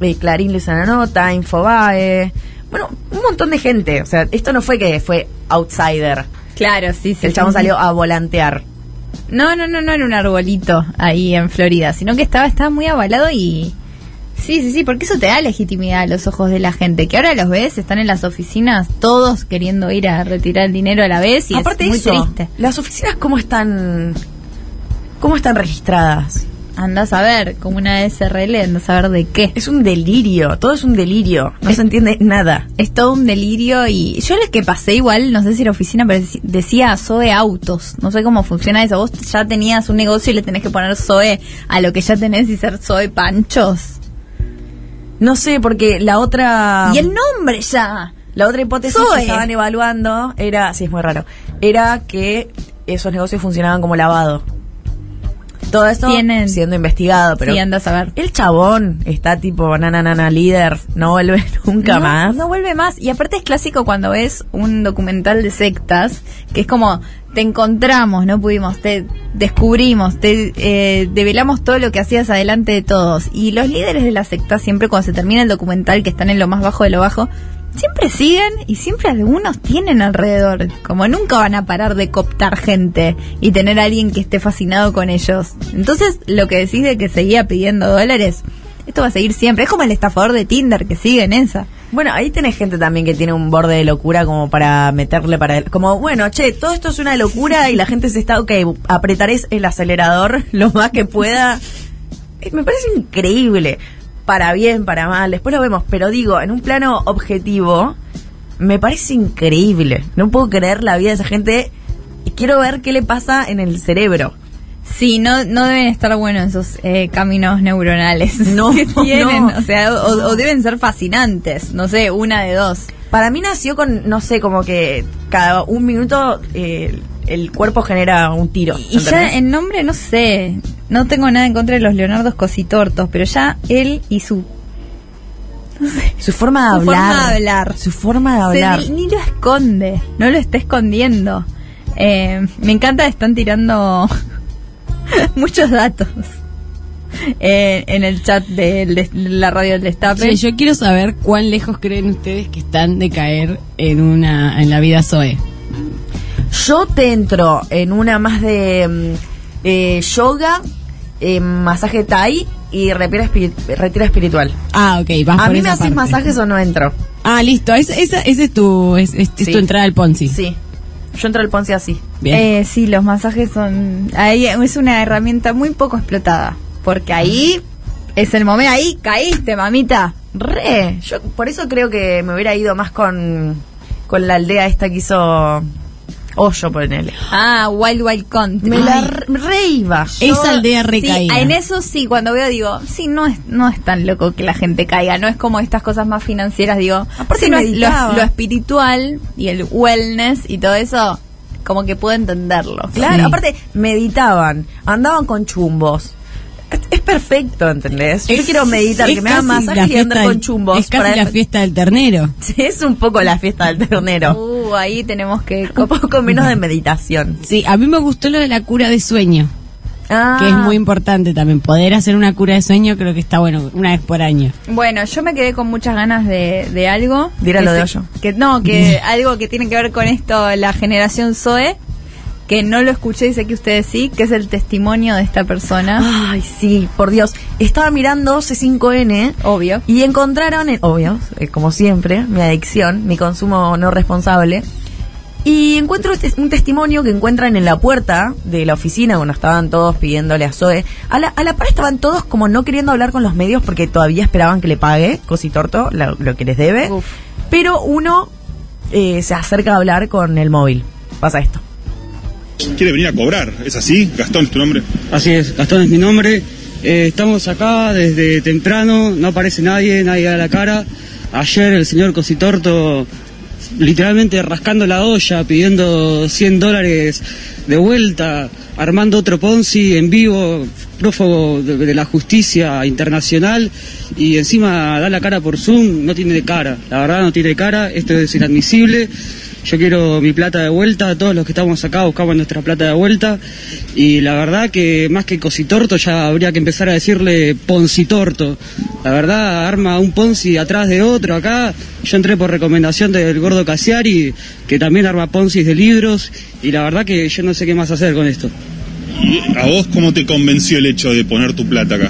[SPEAKER 2] eh, Clarín Luisana Nota, Infobae, bueno, un montón de gente. O sea, esto no fue que fue outsider.
[SPEAKER 3] Claro, sí, sí.
[SPEAKER 2] El chabón salió a volantear.
[SPEAKER 3] No, no, no, no en un arbolito ahí en Florida, sino que estaba, estaba muy avalado y... Sí, sí, sí, porque eso te da legitimidad a los ojos de la gente, que ahora los ves, están en las oficinas todos queriendo ir a retirar el dinero a la vez y
[SPEAKER 2] Aparte
[SPEAKER 3] es muy
[SPEAKER 2] eso,
[SPEAKER 3] triste.
[SPEAKER 2] las oficinas cómo están Mm. cómo están registradas.
[SPEAKER 3] Andás a ver, como una SRL, andás a ver de qué.
[SPEAKER 2] Es un delirio, todo es un delirio, no se entiende nada.
[SPEAKER 3] Es todo un delirio y yo les que pasé igual, no sé si era oficina, pero deci- decía Zoe Autos. No sé cómo funciona eso. Vos ya tenías un negocio y le tenés que poner Zoe a lo que ya tenés y ser Zoe Panchos.
[SPEAKER 2] No sé porque la otra
[SPEAKER 3] Y el nombre ya.
[SPEAKER 2] la otra hipótesis
[SPEAKER 3] Zoe.
[SPEAKER 2] que estaban evaluando era, sí es muy raro, era que esos negocios funcionaban como lavado. Todo esto
[SPEAKER 3] Tienen-
[SPEAKER 2] siendo investigado, pero
[SPEAKER 3] sí, andas a ver.
[SPEAKER 2] el chabón está tipo nananana líder, no vuelve [laughs] nunca
[SPEAKER 3] no,
[SPEAKER 2] más.
[SPEAKER 3] No vuelve más. Y aparte es clásico cuando ves un documental de sectas, que es como, te encontramos, no pudimos, te descubrimos, te eh, develamos todo lo que hacías adelante de todos. Y los líderes de las sectas, siempre cuando se termina el documental, que están en lo más bajo de lo bajo, siempre siguen y siempre algunos tienen alrededor. Como nunca van a parar de cooptar gente y tener a alguien que esté fascinado con ellos. Entonces, lo que decís de que seguía pidiendo dólares... Esto va a seguir siempre. Es como el estafador de Tinder que sigue en esa.
[SPEAKER 2] Bueno, ahí tenés gente también que tiene un borde de locura como para meterle para el- como bueno, che, todo esto es una locura y la gente se está ok, apretaré el acelerador [laughs] lo más que pueda. Eh, Me parece increíble. Para bien, para mal, después lo vemos, pero digo, en un plano objetivo me parece increíble. No puedo creer la vida de esa gente. y Quiero ver qué le pasa en el cerebro.
[SPEAKER 3] Sí, no, no deben estar buenos esos eh, caminos neuronales [laughs]
[SPEAKER 2] No,
[SPEAKER 3] que tienen.
[SPEAKER 2] no.
[SPEAKER 3] O sea, o, o deben ser fascinantes. No sé, una de dos.
[SPEAKER 2] Para mí nació con, no sé, como que cada un minuto eh, el cuerpo genera un tiro.
[SPEAKER 3] Y ya
[SPEAKER 2] ¿entendés?
[SPEAKER 3] en nombre, no sé. No tengo nada en contra de los Leonardos cositortos, pero ya él y su
[SPEAKER 2] Su forma de
[SPEAKER 3] Su
[SPEAKER 2] hablar.
[SPEAKER 3] forma de Ah, hablar. Ah,
[SPEAKER 2] Su forma de
[SPEAKER 3] Se
[SPEAKER 2] hablar.
[SPEAKER 3] ni, ni lo esconde, no lo está escondiendo. Eh, me encanta, están tirando [laughs] muchos datos eh, en el chat de, de la radio del
[SPEAKER 4] Sí,
[SPEAKER 3] Destape.
[SPEAKER 4] yo quiero saber cuán lejos creen ustedes que están de caer en una en la vida Zoe.
[SPEAKER 2] Yo te entro en una más de mm, eh, yoga, eh, masaje Thai y retiro, espiri- retiro espiritual.
[SPEAKER 4] Ah, ok, vas
[SPEAKER 2] A
[SPEAKER 4] por
[SPEAKER 2] mí
[SPEAKER 4] esa
[SPEAKER 2] me haces
[SPEAKER 4] parte.
[SPEAKER 2] masajes o no entro.
[SPEAKER 4] Ah, listo, esa, esa, esa es tu es, es- es
[SPEAKER 2] Sí.
[SPEAKER 4] tu entrada al Ponzi.
[SPEAKER 2] Sí. Yo entro al Ponce así.
[SPEAKER 4] Bien.
[SPEAKER 3] Eh, sí, los masajes son. Ahí es una herramienta muy poco explotada. Porque ahí es el momento. Ahí caíste, mamita.
[SPEAKER 2] Re. Yo por eso creo que me hubiera ido más con, con la aldea esta que hizo Hoyo, ponele.
[SPEAKER 3] Ah, Wild Wild Country.
[SPEAKER 2] Me la
[SPEAKER 3] Ay,
[SPEAKER 2] re- re iba. Yo-
[SPEAKER 4] Esa aldea recaída.
[SPEAKER 3] Sí, en eso sí, cuando veo digo, sí, no es, no es tan loco que la gente caiga, no es como estas cosas más financieras, digo,
[SPEAKER 2] Aparte
[SPEAKER 3] sí, lo,
[SPEAKER 2] meditaba.
[SPEAKER 3] lo- lo espiritual y el wellness y todo eso, como que puedo entenderlo.
[SPEAKER 2] Claro,
[SPEAKER 4] Sí.
[SPEAKER 2] aparte meditaban, andaban con chumbos. Es, es perfecto, ¿entendés? Yo
[SPEAKER 4] Es-
[SPEAKER 2] quiero meditar,
[SPEAKER 4] es
[SPEAKER 2] que me hagan
[SPEAKER 4] casi
[SPEAKER 2] masaje
[SPEAKER 4] la
[SPEAKER 2] y andar
[SPEAKER 4] fiesta
[SPEAKER 2] con
[SPEAKER 4] del-
[SPEAKER 2] chumbos.
[SPEAKER 4] Es casi
[SPEAKER 2] para-
[SPEAKER 4] la fiesta del ternero.
[SPEAKER 2] [laughs] Sí, es un poco la fiesta del ternero.
[SPEAKER 3] Uh, ahí tenemos que...
[SPEAKER 2] Un poco menos de meditación.
[SPEAKER 4] Sí, a mí me gustó lo de la cura de sueño,
[SPEAKER 2] Ah,
[SPEAKER 4] que es muy importante también. Poder hacer una cura de sueño creo que está bueno una vez por año.
[SPEAKER 3] Bueno, yo me quedé con muchas ganas de, de algo.
[SPEAKER 2] De ir a
[SPEAKER 3] Que
[SPEAKER 2] lo de
[SPEAKER 3] se-
[SPEAKER 2] hoyo.
[SPEAKER 3] Que no, que
[SPEAKER 2] [laughs]
[SPEAKER 3] algo que tiene que ver con esto, la generación Zoe, que no lo escuché y sé que ustedes sí, que es el testimonio de esta persona,
[SPEAKER 2] Ay, sí, por Dios. Estaba mirando C5N
[SPEAKER 3] obvio.
[SPEAKER 2] y encontraron, en- obvio, eh, como siempre, mi adicción, mi consumo no responsable. Y encuentro este- un testimonio que encuentran en la puerta de la oficina, cuando estaban todos pidiéndole a Zoe. A la, a la par estaban todos como no queriendo hablar con los medios porque todavía esperaban que le pague, cositorto, lo, lo que les debe.
[SPEAKER 3] Uf.
[SPEAKER 2] Pero uno eh, se acerca a hablar con el móvil. Pasa esto.
[SPEAKER 10] quiere venir a cobrar, ¿es así? Gastón es tu nombre.
[SPEAKER 11] Así es, Gastón es mi nombre. Eh, estamos acá desde temprano, no aparece nadie, nadie da la cara. Ayer el señor Cositorto literalmente rascando la olla, pidiendo 100 dólares de vuelta, armando otro Ponzi en vivo, prófugo de, de la justicia internacional y encima da la cara por Zoom, no tiene cara, la verdad no tiene cara, esto es inadmisible. Yo quiero mi plata de vuelta, todos los que estamos acá buscamos nuestra plata de vuelta y la verdad que más que cositorto ya habría que empezar a decirle poncitorto. La verdad arma un ponzi atrás de otro acá. Yo entré por recomendación del gordo Casiari que también arma ponzis de libros y la verdad que yo no sé qué más hacer con esto.
[SPEAKER 10] ¿Y a vos cómo te convenció el hecho de poner tu plata acá?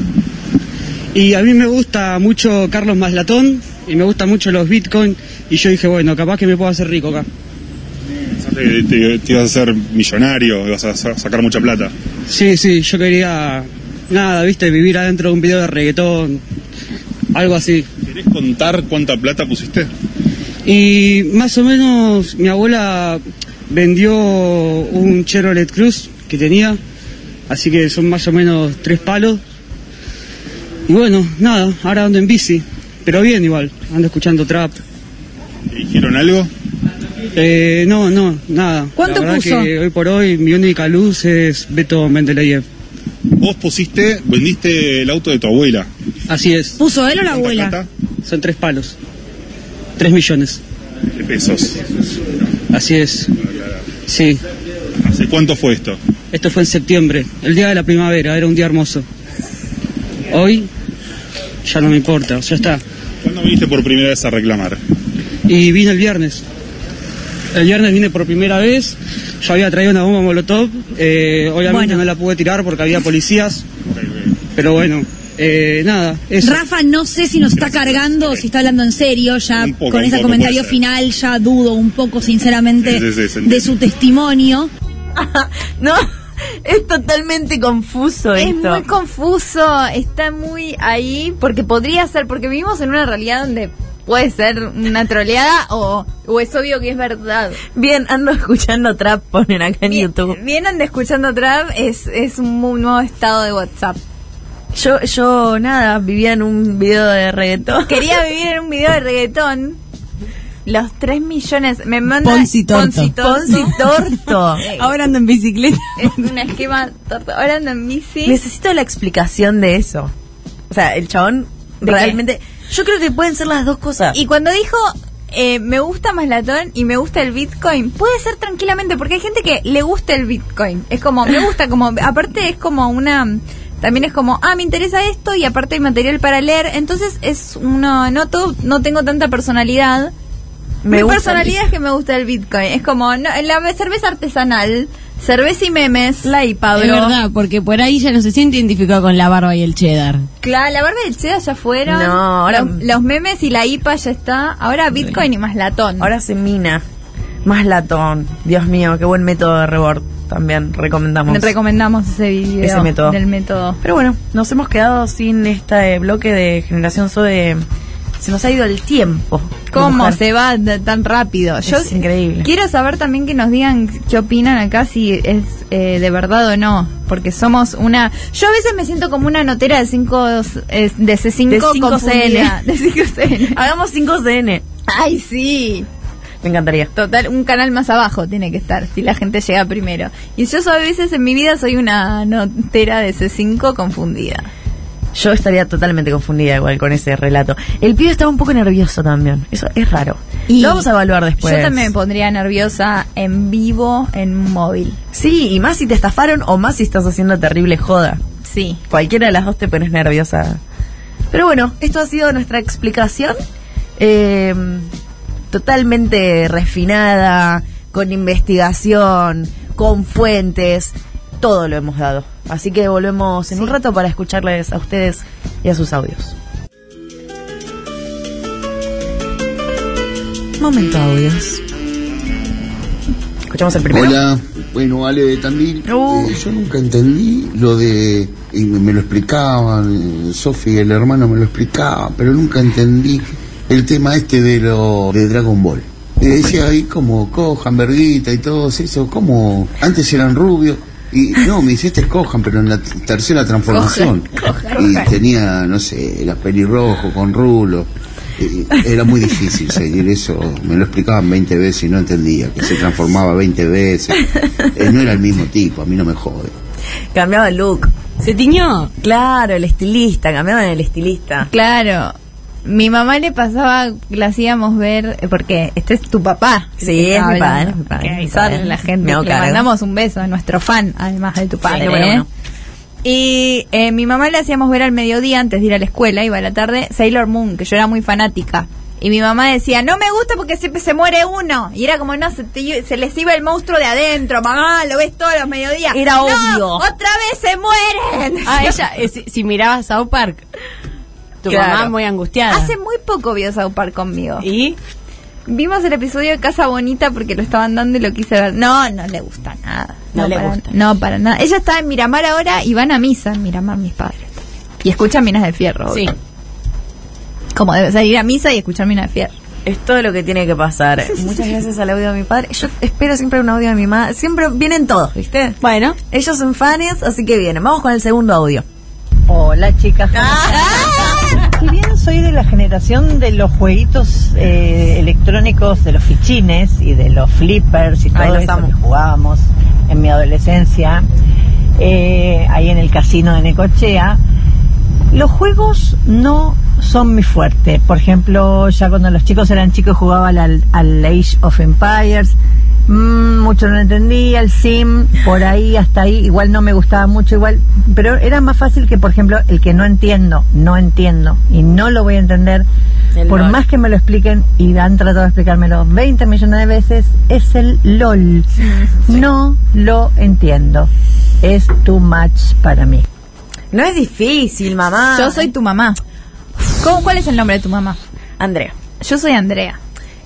[SPEAKER 11] Y a mí me gusta mucho Carlos Maslatón y me gustan mucho los Bitcoin y yo dije, bueno, capaz que me puedo hacer rico acá.
[SPEAKER 10] Pensaste que Te, te ibas a hacer millonario, ibas a sa- sacar mucha plata.
[SPEAKER 11] Sí, sí, yo quería, nada, viste, vivir adentro de un video de reggaetón, algo así.
[SPEAKER 10] ¿Querés contar cuánta plata pusiste?
[SPEAKER 11] Y más o menos mi abuela vendió un Chevrolet Cruz que tenía, así que son más o menos tres palos. Y bueno, nada, ahora ando en bici, pero bien igual, ando escuchando trap.
[SPEAKER 10] ¿Te dijeron algo?
[SPEAKER 11] Eh, no, no, nada.
[SPEAKER 4] ¿Cuánto
[SPEAKER 11] La verdad
[SPEAKER 4] puso?
[SPEAKER 11] que hoy por hoy mi única luz es Beto Mendeleev.
[SPEAKER 10] Vos pusiste, vendiste el auto de tu abuela.
[SPEAKER 11] Así es,
[SPEAKER 4] ¿Puso él o la
[SPEAKER 10] ¿Cuánta
[SPEAKER 4] abuela?
[SPEAKER 10] plata?
[SPEAKER 11] son tres palos, tres millones,
[SPEAKER 10] De pesos.
[SPEAKER 11] así es. Sí,
[SPEAKER 10] ¿Hace cuánto fue esto?
[SPEAKER 11] esto fue en septiembre, el día de la primavera, era un día hermoso. Hoy ya no me importa, ya está.
[SPEAKER 10] ¿Cuándo viniste por primera vez a reclamar?
[SPEAKER 11] Y vine el viernes. El viernes vine por primera vez, yo había traído una bomba molotov, eh, obviamente
[SPEAKER 4] Bueno.
[SPEAKER 11] no la pude tirar porque había policías, pero bueno, eh, nada, eso.
[SPEAKER 12] Rafa, no sé si nos está cargando, si está hablando en serio, ya
[SPEAKER 10] Un poco,
[SPEAKER 12] con
[SPEAKER 10] un
[SPEAKER 12] ese
[SPEAKER 10] poco,
[SPEAKER 12] comentario
[SPEAKER 10] puede ser.
[SPEAKER 12] final ya dudo un poco, sinceramente,
[SPEAKER 10] Sí, sí, sí, se entiende.
[SPEAKER 12] de su
[SPEAKER 3] [laughs]
[SPEAKER 12] testimonio.
[SPEAKER 2] no, es totalmente confuso
[SPEAKER 3] Es
[SPEAKER 2] esto.
[SPEAKER 3] muy confuso, está muy ahí, porque podría ser, porque vivimos en una realidad donde puede ser una troleada [laughs] o, o es obvio que es verdad.
[SPEAKER 2] Bien, ando [laughs] escuchando trap, ponen acá en
[SPEAKER 3] Bien-
[SPEAKER 2] YouTube.
[SPEAKER 3] Vienen de escuchando trap, es, es un mu- nuevo estado de WhatsApp.
[SPEAKER 2] Yo, yo,
[SPEAKER 3] [laughs]
[SPEAKER 2] nada, vivía en un video de reggaetón.
[SPEAKER 3] Quería vivir en un video de reggaetón. los 3 millones. Me manda
[SPEAKER 4] Ponzi torto.
[SPEAKER 3] Ponzi [laughs] torto.
[SPEAKER 4] Ahora ando en bicicleta.
[SPEAKER 3] Es un esquema torto. Ahora ando en bici.
[SPEAKER 2] Necesito la explicación de eso. O sea, el chabón
[SPEAKER 3] ¿De
[SPEAKER 2] realmente. Yo creo que pueden ser las dos cosas.
[SPEAKER 3] Y cuando dijo, eh, me gusta Maslatón y me gusta el Bitcoin, puede ser tranquilamente, porque hay gente que le gusta el Bitcoin. Es como, me gusta, como, aparte es como una... También es como, ah, me interesa esto y aparte hay material para leer. Entonces es uno, no todo, no tengo tanta personalidad.
[SPEAKER 2] Me
[SPEAKER 3] Mi
[SPEAKER 2] gusta
[SPEAKER 3] personalidad
[SPEAKER 2] el-
[SPEAKER 3] es que me gusta el Bitcoin. Es como, no, la cerveza artesanal, cerveza y memes. La y
[SPEAKER 2] Ah,
[SPEAKER 4] Es verdad, porque por ahí ya no se siente identificado con la barba y el cheddar.
[SPEAKER 3] Claro, la barba del cheddar ya fueron.
[SPEAKER 4] No, ahora-
[SPEAKER 3] Los, los memes y la IPA ya está. Ahora Bitcoin y más latón.
[SPEAKER 2] Ahora se mina. Más latón. Dios mío, qué buen método de rebord. También recomendamos.
[SPEAKER 3] recomendamos ese video
[SPEAKER 2] Ese método.
[SPEAKER 3] del método.
[SPEAKER 2] Pero bueno, nos hemos quedado sin este bloque de generación SODE. Se nos ha ido el tiempo.
[SPEAKER 3] ¿Cómo
[SPEAKER 2] Mujer.
[SPEAKER 3] se va de- tan rápido?
[SPEAKER 2] Es
[SPEAKER 3] Yo
[SPEAKER 2] increíble.
[SPEAKER 3] quiero saber también que nos digan qué opinan acá, si es eh, de verdad o no, porque somos una... Yo a veces me siento como una notera de 5 de
[SPEAKER 2] De
[SPEAKER 3] C5 [laughs]
[SPEAKER 2] 5
[SPEAKER 3] confundida.
[SPEAKER 2] CN.
[SPEAKER 3] De 5CN.
[SPEAKER 2] Hagamos 5CN.
[SPEAKER 3] Ay, sí.
[SPEAKER 2] Me encantaría.
[SPEAKER 3] Total, un canal más abajo tiene que estar, si la gente llega primero. Y yo a veces en mi vida soy una notera de C5 confundida.
[SPEAKER 2] Yo estaría totalmente confundida igual con ese relato. El pibe estaba un poco nervioso también. Eso es raro.
[SPEAKER 3] Y
[SPEAKER 2] Lo vamos a evaluar después.
[SPEAKER 3] Yo también me pondría nerviosa en vivo, en un móvil.
[SPEAKER 2] Sí, y más si te estafaron o más si estás haciendo terrible joda.
[SPEAKER 3] Sí.
[SPEAKER 2] Cualquiera de las dos te pones nerviosa. Pero bueno, esto ha sido nuestra explicación. eh, totalmente refinada, con investigación, con fuentes. Todo lo hemos dado. Así que volvemos en un rato para escucharles a ustedes y a sus audios. Momento audios. Escuchamos el primero. Uh.
[SPEAKER 13] Hola, bueno, Ale de Tandil. Eh, yo nunca entendí lo de. Y me, me lo explicaban, eh, Sofi, el hermano me lo explicaba, pero nunca entendí el tema este de lo de Dragon Ball. Eh, decía ahí como Cojan, Verguita y todos eso, como antes eran rubios. Y no, me dice, este es Cojan, pero en la t- tercera transformación. Y tenía, no sé, era pelirrojo con rulo. Eh, Era muy difícil seguir eso. Me lo explicaban 20 veces y no entendía. Que se transformaba 20 veces. Eh, no era el mismo tipo, a mí no me jode.
[SPEAKER 2] Cambiaba el look.
[SPEAKER 4] ¿Se tiñó?
[SPEAKER 2] Claro, el estilista, cambiaban el estilista.
[SPEAKER 3] Claro. Mi mamá le pasaba, la hacíamos ver, eh, porque este es tu papá.
[SPEAKER 2] Sí,
[SPEAKER 3] que
[SPEAKER 2] es mi
[SPEAKER 3] habla,
[SPEAKER 2] padre,
[SPEAKER 3] ¿no?
[SPEAKER 2] es mi padre,
[SPEAKER 3] Que
[SPEAKER 2] es mi
[SPEAKER 3] avisarle
[SPEAKER 2] padre.
[SPEAKER 3] a la gente.
[SPEAKER 2] Me hago
[SPEAKER 3] que le
[SPEAKER 2] cargo.
[SPEAKER 3] mandamos un beso a nuestro fan, además de tu padre.
[SPEAKER 2] número
[SPEAKER 3] ¿eh?
[SPEAKER 2] uno.
[SPEAKER 3] Y eh, mi mamá le hacíamos ver al mediodía antes de ir a la escuela, iba a la tarde, Sailor Moon, que yo era muy fanática. Y mi mamá decía, no me gusta porque siempre se muere uno. Y era como, no, se, te- se les iba el monstruo de adentro, mamá, lo ves todos los mediodías.
[SPEAKER 4] Era
[SPEAKER 3] "No,
[SPEAKER 4] obvio".
[SPEAKER 3] Otra vez se mueren.
[SPEAKER 4] Ah, ella, eh, si, si miraba South Park, tu
[SPEAKER 3] Claro.
[SPEAKER 4] mamá muy angustiada.
[SPEAKER 3] Hace muy poco vio South Park conmigo.
[SPEAKER 4] ¿Y?
[SPEAKER 3] Vimos el episodio de Casa Bonita porque lo estaban dando y lo quise ver. No, no le gusta nada.
[SPEAKER 4] No le
[SPEAKER 3] para-
[SPEAKER 4] gusta.
[SPEAKER 3] No, para nada. Ella está en Miramar ahora y van a misa en Miramar mis padres. Y escuchan Minas de Fierro.
[SPEAKER 4] Sí.
[SPEAKER 3] obvio. Como debe ser ir a misa y escuchar Minas de Fierro.
[SPEAKER 2] Es todo lo que tiene que pasar. Muchas gracias al audio de mi padre. Yo espero siempre un audio de mi madre. Siempre vienen todos, ¿viste?
[SPEAKER 4] Bueno.
[SPEAKER 2] Ellos son fans, así que vienen. Vamos con el segundo audio. Ah.
[SPEAKER 14] Hola chicas. Si bien soy de la generación de los jueguitos eh, electrónicos, de los fichines y de los flippers y todo
[SPEAKER 2] Ay, los
[SPEAKER 14] eso
[SPEAKER 2] amo.
[SPEAKER 14] que jugábamos en mi adolescencia, eh, ahí en el casino de Necochea, los juegos no son mi fuerte. Por ejemplo, ya cuando los chicos eran chicos jugaba al, al Age of Empires. Mm, mucho no lo entendía, el sim, por ahí, hasta ahí, igual no me gustaba mucho, igual, pero era más fácil que, por ejemplo, el que no entiendo, no entiendo, y no lo voy a entender,
[SPEAKER 15] El
[SPEAKER 14] por
[SPEAKER 15] LOL.
[SPEAKER 14] más que me lo expliquen, y han tratado de explicármelo 20 millones de veces, es el LOL. No lo entiendo. Es too much para mí.
[SPEAKER 2] No es difícil, mamá.
[SPEAKER 3] Yo soy tu mamá. ¿Cómo- ¿Cuál es el nombre de tu mamá?
[SPEAKER 2] Andrea.
[SPEAKER 3] Yo soy Andrea.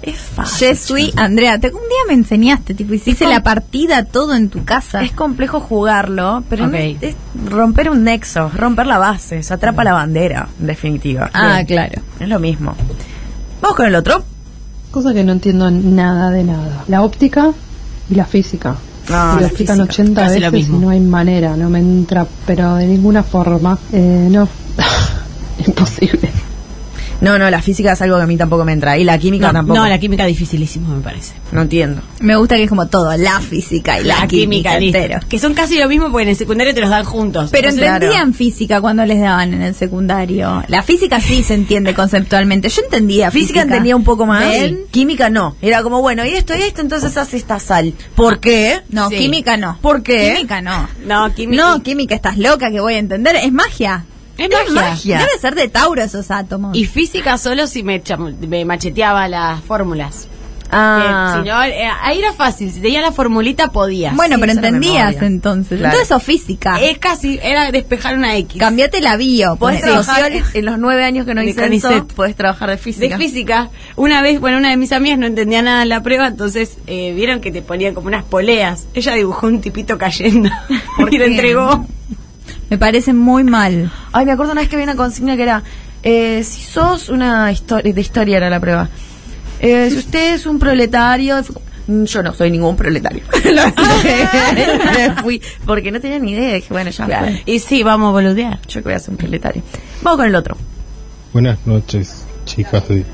[SPEAKER 2] Es
[SPEAKER 3] Yo soy Andrea. Te- un día me enseñaste, tipo, hiciste la partida todo en tu casa.
[SPEAKER 2] Es complejo jugarlo, pero no-
[SPEAKER 3] Ok.
[SPEAKER 2] es romper un nexo, romper la base, se atrapa la bandera, en definitiva.
[SPEAKER 3] Ah,
[SPEAKER 2] Sí.
[SPEAKER 3] claro.
[SPEAKER 2] Es lo mismo. Vamos con el otro.
[SPEAKER 16] Cosa que no entiendo nada de nada. La óptica y la física.
[SPEAKER 2] Ah,
[SPEAKER 16] Me lo
[SPEAKER 2] la
[SPEAKER 16] explican
[SPEAKER 2] física.
[SPEAKER 16] 80
[SPEAKER 2] Casi lo
[SPEAKER 16] veces
[SPEAKER 2] mismo.
[SPEAKER 16] y no hay manera, no me entra, pero de ninguna forma. Eh, no, imposible.
[SPEAKER 2] No, no, la física es algo que a mí tampoco me entra. Y la química
[SPEAKER 4] No,
[SPEAKER 2] tampoco.
[SPEAKER 4] no, la química dificilísimo, me parece.
[SPEAKER 2] No entiendo.
[SPEAKER 3] Me gusta que es como todo, la física y la, química,
[SPEAKER 4] listo.
[SPEAKER 3] entero.
[SPEAKER 4] Que son casi lo mismo porque en el secundario te los dan juntos.
[SPEAKER 3] Pero
[SPEAKER 4] Entonces,
[SPEAKER 3] entendían física cuando les daban en el secundario. La física sí se entiende conceptualmente. Yo entendía
[SPEAKER 2] Física
[SPEAKER 3] física.
[SPEAKER 2] entendía un poco más.
[SPEAKER 3] ¿Ven?
[SPEAKER 2] Química no. Era como, bueno, y esto y esto, entonces hace esta sal. ¿Por qué?
[SPEAKER 3] No,
[SPEAKER 2] Sí.
[SPEAKER 3] química no.
[SPEAKER 2] ¿Por qué?
[SPEAKER 3] Química no.
[SPEAKER 4] No, química.
[SPEAKER 3] No, química estás loca que voy a entender. Es magia.
[SPEAKER 4] Es magia.
[SPEAKER 3] Debe ser de Tauro esos átomos.
[SPEAKER 4] Y física solo si me, chamu- me macheteaba las fórmulas.
[SPEAKER 3] Ah.
[SPEAKER 4] Eh, si no, eh, ahí era fácil. Si tenía la formulita, podías.
[SPEAKER 3] bueno, pero entendías entonces.
[SPEAKER 4] Claro.
[SPEAKER 3] Entonces eso física.
[SPEAKER 4] Es casi, era despejar una X.
[SPEAKER 3] Cambiate la bio.
[SPEAKER 4] Podés
[SPEAKER 3] ponele.
[SPEAKER 4] trabajar [laughs]
[SPEAKER 2] en los nueve años que no
[SPEAKER 4] De
[SPEAKER 2] hice eso,
[SPEAKER 4] Conicet.
[SPEAKER 2] podés trabajar de física.
[SPEAKER 4] De física. Una vez, bueno, una de mis amigas no entendía nada de la prueba, entonces eh, vieron que te ponían como unas poleas. Ella dibujó un tipito
[SPEAKER 2] [laughs]
[SPEAKER 4] cayendo y lo
[SPEAKER 2] qué?
[SPEAKER 4] entregó.
[SPEAKER 3] Me parece muy mal.
[SPEAKER 2] Ay, me acuerdo una vez que había una consigna que era, eh, si sos una historia, de historia era la prueba, Eh, si usted es un proletario, fue como, "Mm, yo no soy ningún proletario. [laughs]
[SPEAKER 3] [laughs]
[SPEAKER 2] Lo dejé, me fui, porque no tenía ni idea, dije, bueno, ya.
[SPEAKER 4] Claro. Y sí, vamos a boludear.
[SPEAKER 2] Yo que voy a ser un proletario. Vamos con el otro.
[SPEAKER 17] Buenas noches, chicas de,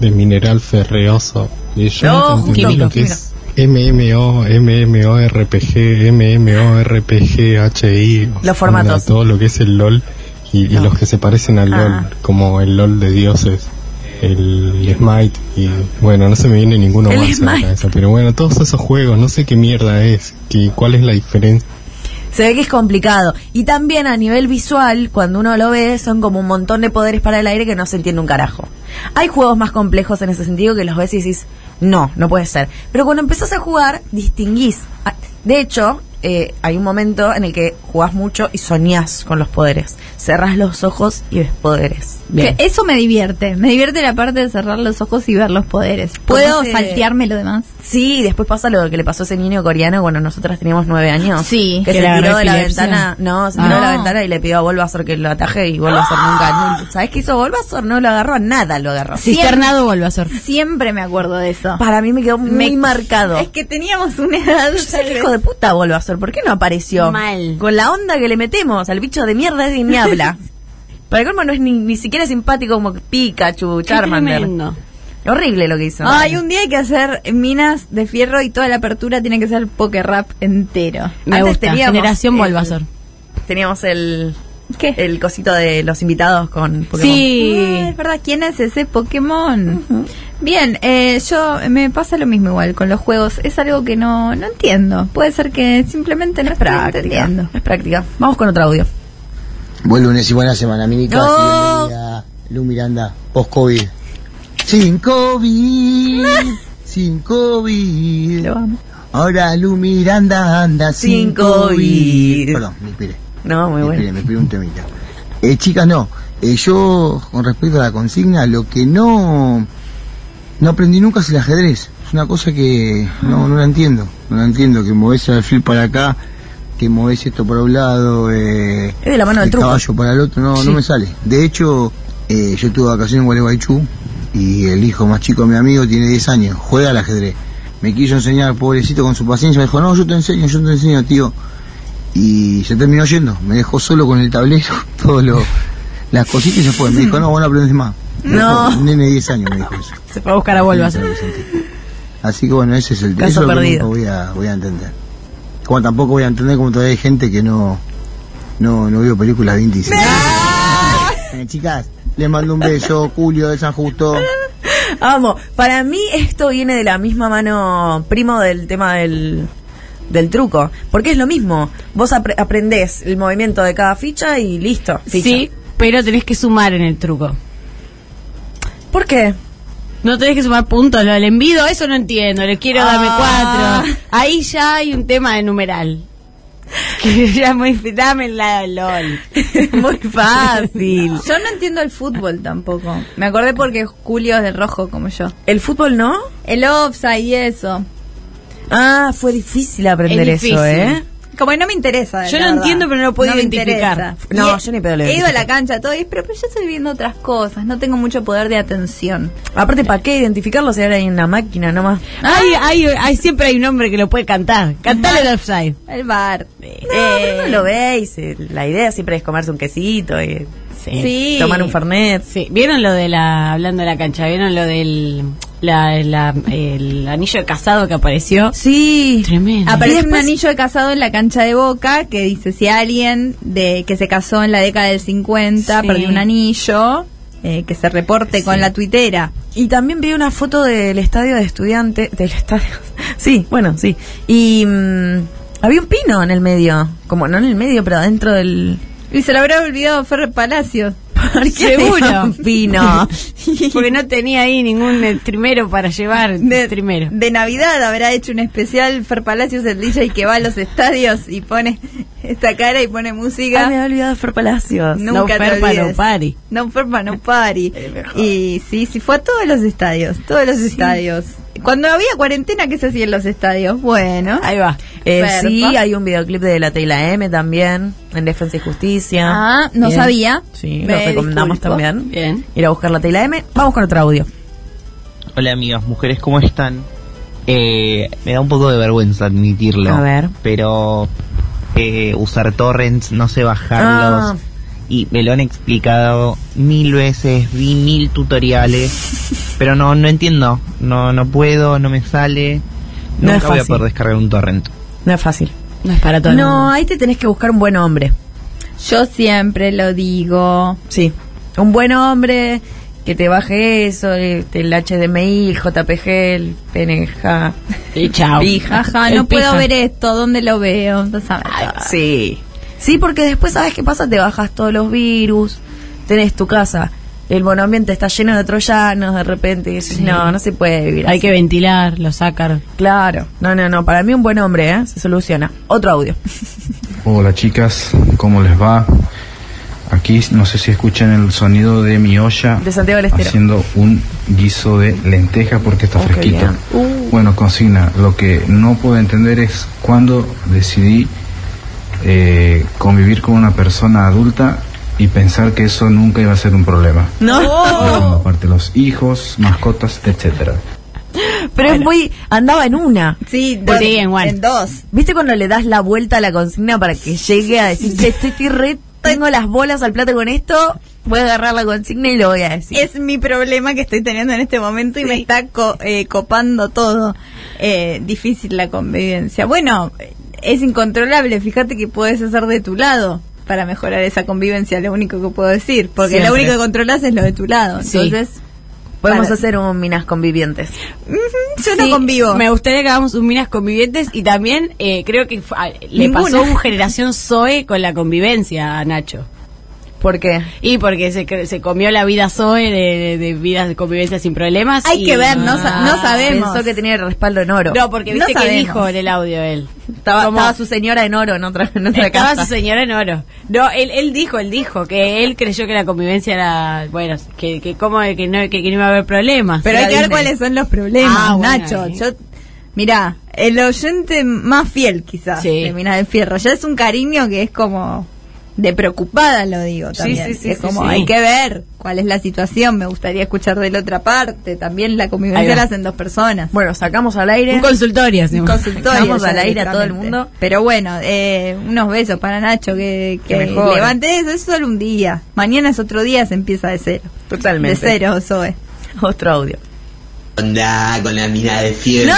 [SPEAKER 17] de Mineral Ferreoso. Y yo
[SPEAKER 2] No,
[SPEAKER 17] nunca entendí
[SPEAKER 2] justito,
[SPEAKER 17] lo que es MMO, MMORPG, MMORPG, HI.
[SPEAKER 2] Los formatos.
[SPEAKER 17] onda, Todo lo que es el LOL y, y los que se parecen al
[SPEAKER 2] Ah.
[SPEAKER 17] LOL, como el LOL de dioses. El Smite y bueno, no se me viene ninguno
[SPEAKER 2] El
[SPEAKER 17] más a la
[SPEAKER 2] Smite.
[SPEAKER 17] cabeza, pero bueno, todos esos juegos, no sé qué mierda es, que, cuál es la diferencia.
[SPEAKER 2] Se ve que es complicado. Y también a nivel visual, cuando uno lo ve, son como un montón de poderes para el aire que no se entiende un carajo. Hay juegos más complejos en ese sentido que los ves y decís, no, no puede ser. Pero cuando empezás a jugar, distinguís. Ah, De hecho, eh, hay un momento en el que jugás mucho y soñás con los poderes. Cerrás los ojos y ves poderes.
[SPEAKER 3] Que eso me divierte. Me divierte la parte de cerrar los ojos y ver los poderes. ¿Puedo
[SPEAKER 2] se-
[SPEAKER 3] saltearme lo demás?
[SPEAKER 2] Sí, y después pasa lo que le pasó a ese niño coreano cuando nosotras teníamos nueve años.
[SPEAKER 3] Sí,
[SPEAKER 2] que,
[SPEAKER 3] que
[SPEAKER 2] se
[SPEAKER 3] le
[SPEAKER 2] tiró
[SPEAKER 3] agarró
[SPEAKER 2] de la
[SPEAKER 3] epilepsia.
[SPEAKER 2] ventana. No, se tiró de
[SPEAKER 3] Ah.
[SPEAKER 2] la ventana y le pidió a Volvazor que lo ataje y Volvazor nunca. no- ¿Sabes qué hizo Volvazor? No lo agarró a nada, lo agarró.
[SPEAKER 3] Cisternado
[SPEAKER 4] Volvazor.
[SPEAKER 3] Siempre me acuerdo de eso.
[SPEAKER 2] Para mí me quedó muy
[SPEAKER 3] Me-
[SPEAKER 2] marcado.
[SPEAKER 3] Es que teníamos una edad.
[SPEAKER 2] Yo sé que hijo de puta Volvazor, ¿por qué no apareció?
[SPEAKER 4] Mal.
[SPEAKER 2] Con la onda que le metemos al bicho de mierda y ni habla. [laughs] Para colmo no es ni, ni siquiera simpático como Pikachu, Charmander.
[SPEAKER 4] tremendo.
[SPEAKER 2] Horrible lo que hizo.
[SPEAKER 3] Ay, un día hay que hacer minas de fierro y toda la apertura tiene que ser poker rap entero.
[SPEAKER 2] Me gusta. Generación
[SPEAKER 3] Volvazor.
[SPEAKER 2] Teníamos el... El cosito de los invitados con Pokémon.
[SPEAKER 3] Sí. es verdad, ¿quién es ese Pokémon? Bien, eh, yo me pasa lo mismo igual con los juegos. Es algo que no, no entiendo. Puede ser que simplemente no estoy entendiendo.
[SPEAKER 2] Es práctica. Vamos con otro audio.
[SPEAKER 18] Buen lunes y buena semana, minicas.
[SPEAKER 3] No.
[SPEAKER 18] Y bienvenida, Lu Miranda, post-COVID. Sin
[SPEAKER 2] [laughs]
[SPEAKER 18] COVID, sin COVID. Ahora Lu Miranda anda sin,
[SPEAKER 2] Sin COVID.
[SPEAKER 18] Perdón, me inspiré.
[SPEAKER 2] No, muy
[SPEAKER 18] me
[SPEAKER 2] bueno.
[SPEAKER 18] inspiré, me inspiré un temita. Eh, chicas, no. Eh, yo, con respecto a la consigna, lo que no no aprendí nunca es el ajedrez. Es una cosa que no, no la entiendo. No la entiendo, que movés el alfil para acá, que movés esto para un lado. Eh,
[SPEAKER 2] Es de la mano del
[SPEAKER 18] el
[SPEAKER 2] truco.
[SPEAKER 18] caballo para el otro, no,
[SPEAKER 2] Sí.
[SPEAKER 18] no me sale. De hecho, eh, yo tuve vacaciones en Gualeguaychú y el hijo más chico de mi amigo tiene 10 años, juega al ajedrez. Me quiso enseñar, pobrecito, con su paciencia, me dijo, no, yo te enseño, yo te enseño, tío. Y se terminó yendo, me dejó solo con el tablero, [laughs] todo lo, las cositas y se fue. Me dijo, no, vos no aprendes más. Me
[SPEAKER 2] No.
[SPEAKER 18] dijo, Un nene de 10 años me dijo eso.
[SPEAKER 2] Se fue a buscar a Volvazor.
[SPEAKER 4] [laughs]
[SPEAKER 18] Así que bueno, ese es el
[SPEAKER 2] Caso
[SPEAKER 18] eso es lo que nunca
[SPEAKER 2] perdido.
[SPEAKER 18] voy a, voy a entender. Como tampoco voy a entender como todavía hay gente que no, no, no vio películas de índice. Eh, chicas, les mando un beso, Julio de San [laughs] Justo.
[SPEAKER 2] Vamos, para mí esto viene de la misma mano primo del tema del, del truco, porque es lo mismo. Vos apre- aprendés el movimiento de cada ficha y listo. ficha.
[SPEAKER 4] Sí, pero tenés que sumar en el truco.
[SPEAKER 2] ¿Por qué?
[SPEAKER 4] No tenés que sumar puntos, lo del envido, eso no entiendo, le quiero
[SPEAKER 2] Ah.
[SPEAKER 4] darme cuatro. Ahí ya hay un tema de
[SPEAKER 2] [laughs]
[SPEAKER 4] numeral. Que ya
[SPEAKER 19] [laughs]
[SPEAKER 4] es muy dame la LOL.
[SPEAKER 2] muy fácil.
[SPEAKER 3] [laughs] Yo no entiendo el fútbol tampoco. Me acordé porque Julio es del rojo como yo.
[SPEAKER 2] ¿El fútbol no?
[SPEAKER 3] El offside y eso.
[SPEAKER 2] Ah, fue difícil aprender
[SPEAKER 3] Es
[SPEAKER 2] eso,
[SPEAKER 3] difícil.
[SPEAKER 2] ¿eh?
[SPEAKER 3] Como que no me interesa.
[SPEAKER 4] Yo lo entiendo, pero no lo puedo
[SPEAKER 3] me
[SPEAKER 4] identificar.
[SPEAKER 3] interesa.
[SPEAKER 2] No,
[SPEAKER 3] Y
[SPEAKER 2] yo ni pedo lo
[SPEAKER 3] He ido a
[SPEAKER 2] identifico.
[SPEAKER 3] la cancha todo y es, pero, pero yo estoy viendo otras cosas. No tengo mucho poder de atención.
[SPEAKER 2] Aparte, ¿para qué identificarlo si ahora hay una máquina nomás?
[SPEAKER 4] Hay, hay, hay- siempre hay un hombre que lo puede cantar. Cantale el offside.
[SPEAKER 3] El bar.
[SPEAKER 2] eh, No, pero no lo veis. eh, La idea siempre es comerse un quesito y
[SPEAKER 19] Sí.
[SPEAKER 2] Tomar un fernet.
[SPEAKER 19] Sí. ¿Vieron lo de la, hablando de la cancha, vieron lo del la- la- el anillo de casado que apareció?
[SPEAKER 2] Sí.
[SPEAKER 19] Tremendo.
[SPEAKER 3] Aparece un anillo de casado en la cancha de Boca que dice si alguien de que se casó en la década del 50
[SPEAKER 2] Sí.
[SPEAKER 3] perdió un anillo, eh, que se reporte con la tuitera.
[SPEAKER 2] Y también vi una foto del estadio de estudiantes. Del estadio. [laughs] Sí, bueno, sí. Y mm, había un pino en el medio. Como no en el medio, pero adentro del.
[SPEAKER 3] Y se lo habrá olvidado Ferrer Palacio.
[SPEAKER 2] ¿Por [laughs] qué había un pino?
[SPEAKER 19] [laughs] Porque no tenía ahí ningún
[SPEAKER 2] [laughs]
[SPEAKER 19] eh, trimero para llevar. trimero.
[SPEAKER 3] De Navidad habrá hecho un especial Fer Palacios, el DJ que va a los estadios y pone esta cara y pone música.
[SPEAKER 2] Ah, me había olvidado Fer Palacios.
[SPEAKER 3] Nunca te
[SPEAKER 19] Fer pa no
[SPEAKER 3] olvides.
[SPEAKER 19] party.
[SPEAKER 3] No Fer pa
[SPEAKER 19] [laughs]
[SPEAKER 3] no party. y sí, sí, fue a todos los estadios, todos los estadios. Cuando había cuarentena, ¿qué se hacía en los estadios? Bueno.
[SPEAKER 19] Ahí va.
[SPEAKER 2] Eh,
[SPEAKER 3] Ferpa.
[SPEAKER 2] sí, hay un videoclip de La Tela M también, en Defensa y Justicia.
[SPEAKER 3] Ah, no sabía.
[SPEAKER 2] Sí,
[SPEAKER 3] Me
[SPEAKER 2] lo recomendamos
[SPEAKER 3] disculpo.
[SPEAKER 2] también.
[SPEAKER 19] Bien.
[SPEAKER 2] Ir a buscar La Tela M. Vamos con otro audio.
[SPEAKER 20] Hola amigas, mujeres, ¿cómo están? Eh, me da un poco de vergüenza admitirlo.
[SPEAKER 2] A ver.
[SPEAKER 20] Pero eh, usar torrents, no sé bajarlos.
[SPEAKER 2] Ah.
[SPEAKER 20] Y me lo han explicado mil veces, vi mil
[SPEAKER 2] [laughs]
[SPEAKER 20] tutoriales. pero no, no entiendo. No, no puedo, no me sale.
[SPEAKER 2] No
[SPEAKER 20] Nunca
[SPEAKER 2] es
[SPEAKER 20] voy a
[SPEAKER 2] fácil.
[SPEAKER 20] poder descargar un torrent.
[SPEAKER 2] No es fácil.
[SPEAKER 19] No es para todo el
[SPEAKER 2] No,
[SPEAKER 19] mundo.
[SPEAKER 2] ahí te tenés que buscar un buen hombre.
[SPEAKER 3] Yo siempre lo digo.
[SPEAKER 2] Sí, un buen hombre que te baje eso, el, el HDMI, el JPG, el PNG.
[SPEAKER 19] Y chao.
[SPEAKER 2] Pija.
[SPEAKER 3] Ajá,
[SPEAKER 2] El
[SPEAKER 3] no puedo
[SPEAKER 2] pija.
[SPEAKER 3] ver esto, ¿dónde lo veo? No sabes.
[SPEAKER 19] Ah.
[SPEAKER 2] Sí. Sí, porque después, ¿sabes qué pasa? Te bajas todos los virus, tenés tu casa, el buen ambiente está lleno de troyanos de repente. y decís,
[SPEAKER 19] Sí.
[SPEAKER 2] No, no se puede vivir
[SPEAKER 19] Hay
[SPEAKER 2] así".
[SPEAKER 19] que ventilar los ácaros.
[SPEAKER 2] Claro. No, no, no. Para mí un buen hombre, ¿eh? Se soluciona. Otro audio.
[SPEAKER 21] Hola chicas, ¿cómo les va? Aquí no sé si escuchan el sonido de mi olla
[SPEAKER 2] De Santiago del Estero.
[SPEAKER 21] haciendo un guiso de lentejas porque está
[SPEAKER 2] Oh, qué
[SPEAKER 21] fresquito.
[SPEAKER 2] bien. Uh.
[SPEAKER 21] Bueno, consigna, lo que no puedo entender es cuando decidí eh, convivir con una persona adulta y pensar que eso nunca iba a ser un problema.
[SPEAKER 2] No.
[SPEAKER 21] Bueno, aparte los hijos, mascotas, etcétera.
[SPEAKER 2] Pero es muy... Andaba en una.
[SPEAKER 3] Sí,
[SPEAKER 2] Porque-
[SPEAKER 19] Sí, en one.
[SPEAKER 3] dos.
[SPEAKER 2] ¿Viste cuando le das la vuelta a la consigna para que llegue a decir, "Che, estoy, estoy re, tengo las bolas al plato con esto, voy a agarrar la consigna y lo voy a decir?
[SPEAKER 3] Es mi problema que estoy teniendo en este momento y me está co- eh, copando todo. Eh, difícil la convivencia. Bueno, eh, es incontrolable. Fíjate que puedes hacer de tu lado para mejorar esa convivencia, lo único que puedo decir. Porque
[SPEAKER 2] Siempre.
[SPEAKER 3] lo único que controlas es lo de tu lado.
[SPEAKER 19] Sí.
[SPEAKER 3] Entonces,
[SPEAKER 2] Podemos
[SPEAKER 3] para-
[SPEAKER 2] hacer un Minas Convivientes.
[SPEAKER 3] yo no
[SPEAKER 19] Sí,
[SPEAKER 3] convivo.
[SPEAKER 19] Me gustaría que hagamos un Minas Convivientes y también eh, creo que fue- a- le
[SPEAKER 3] Ninguna.
[SPEAKER 19] pasó un generación Zoe con la convivencia a Nacho.
[SPEAKER 2] ¿Por qué?
[SPEAKER 19] Y porque se, cre- se comió la vida Zoe de, de, de vidas de convivencia sin problemas. y-
[SPEAKER 3] Hay
[SPEAKER 19] Ah,
[SPEAKER 3] que ver, no, sa- no sabemos.
[SPEAKER 2] Pensó que tenía el respaldo en oro.
[SPEAKER 19] No, porque
[SPEAKER 3] No
[SPEAKER 19] viste que
[SPEAKER 3] sabemos.
[SPEAKER 19] dijo en el audio él.
[SPEAKER 2] Estaba,
[SPEAKER 19] Como-
[SPEAKER 2] estaba su señora en oro en otra, en otra
[SPEAKER 19] Estaba
[SPEAKER 2] casa.
[SPEAKER 19] su señora en oro. No, él, él dijo, él dijo que él creyó que la convivencia era, bueno, que, que como que no, que, que no iba a haber problemas.
[SPEAKER 3] Pero hay
[SPEAKER 19] Era
[SPEAKER 3] que ver
[SPEAKER 19] Disney.
[SPEAKER 3] cuáles son los problemas,
[SPEAKER 19] Ah, bueno,
[SPEAKER 3] Nacho.
[SPEAKER 19] ahí.
[SPEAKER 3] Yo, mira, el oyente más fiel quizás
[SPEAKER 19] Sí.
[SPEAKER 3] de Minas del Fierro. Ya es un cariño que es como de preocupada, lo digo también.
[SPEAKER 19] sí, sí,
[SPEAKER 3] Que es
[SPEAKER 19] sí,
[SPEAKER 3] como
[SPEAKER 19] sí.
[SPEAKER 3] hay que ver cuál es la situación. Me gustaría escuchar de la otra parte. También la
[SPEAKER 19] Ahí va.
[SPEAKER 3] convivencia la hacen dos personas.
[SPEAKER 2] Bueno, sacamos al aire.
[SPEAKER 19] Un consultorio.
[SPEAKER 3] Un
[SPEAKER 19] hacemos.
[SPEAKER 3] consultorio
[SPEAKER 2] Sacamos
[SPEAKER 3] ya
[SPEAKER 2] al aire a todo el
[SPEAKER 3] directamente.
[SPEAKER 2] mundo.
[SPEAKER 3] Pero bueno, eh, unos besos para Nacho que,
[SPEAKER 2] Que
[SPEAKER 3] que,
[SPEAKER 2] mejore.
[SPEAKER 3] levante eso. Es solo un día. Mañana es otro día, se empieza de cero.
[SPEAKER 2] Totalmente.
[SPEAKER 3] De cero, Zoe.
[SPEAKER 2] [laughs] Otro audio.
[SPEAKER 22] onda con la mina de fierro?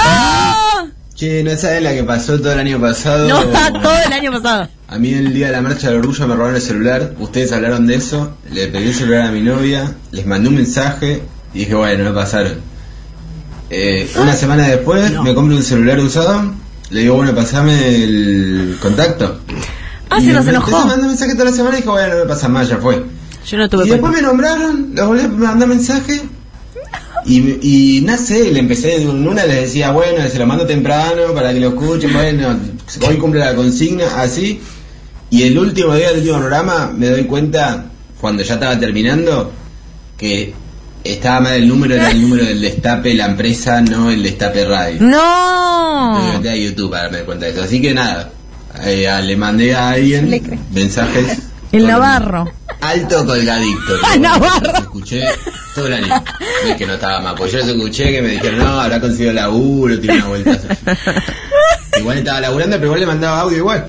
[SPEAKER 22] Che, ¿no sabes la que pasó todo el año pasado?
[SPEAKER 2] todo el año pasado.
[SPEAKER 22] A mí el día de la marcha del orgullo me robaron el celular, ustedes hablaron de eso, le pedí el celular a mi novia, les mandé un mensaje y dije, bueno, no pasaron. Eh, una semana después me compro un celular usado, le digo, bueno, pasame el contacto.
[SPEAKER 2] Ah,
[SPEAKER 22] Y
[SPEAKER 2] se nos
[SPEAKER 22] me empezó
[SPEAKER 2] enojó.
[SPEAKER 22] a mandar mensaje toda la semana y dije, bueno, no me pasa más, ya fue.
[SPEAKER 19] Yo no
[SPEAKER 2] pues,
[SPEAKER 19] tuve
[SPEAKER 22] Y después
[SPEAKER 19] cuenta.
[SPEAKER 22] me nombraron, les volví a mandar mensaje. Y, y no sé, le empecé, en una les decía, bueno, se lo mando temprano para que lo escuchen, bueno, hoy cumple la consigna, así. Y el último día del último programa me doy cuenta, cuando ya estaba terminando, que estaba mal el número, era el número del destape, la empresa, no el destape radio. Me
[SPEAKER 2] ¡No!
[SPEAKER 22] metí a YouTube para darme cuenta de eso. Así que nada, eh, le mandé a alguien
[SPEAKER 3] Le creo.
[SPEAKER 22] mensajes.
[SPEAKER 3] [laughs]
[SPEAKER 2] El
[SPEAKER 22] con-
[SPEAKER 2] Navarro.
[SPEAKER 22] Alto colgadicto.
[SPEAKER 2] Ah, Navarro.
[SPEAKER 22] Los Escuché todo el año. No es que no estaba más, pues yo los escuché que me dijeron, no, habrá conseguido laburo, tiene una vuelta. Igual estaba laburando, pero igual le mandaba audio igual.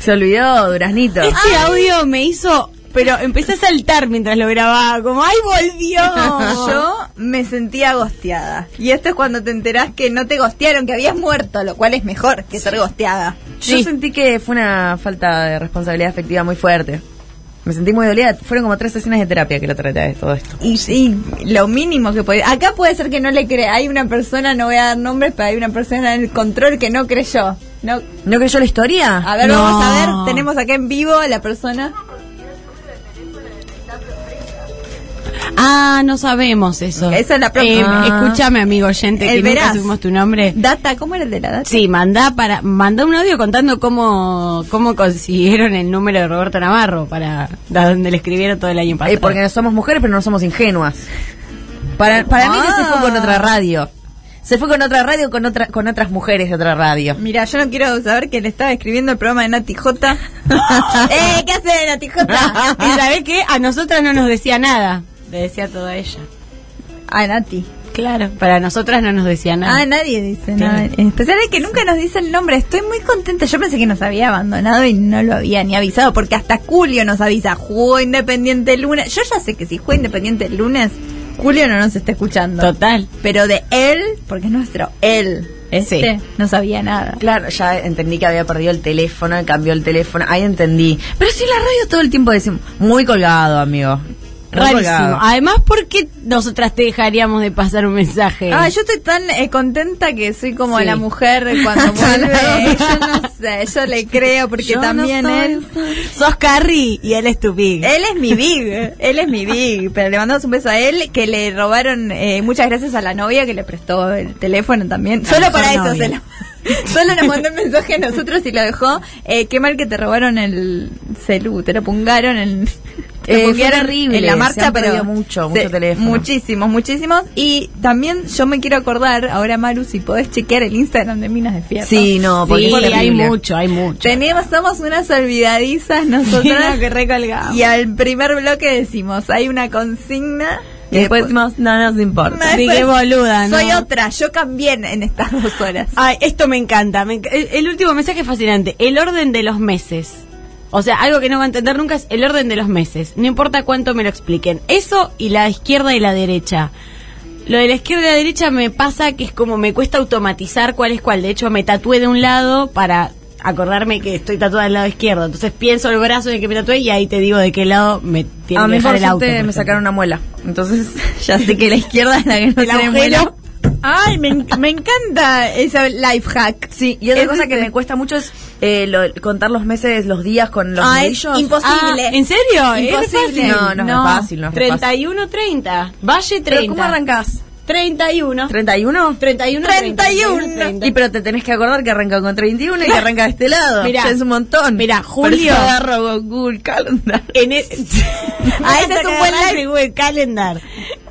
[SPEAKER 2] Se olvidó, Duraznito.
[SPEAKER 19] Este audio me hizo pero empecé a saltar mientras lo grababa, como ¡ay, volvió!
[SPEAKER 3] [laughs]
[SPEAKER 2] [laughs]
[SPEAKER 3] Yo me sentía gosteada. Y esto es cuando te enterás que no te gostearon, que habías muerto, lo cual es mejor que ser gosteada.
[SPEAKER 2] Yo sentí que fue una falta de responsabilidad afectiva muy fuerte. Me sentí muy dolida. Fueron como tres sesiones de terapia que lo traté de todo esto.
[SPEAKER 3] Y, y lo mínimo que puede. Acá puede ser que no le crea. Hay una persona, no voy a dar nombres, pero hay una persona en el control que no creyó. ¿No,
[SPEAKER 2] ¿No creyó la historia?
[SPEAKER 3] A ver,
[SPEAKER 2] No.
[SPEAKER 3] vamos a ver. Tenemos acá en vivo a la persona.
[SPEAKER 4] Ah, no sabemos eso. Eh,
[SPEAKER 3] Esa es la próxima. Ah.
[SPEAKER 4] Escúchame, amigo oyente,
[SPEAKER 3] El
[SPEAKER 4] que nunca
[SPEAKER 3] veraz.
[SPEAKER 4] supimos tu nombre.
[SPEAKER 3] Data, ¿cómo era el de la data?
[SPEAKER 4] Sí, mandá para mandá un audio contando cómo cómo consiguieron el número de Roberto Navarro para da- donde le escribieron todo el año pasado.
[SPEAKER 2] Eh, porque no somos mujeres, pero no somos ingenuas. Para, para mí que se
[SPEAKER 4] Ah,
[SPEAKER 2] fue con otra radio. Se fue con otra radio, con otra, con otras mujeres de otra radio.
[SPEAKER 3] Mira, yo no quiero saber que le estaba escribiendo el programa de Nati
[SPEAKER 2] [laughs]
[SPEAKER 3] J. [laughs] ¡Eh, qué hace Nati J!
[SPEAKER 4] y sabés qué, a nosotras no nos decía nada, le decía todo a ella.
[SPEAKER 3] A Nati.
[SPEAKER 4] Claro, para nosotras no nos decía nada.
[SPEAKER 3] Ah, nadie dice
[SPEAKER 4] Claro.
[SPEAKER 3] nada. En especial es que nunca nos dice el nombre. Estoy muy contenta. Yo pensé que nos había abandonado y no lo había ni avisado. Porque hasta Julio nos avisa. Jugó Independiente el lunes. Yo ya sé que si juega Independiente el lunes, Julio no nos está escuchando.
[SPEAKER 4] Total.
[SPEAKER 3] Pero de él, porque es nuestro él. Este
[SPEAKER 2] Sí.
[SPEAKER 3] no sabía nada.
[SPEAKER 2] Claro, ya entendí que había perdido el teléfono, cambió el teléfono, ahí entendí. Pero sí, la radio todo el tiempo decimos, muy colgado, amigo. Muy
[SPEAKER 4] Rarísimo.
[SPEAKER 2] colgado.
[SPEAKER 4] Además, ¿por qué nosotras te dejaríamos de pasar un mensaje?
[SPEAKER 3] Ah, yo estoy tan eh, contenta que soy como
[SPEAKER 4] Sí.
[SPEAKER 3] la mujer [laughs] cuando vuelve. yo no sé, yo le creo porque
[SPEAKER 4] Yo no
[SPEAKER 3] también
[SPEAKER 4] soy-
[SPEAKER 3] él.
[SPEAKER 4] Sos Carrie y él es tu big.
[SPEAKER 3] Él es mi big, él es mi big, pero le mandamos un beso a él que le robaron, eh, muchas gracias a la novia que le prestó el teléfono también,
[SPEAKER 4] La
[SPEAKER 3] solo
[SPEAKER 4] mejor
[SPEAKER 3] para eso,
[SPEAKER 4] novia.
[SPEAKER 3] se lo- solo nos mandó un [laughs] mensaje a nosotros y lo dejó, eh, qué mal que te robaron el celu, te lo pungaron en, te lo
[SPEAKER 2] Eh, fue
[SPEAKER 3] pungaron
[SPEAKER 2] terrible,
[SPEAKER 3] en la
[SPEAKER 2] se
[SPEAKER 3] marcha,
[SPEAKER 2] han
[SPEAKER 3] pero
[SPEAKER 2] perdido mucho, mucho teléfono.
[SPEAKER 3] muchísimos, muchísimos, y también yo me quiero acordar, ahora Maru, si podés chequear el Instagram de Minas de Fierro.
[SPEAKER 2] Sí, no, porque
[SPEAKER 4] Sí,
[SPEAKER 2] es terrible.
[SPEAKER 4] hay mucho, hay mucho.
[SPEAKER 3] Tenemos, somos unas olvidadizas nosotras.
[SPEAKER 4] que recolgamos.
[SPEAKER 3] Y al primer bloque decimos, hay una consigna.
[SPEAKER 2] Y después decimos, no nos importa. [laughs]
[SPEAKER 3] No,
[SPEAKER 4] Sí,
[SPEAKER 3] después,
[SPEAKER 2] pues,
[SPEAKER 4] qué boluda, ¿no?
[SPEAKER 3] Soy otra, yo cambié en- en estas dos horas.
[SPEAKER 4] [laughs] Ay, esto me encanta. me enc- el, el último mensaje es fascinante. El orden de los meses. O sea, algo que no va a entender nunca es el orden de los meses. No importa cuánto me lo expliquen. Eso y la izquierda y la derecha. Lo de la izquierda y la derecha me pasa que es como me cuesta automatizar cuál es cuál. De hecho, me tatué de un lado para acordarme que estoy tatuada del lado izquierdo. Entonces pienso el brazo en el que me tatué y ahí te digo de qué lado me tiene
[SPEAKER 2] A
[SPEAKER 4] que
[SPEAKER 2] mí
[SPEAKER 4] dejar
[SPEAKER 2] por
[SPEAKER 4] el auto. por
[SPEAKER 2] suerte me
[SPEAKER 4] ejemplo.
[SPEAKER 2] sacaron una muela. Entonces [laughs] ya sé que la izquierda es la que no
[SPEAKER 4] El
[SPEAKER 2] tiene
[SPEAKER 4] agujero.
[SPEAKER 2] muela.
[SPEAKER 3] Ay, me, en- me encanta esa life hack.
[SPEAKER 2] Sí, y otra
[SPEAKER 3] Ese
[SPEAKER 2] cosa
[SPEAKER 3] es
[SPEAKER 2] que
[SPEAKER 3] el-
[SPEAKER 2] me cuesta mucho es eh, lo- contar los meses, los días con los
[SPEAKER 3] Ah, es
[SPEAKER 2] nudillos.
[SPEAKER 3] imposible.
[SPEAKER 4] Ah, ¿En serio? ¿Es fácil?
[SPEAKER 2] Imposible. No, no es fácil, no es fácil.
[SPEAKER 4] 31, 30. Valle 30.
[SPEAKER 2] ¿Pero cómo arrancás?
[SPEAKER 4] 31.
[SPEAKER 2] 31?
[SPEAKER 4] 31,
[SPEAKER 2] 31.
[SPEAKER 4] 30.
[SPEAKER 2] Y pero te tenés que acordar que arranca con 31 y que arranca de este lado.
[SPEAKER 4] Mirá.
[SPEAKER 2] Ya es un montón.
[SPEAKER 4] Mirá,
[SPEAKER 2] Por eso
[SPEAKER 4] Julio.
[SPEAKER 2] agarro Google Calendar.
[SPEAKER 4] En [laughs] e- ah, ese es un buen live, güey, calendar.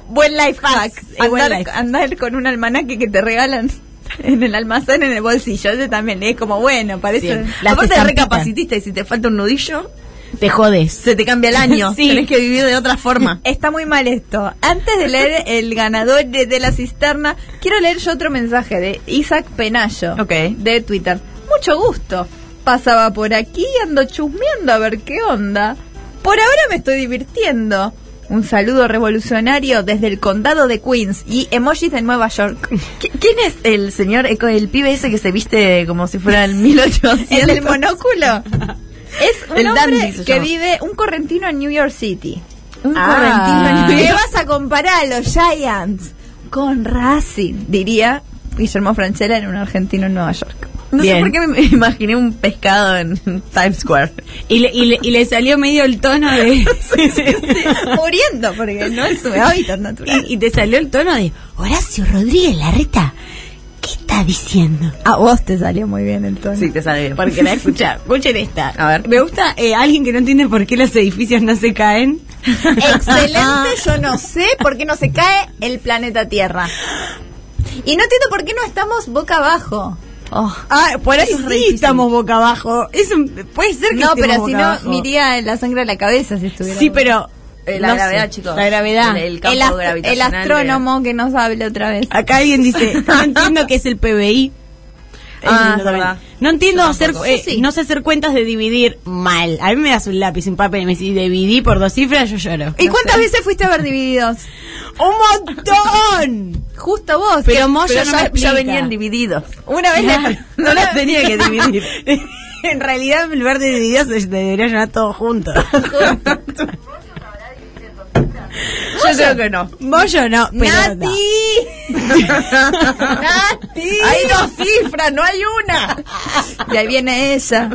[SPEAKER 3] Buen life hack.
[SPEAKER 4] y buen
[SPEAKER 3] Andar,
[SPEAKER 4] life.
[SPEAKER 3] andar con un almanaque que te regalan [laughs] en el almacén, en el bolsillo. Ese también es como bueno, parece.
[SPEAKER 4] Sí. Las
[SPEAKER 2] Aparte
[SPEAKER 4] estampitas.
[SPEAKER 2] recapacitiste y si te falta un nudillo,
[SPEAKER 4] Te jodes.
[SPEAKER 2] se te cambia el año.
[SPEAKER 4] [laughs] Sí.
[SPEAKER 2] Tenés que vivir de otra forma.
[SPEAKER 3] [laughs] Está muy mal esto. Antes de leer el ganador de, de la cisterna, quiero leer yo otro mensaje de Isaac Penayo
[SPEAKER 2] Ok.
[SPEAKER 3] de Twitter. Mucho gusto. Pasaba por aquí y ando chusmeando a ver qué onda. Por ahora me estoy divirtiendo. Un saludo revolucionario desde el condado de Queens y emojis de Nueva York.
[SPEAKER 2] [laughs] ¿Qui- ¿Quién es el señor, eh, con el pibe ese que se viste como si
[SPEAKER 3] [laughs]
[SPEAKER 2] fuera el 1800?
[SPEAKER 3] ¿El del monóculo? Es un
[SPEAKER 2] El
[SPEAKER 3] hombre
[SPEAKER 2] dandy se
[SPEAKER 3] que
[SPEAKER 2] llama.
[SPEAKER 3] vive un correntino en New York City.
[SPEAKER 2] Un
[SPEAKER 4] Ah.
[SPEAKER 2] correntino.
[SPEAKER 3] ¿Qué vas a comparar a los Giants con Racing? Diría Guillermo Franchella en un argentino en Nueva York.
[SPEAKER 2] No
[SPEAKER 4] Bien.
[SPEAKER 2] sé
[SPEAKER 3] [laughs]
[SPEAKER 2] por qué me imaginé un pescado en Times Square.
[SPEAKER 4] Y le, y, le, y le salió medio el tono [laughs] de.
[SPEAKER 3] Muriendo, porque no es su hábitat natural.
[SPEAKER 4] y, y te salió el tono de Horacio Rodríguez Larreta. ¿Qué [laughs] está diciendo?
[SPEAKER 3] A vos te salió muy bien el tono.
[SPEAKER 2] Sí, te sale bien.
[SPEAKER 4] Porque la escucha, escuchen esta.
[SPEAKER 2] A ver.
[SPEAKER 4] Me gusta eh, alguien que no entiende por qué los edificios no se caen. [laughs]
[SPEAKER 3] Excelente, yo no sé por qué no se cae el planeta Tierra. Y no entiendo por qué no estamos boca abajo.
[SPEAKER 2] Oh.
[SPEAKER 4] Ah, por ahí
[SPEAKER 3] Eso es re
[SPEAKER 4] sí
[SPEAKER 3] difícil.
[SPEAKER 4] estamos boca abajo. Es un- puede ser que
[SPEAKER 3] No,
[SPEAKER 4] estemos
[SPEAKER 3] pero
[SPEAKER 4] boca
[SPEAKER 3] si no,
[SPEAKER 4] abajo.
[SPEAKER 3] me iría la sangre a la cabeza si estuviera.
[SPEAKER 4] Sí, pero.
[SPEAKER 2] Eh, la
[SPEAKER 4] no
[SPEAKER 2] gravedad, chicos.
[SPEAKER 4] La gravedad.
[SPEAKER 2] El- el campo
[SPEAKER 3] el, ast- el
[SPEAKER 2] gravitacional
[SPEAKER 3] [laughs]
[SPEAKER 2] de-
[SPEAKER 3] astrónomo que nos habla otra vez.
[SPEAKER 4] Acá alguien dice, no entiendo qué es el PBI. es
[SPEAKER 3] Ah,
[SPEAKER 4] lo
[SPEAKER 3] es
[SPEAKER 4] que-
[SPEAKER 3] verdad.
[SPEAKER 4] No entiendo
[SPEAKER 3] Yo
[SPEAKER 4] hacer,
[SPEAKER 3] tampoco.
[SPEAKER 4] eh,
[SPEAKER 3] Yo sí.
[SPEAKER 4] no sé hacer cuentas de dividir mal. A mí me das un lápiz, un papel y me decís dividí por dos cifras, yo lloro.
[SPEAKER 3] ¿Y cuántas veces fuiste a ver divididos?
[SPEAKER 4] [laughs] ¡Un montón!
[SPEAKER 3] Justo vos.
[SPEAKER 4] Pero
[SPEAKER 3] que-
[SPEAKER 4] Moyo no me
[SPEAKER 3] ya-
[SPEAKER 4] explica.
[SPEAKER 3] ya venían
[SPEAKER 2] divididos.
[SPEAKER 3] Una vez
[SPEAKER 4] Claro.
[SPEAKER 3] le-
[SPEAKER 4] no las tenía que dividir. [laughs] en realidad, en lugar de divididos, se debería llevar todo junto.
[SPEAKER 2] Yo creo que no.
[SPEAKER 4] Vos yo no. Pero no.
[SPEAKER 3] ¡Nati!
[SPEAKER 2] Hay dos cifras, no hay una.
[SPEAKER 3] Y ahí viene
[SPEAKER 4] [laughs]
[SPEAKER 3] ella.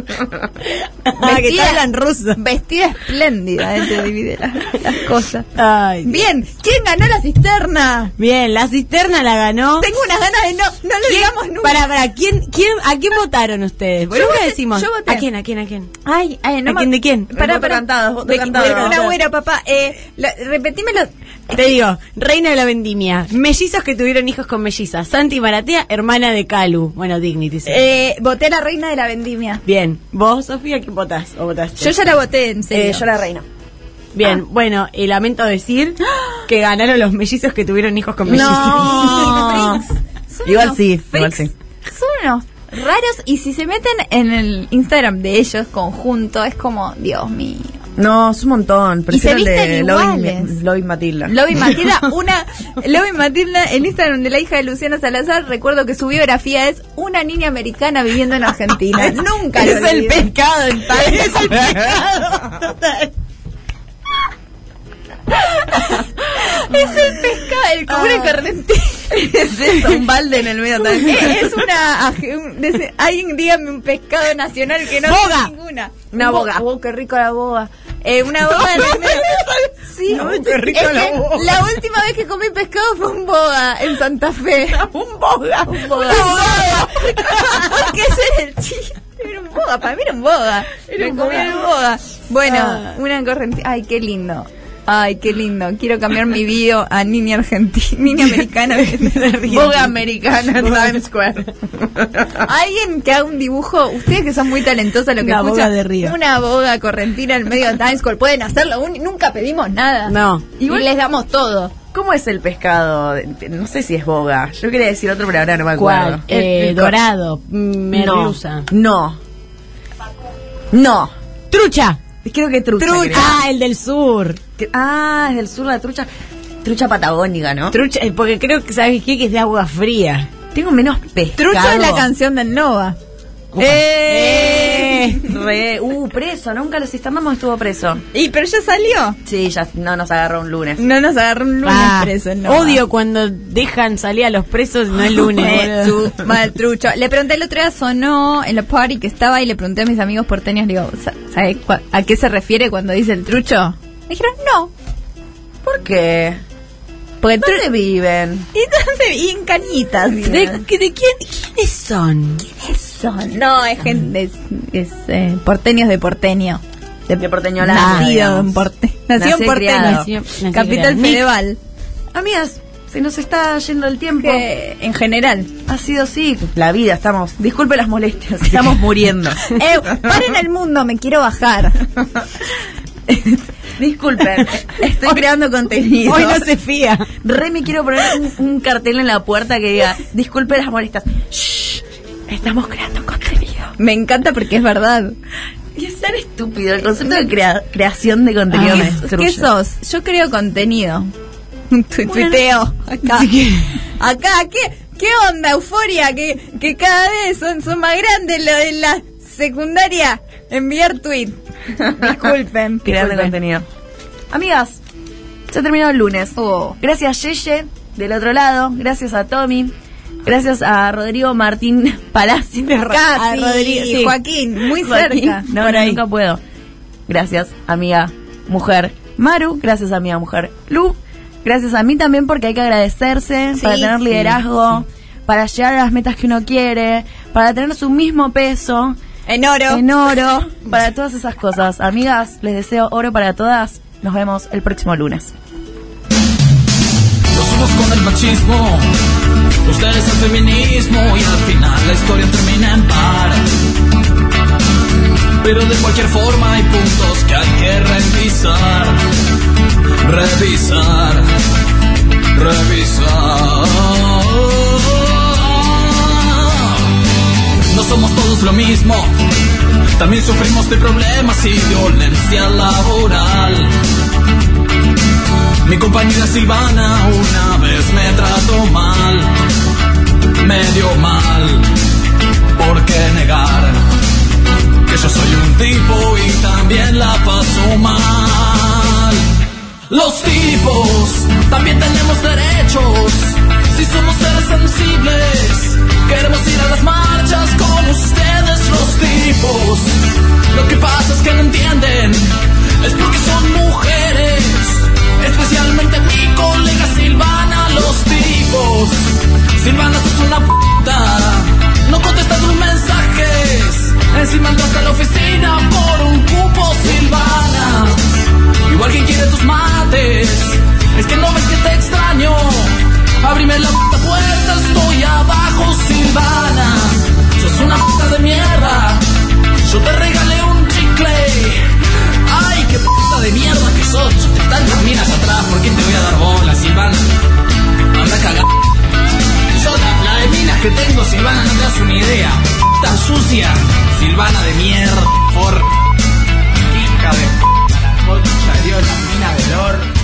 [SPEAKER 4] Ah, que te hablan ruso.
[SPEAKER 3] Vestida espléndida, eh, te divide la- las cosas.
[SPEAKER 4] Ay,
[SPEAKER 3] Bien, ¿quién ganó la cisterna?
[SPEAKER 4] Bien, la cisterna la ganó.
[SPEAKER 3] Tengo unas ganas de no, no lo digamos nunca.
[SPEAKER 4] Para, para, ¿quién, quién, ¿a quién votaron ustedes? Porque
[SPEAKER 3] Yo
[SPEAKER 4] nunca
[SPEAKER 3] voté-
[SPEAKER 4] decimos.
[SPEAKER 3] yo voté.
[SPEAKER 4] ¿A quién, a quién, a quién?
[SPEAKER 3] Ay, ay, no
[SPEAKER 4] ¿A
[SPEAKER 3] me-
[SPEAKER 4] quién de quién?
[SPEAKER 3] Para, para. de,
[SPEAKER 2] cantado.
[SPEAKER 3] de una güera, papá. Eh, lo- repetímelo.
[SPEAKER 4] Te digo, reina de la vendimia, mellizos que tuvieron hijos con mellizas, Santi Maratea, hermana de Calu, bueno, Dignity. sí.
[SPEAKER 3] Eh, voté a la reina de la vendimia.
[SPEAKER 4] Bien, vos, Sofía, ¿quién votás? ¿O votaste?
[SPEAKER 3] Yo ya la voté, en serio.
[SPEAKER 4] Eh, yo la reina.
[SPEAKER 3] Ah.
[SPEAKER 4] Bien, bueno, eh, lamento decir que ganaron los mellizos que tuvieron hijos con mellizas. [laughs]
[SPEAKER 2] [laughs]
[SPEAKER 3] No. [laughs] Son unos freaks. Son unos raros y si se meten en el Instagram de ellos conjunto es como, Dios mío.
[SPEAKER 2] No, es un montón. Prefiero el
[SPEAKER 3] visten
[SPEAKER 2] de Lobby,
[SPEAKER 3] iguales.
[SPEAKER 2] Lobby Matilda.
[SPEAKER 3] Lobby
[SPEAKER 2] [laughs]
[SPEAKER 3] Matilda, una Lobby Matilda, el Instagram de la hija de Luciana Salazar, recuerdo que su biografía es una niña americana viviendo en
[SPEAKER 2] [laughs]
[SPEAKER 3] Argentina. Nunca lo
[SPEAKER 4] Es el
[SPEAKER 3] olvido.
[SPEAKER 4] pescado en tal.
[SPEAKER 3] [laughs]
[SPEAKER 4] Es el pescado. Total.
[SPEAKER 3] Es el pescado, el común y [laughs] corriente.
[SPEAKER 2] [laughs] es eso, un balde en el medio también.
[SPEAKER 3] Eh, es una aje- un- dese- alguien dígame un pescado nacional que no
[SPEAKER 2] Boga.
[SPEAKER 3] es ninguna
[SPEAKER 2] Una
[SPEAKER 3] Un bo-
[SPEAKER 2] boga.
[SPEAKER 3] oh, qué rico la boga Eh, una boga
[SPEAKER 2] [laughs]
[SPEAKER 3] en el medio. sí
[SPEAKER 2] No, qué rico
[SPEAKER 3] Es que
[SPEAKER 2] la boga.
[SPEAKER 3] la última vez que comí pescado fue un boga en Santa Fe
[SPEAKER 2] un boga.
[SPEAKER 3] un boga [laughs] qué ese era el chiste era un boga para mí era un boga
[SPEAKER 2] Era
[SPEAKER 3] Me
[SPEAKER 2] un
[SPEAKER 3] comí
[SPEAKER 2] boga.
[SPEAKER 3] el boga bueno
[SPEAKER 2] Ah.
[SPEAKER 3] una corriente ay qué [laughs] lindo Ay, qué lindo. Quiero cambiar mi bio a niña argentina, niña americana.
[SPEAKER 2] Boga americana en Times Square.
[SPEAKER 3] Alguien que haga un dibujo, ustedes que son muy talentosas lo que
[SPEAKER 4] Una boga
[SPEAKER 3] escuchan,
[SPEAKER 4] de río.
[SPEAKER 3] una boga correntina en medio de Times Square, pueden hacerlo, un- nunca pedimos nada.
[SPEAKER 4] No.
[SPEAKER 3] Y les damos todo.
[SPEAKER 2] ¿Cómo es el pescado? No sé si es boga. Yo quería decir otro, pero ahora no me acuerdo.
[SPEAKER 4] ¿Cuál? Eh,
[SPEAKER 2] El-
[SPEAKER 4] dorado,
[SPEAKER 2] No.
[SPEAKER 4] merluza.
[SPEAKER 2] No. No.
[SPEAKER 4] Trucha.
[SPEAKER 2] Pues Creo que trucha.
[SPEAKER 4] Trucha.
[SPEAKER 2] creo.
[SPEAKER 4] Ah, el del sur.
[SPEAKER 2] Que- Ah, es del sur la trucha. Trucha patagónica, ¿no?
[SPEAKER 4] Trucha, eh, porque creo que sabes qué, que es de agua fría.
[SPEAKER 2] Tengo menos pescado.
[SPEAKER 3] Trucho es la canción de Nova.
[SPEAKER 2] ¡Eh! Re- Uh, preso. Nunca los estamamos estuvo preso.
[SPEAKER 3] Y pero ya salió.
[SPEAKER 2] Sí, ya no nos agarró un lunes.
[SPEAKER 3] No nos agarró un lunes
[SPEAKER 4] Ah,
[SPEAKER 3] preso en Nova.
[SPEAKER 4] Odio cuando dejan salir a los presos no el
[SPEAKER 2] [laughs]
[SPEAKER 4] lunes.
[SPEAKER 3] Eh,
[SPEAKER 4] boludo.
[SPEAKER 3] su- mal trucho. Le pregunté el otro día, sonó en la party que estaba y le pregunté a mis amigos porteños, digo, "Sa- ¿sabes cua- a qué se refiere cuando dice el trucho? Me dijeron, no.
[SPEAKER 2] ¿Por qué?
[SPEAKER 3] Porque el trucho...
[SPEAKER 2] ¿Dónde viven?
[SPEAKER 3] Y, entonces- y en canitas.
[SPEAKER 4] ¿De, que- de quién, quiénes son?
[SPEAKER 3] Eso, no, es gente, es, es, eh, porteños de porteño.
[SPEAKER 2] De, de Porteño
[SPEAKER 3] nacido en porte, nacido en porteño.
[SPEAKER 4] Nacido- nacido
[SPEAKER 3] Capital
[SPEAKER 4] criado.
[SPEAKER 3] Fedeval.
[SPEAKER 2] Amigas, se nos está yendo el tiempo.
[SPEAKER 3] Que en general.
[SPEAKER 2] Ha sido así. La vida, estamos. Disculpe las molestias. Estamos [laughs] muriendo.
[SPEAKER 3] Eh, paren el mundo, me quiero bajar.
[SPEAKER 2] [laughs] Disculpen. Estoy creando contenido.
[SPEAKER 4] Hoy no se fía.
[SPEAKER 2] Re me quiero poner un, un cartel en la puerta que diga, disculpe las molestias. Shh, estamos creando contenido.
[SPEAKER 3] Me encanta porque es verdad.
[SPEAKER 2] Y es tan estúpido. El concepto de crea- creación de contenido
[SPEAKER 3] Ah,
[SPEAKER 2] me
[SPEAKER 3] ¿qué-
[SPEAKER 2] destruye.
[SPEAKER 3] ¿Qué sos? Yo creo contenido. Tu- Tuiteo. Acá. Acá, ¿qué, qué onda? Euforia. Que, que cada vez son, son más grandes lo de la secundaria. Enviar
[SPEAKER 2] [laughs]
[SPEAKER 3] tweet. Disculpen.
[SPEAKER 2] Creando
[SPEAKER 3] disculpen.
[SPEAKER 2] contenido. Amigas, se ha terminado el lunes.
[SPEAKER 3] Oh.
[SPEAKER 2] Gracias Yeye, del otro lado. Gracias a Tommy. Gracias a Rodrigo Martín [laughs] Palacio.
[SPEAKER 3] Casi,
[SPEAKER 2] A Rodrigo- sí.
[SPEAKER 3] Joaquín, muy
[SPEAKER 2] Joaquín.
[SPEAKER 3] cerca.
[SPEAKER 2] No,
[SPEAKER 3] Por
[SPEAKER 2] no,
[SPEAKER 3] ahí.
[SPEAKER 2] nunca puedo. Gracias, amiga mujer Maru. Gracias, amiga mujer Lu. Gracias a mí también porque hay que agradecerse
[SPEAKER 3] Sí,
[SPEAKER 2] para tener
[SPEAKER 3] sí,
[SPEAKER 2] liderazgo, para llegar a las metas que uno quiere, para tener su mismo peso
[SPEAKER 3] En oro.
[SPEAKER 2] en
[SPEAKER 3] [laughs]
[SPEAKER 2] oro, para todas esas cosas. Amigas, les deseo oro para todas. Nos vemos el próximo lunes.
[SPEAKER 1] Los unos con el machismo, ustedes el feminismo y al final la historia termina en par. Pero de cualquier forma hay puntos que hay que revisar, revisar, revisar.
[SPEAKER 23] somos todos lo mismo. También sufrimos de problemas y violencia laboral. Mi compañera Silvana una vez me trató mal, medio mal. ¿Por qué negar que yo soy un tipo y también la paso mal? Los tipos también tenemos derechos. Si somos seres sensibles, queremos ir a las marchas con ustedes, los tipos. Lo que pasa es que no entienden, es porque son mujeres. Especialmente mi colega Silvana, los tipos. Silvana, sos una puta. No contestas tus mensajes. Encima andas a la oficina por un cupo, Silvana. Igual que quiere tus mates Es que no ves que te extraño Abrime la puta puerta, estoy abajo, Silvana Sos una puta de mierda Yo te regalé un chicle Ay, qué puta de mierda que sos Te están las minas atrás, ¿por qué te voy a dar bola, Silvana? Anda a cagar Yo la, la de minas que tengo, Silvana, no te das una idea Tan sucia, Silvana de mierda, por... Hija de... p- la concha de Dios, las minas del orto.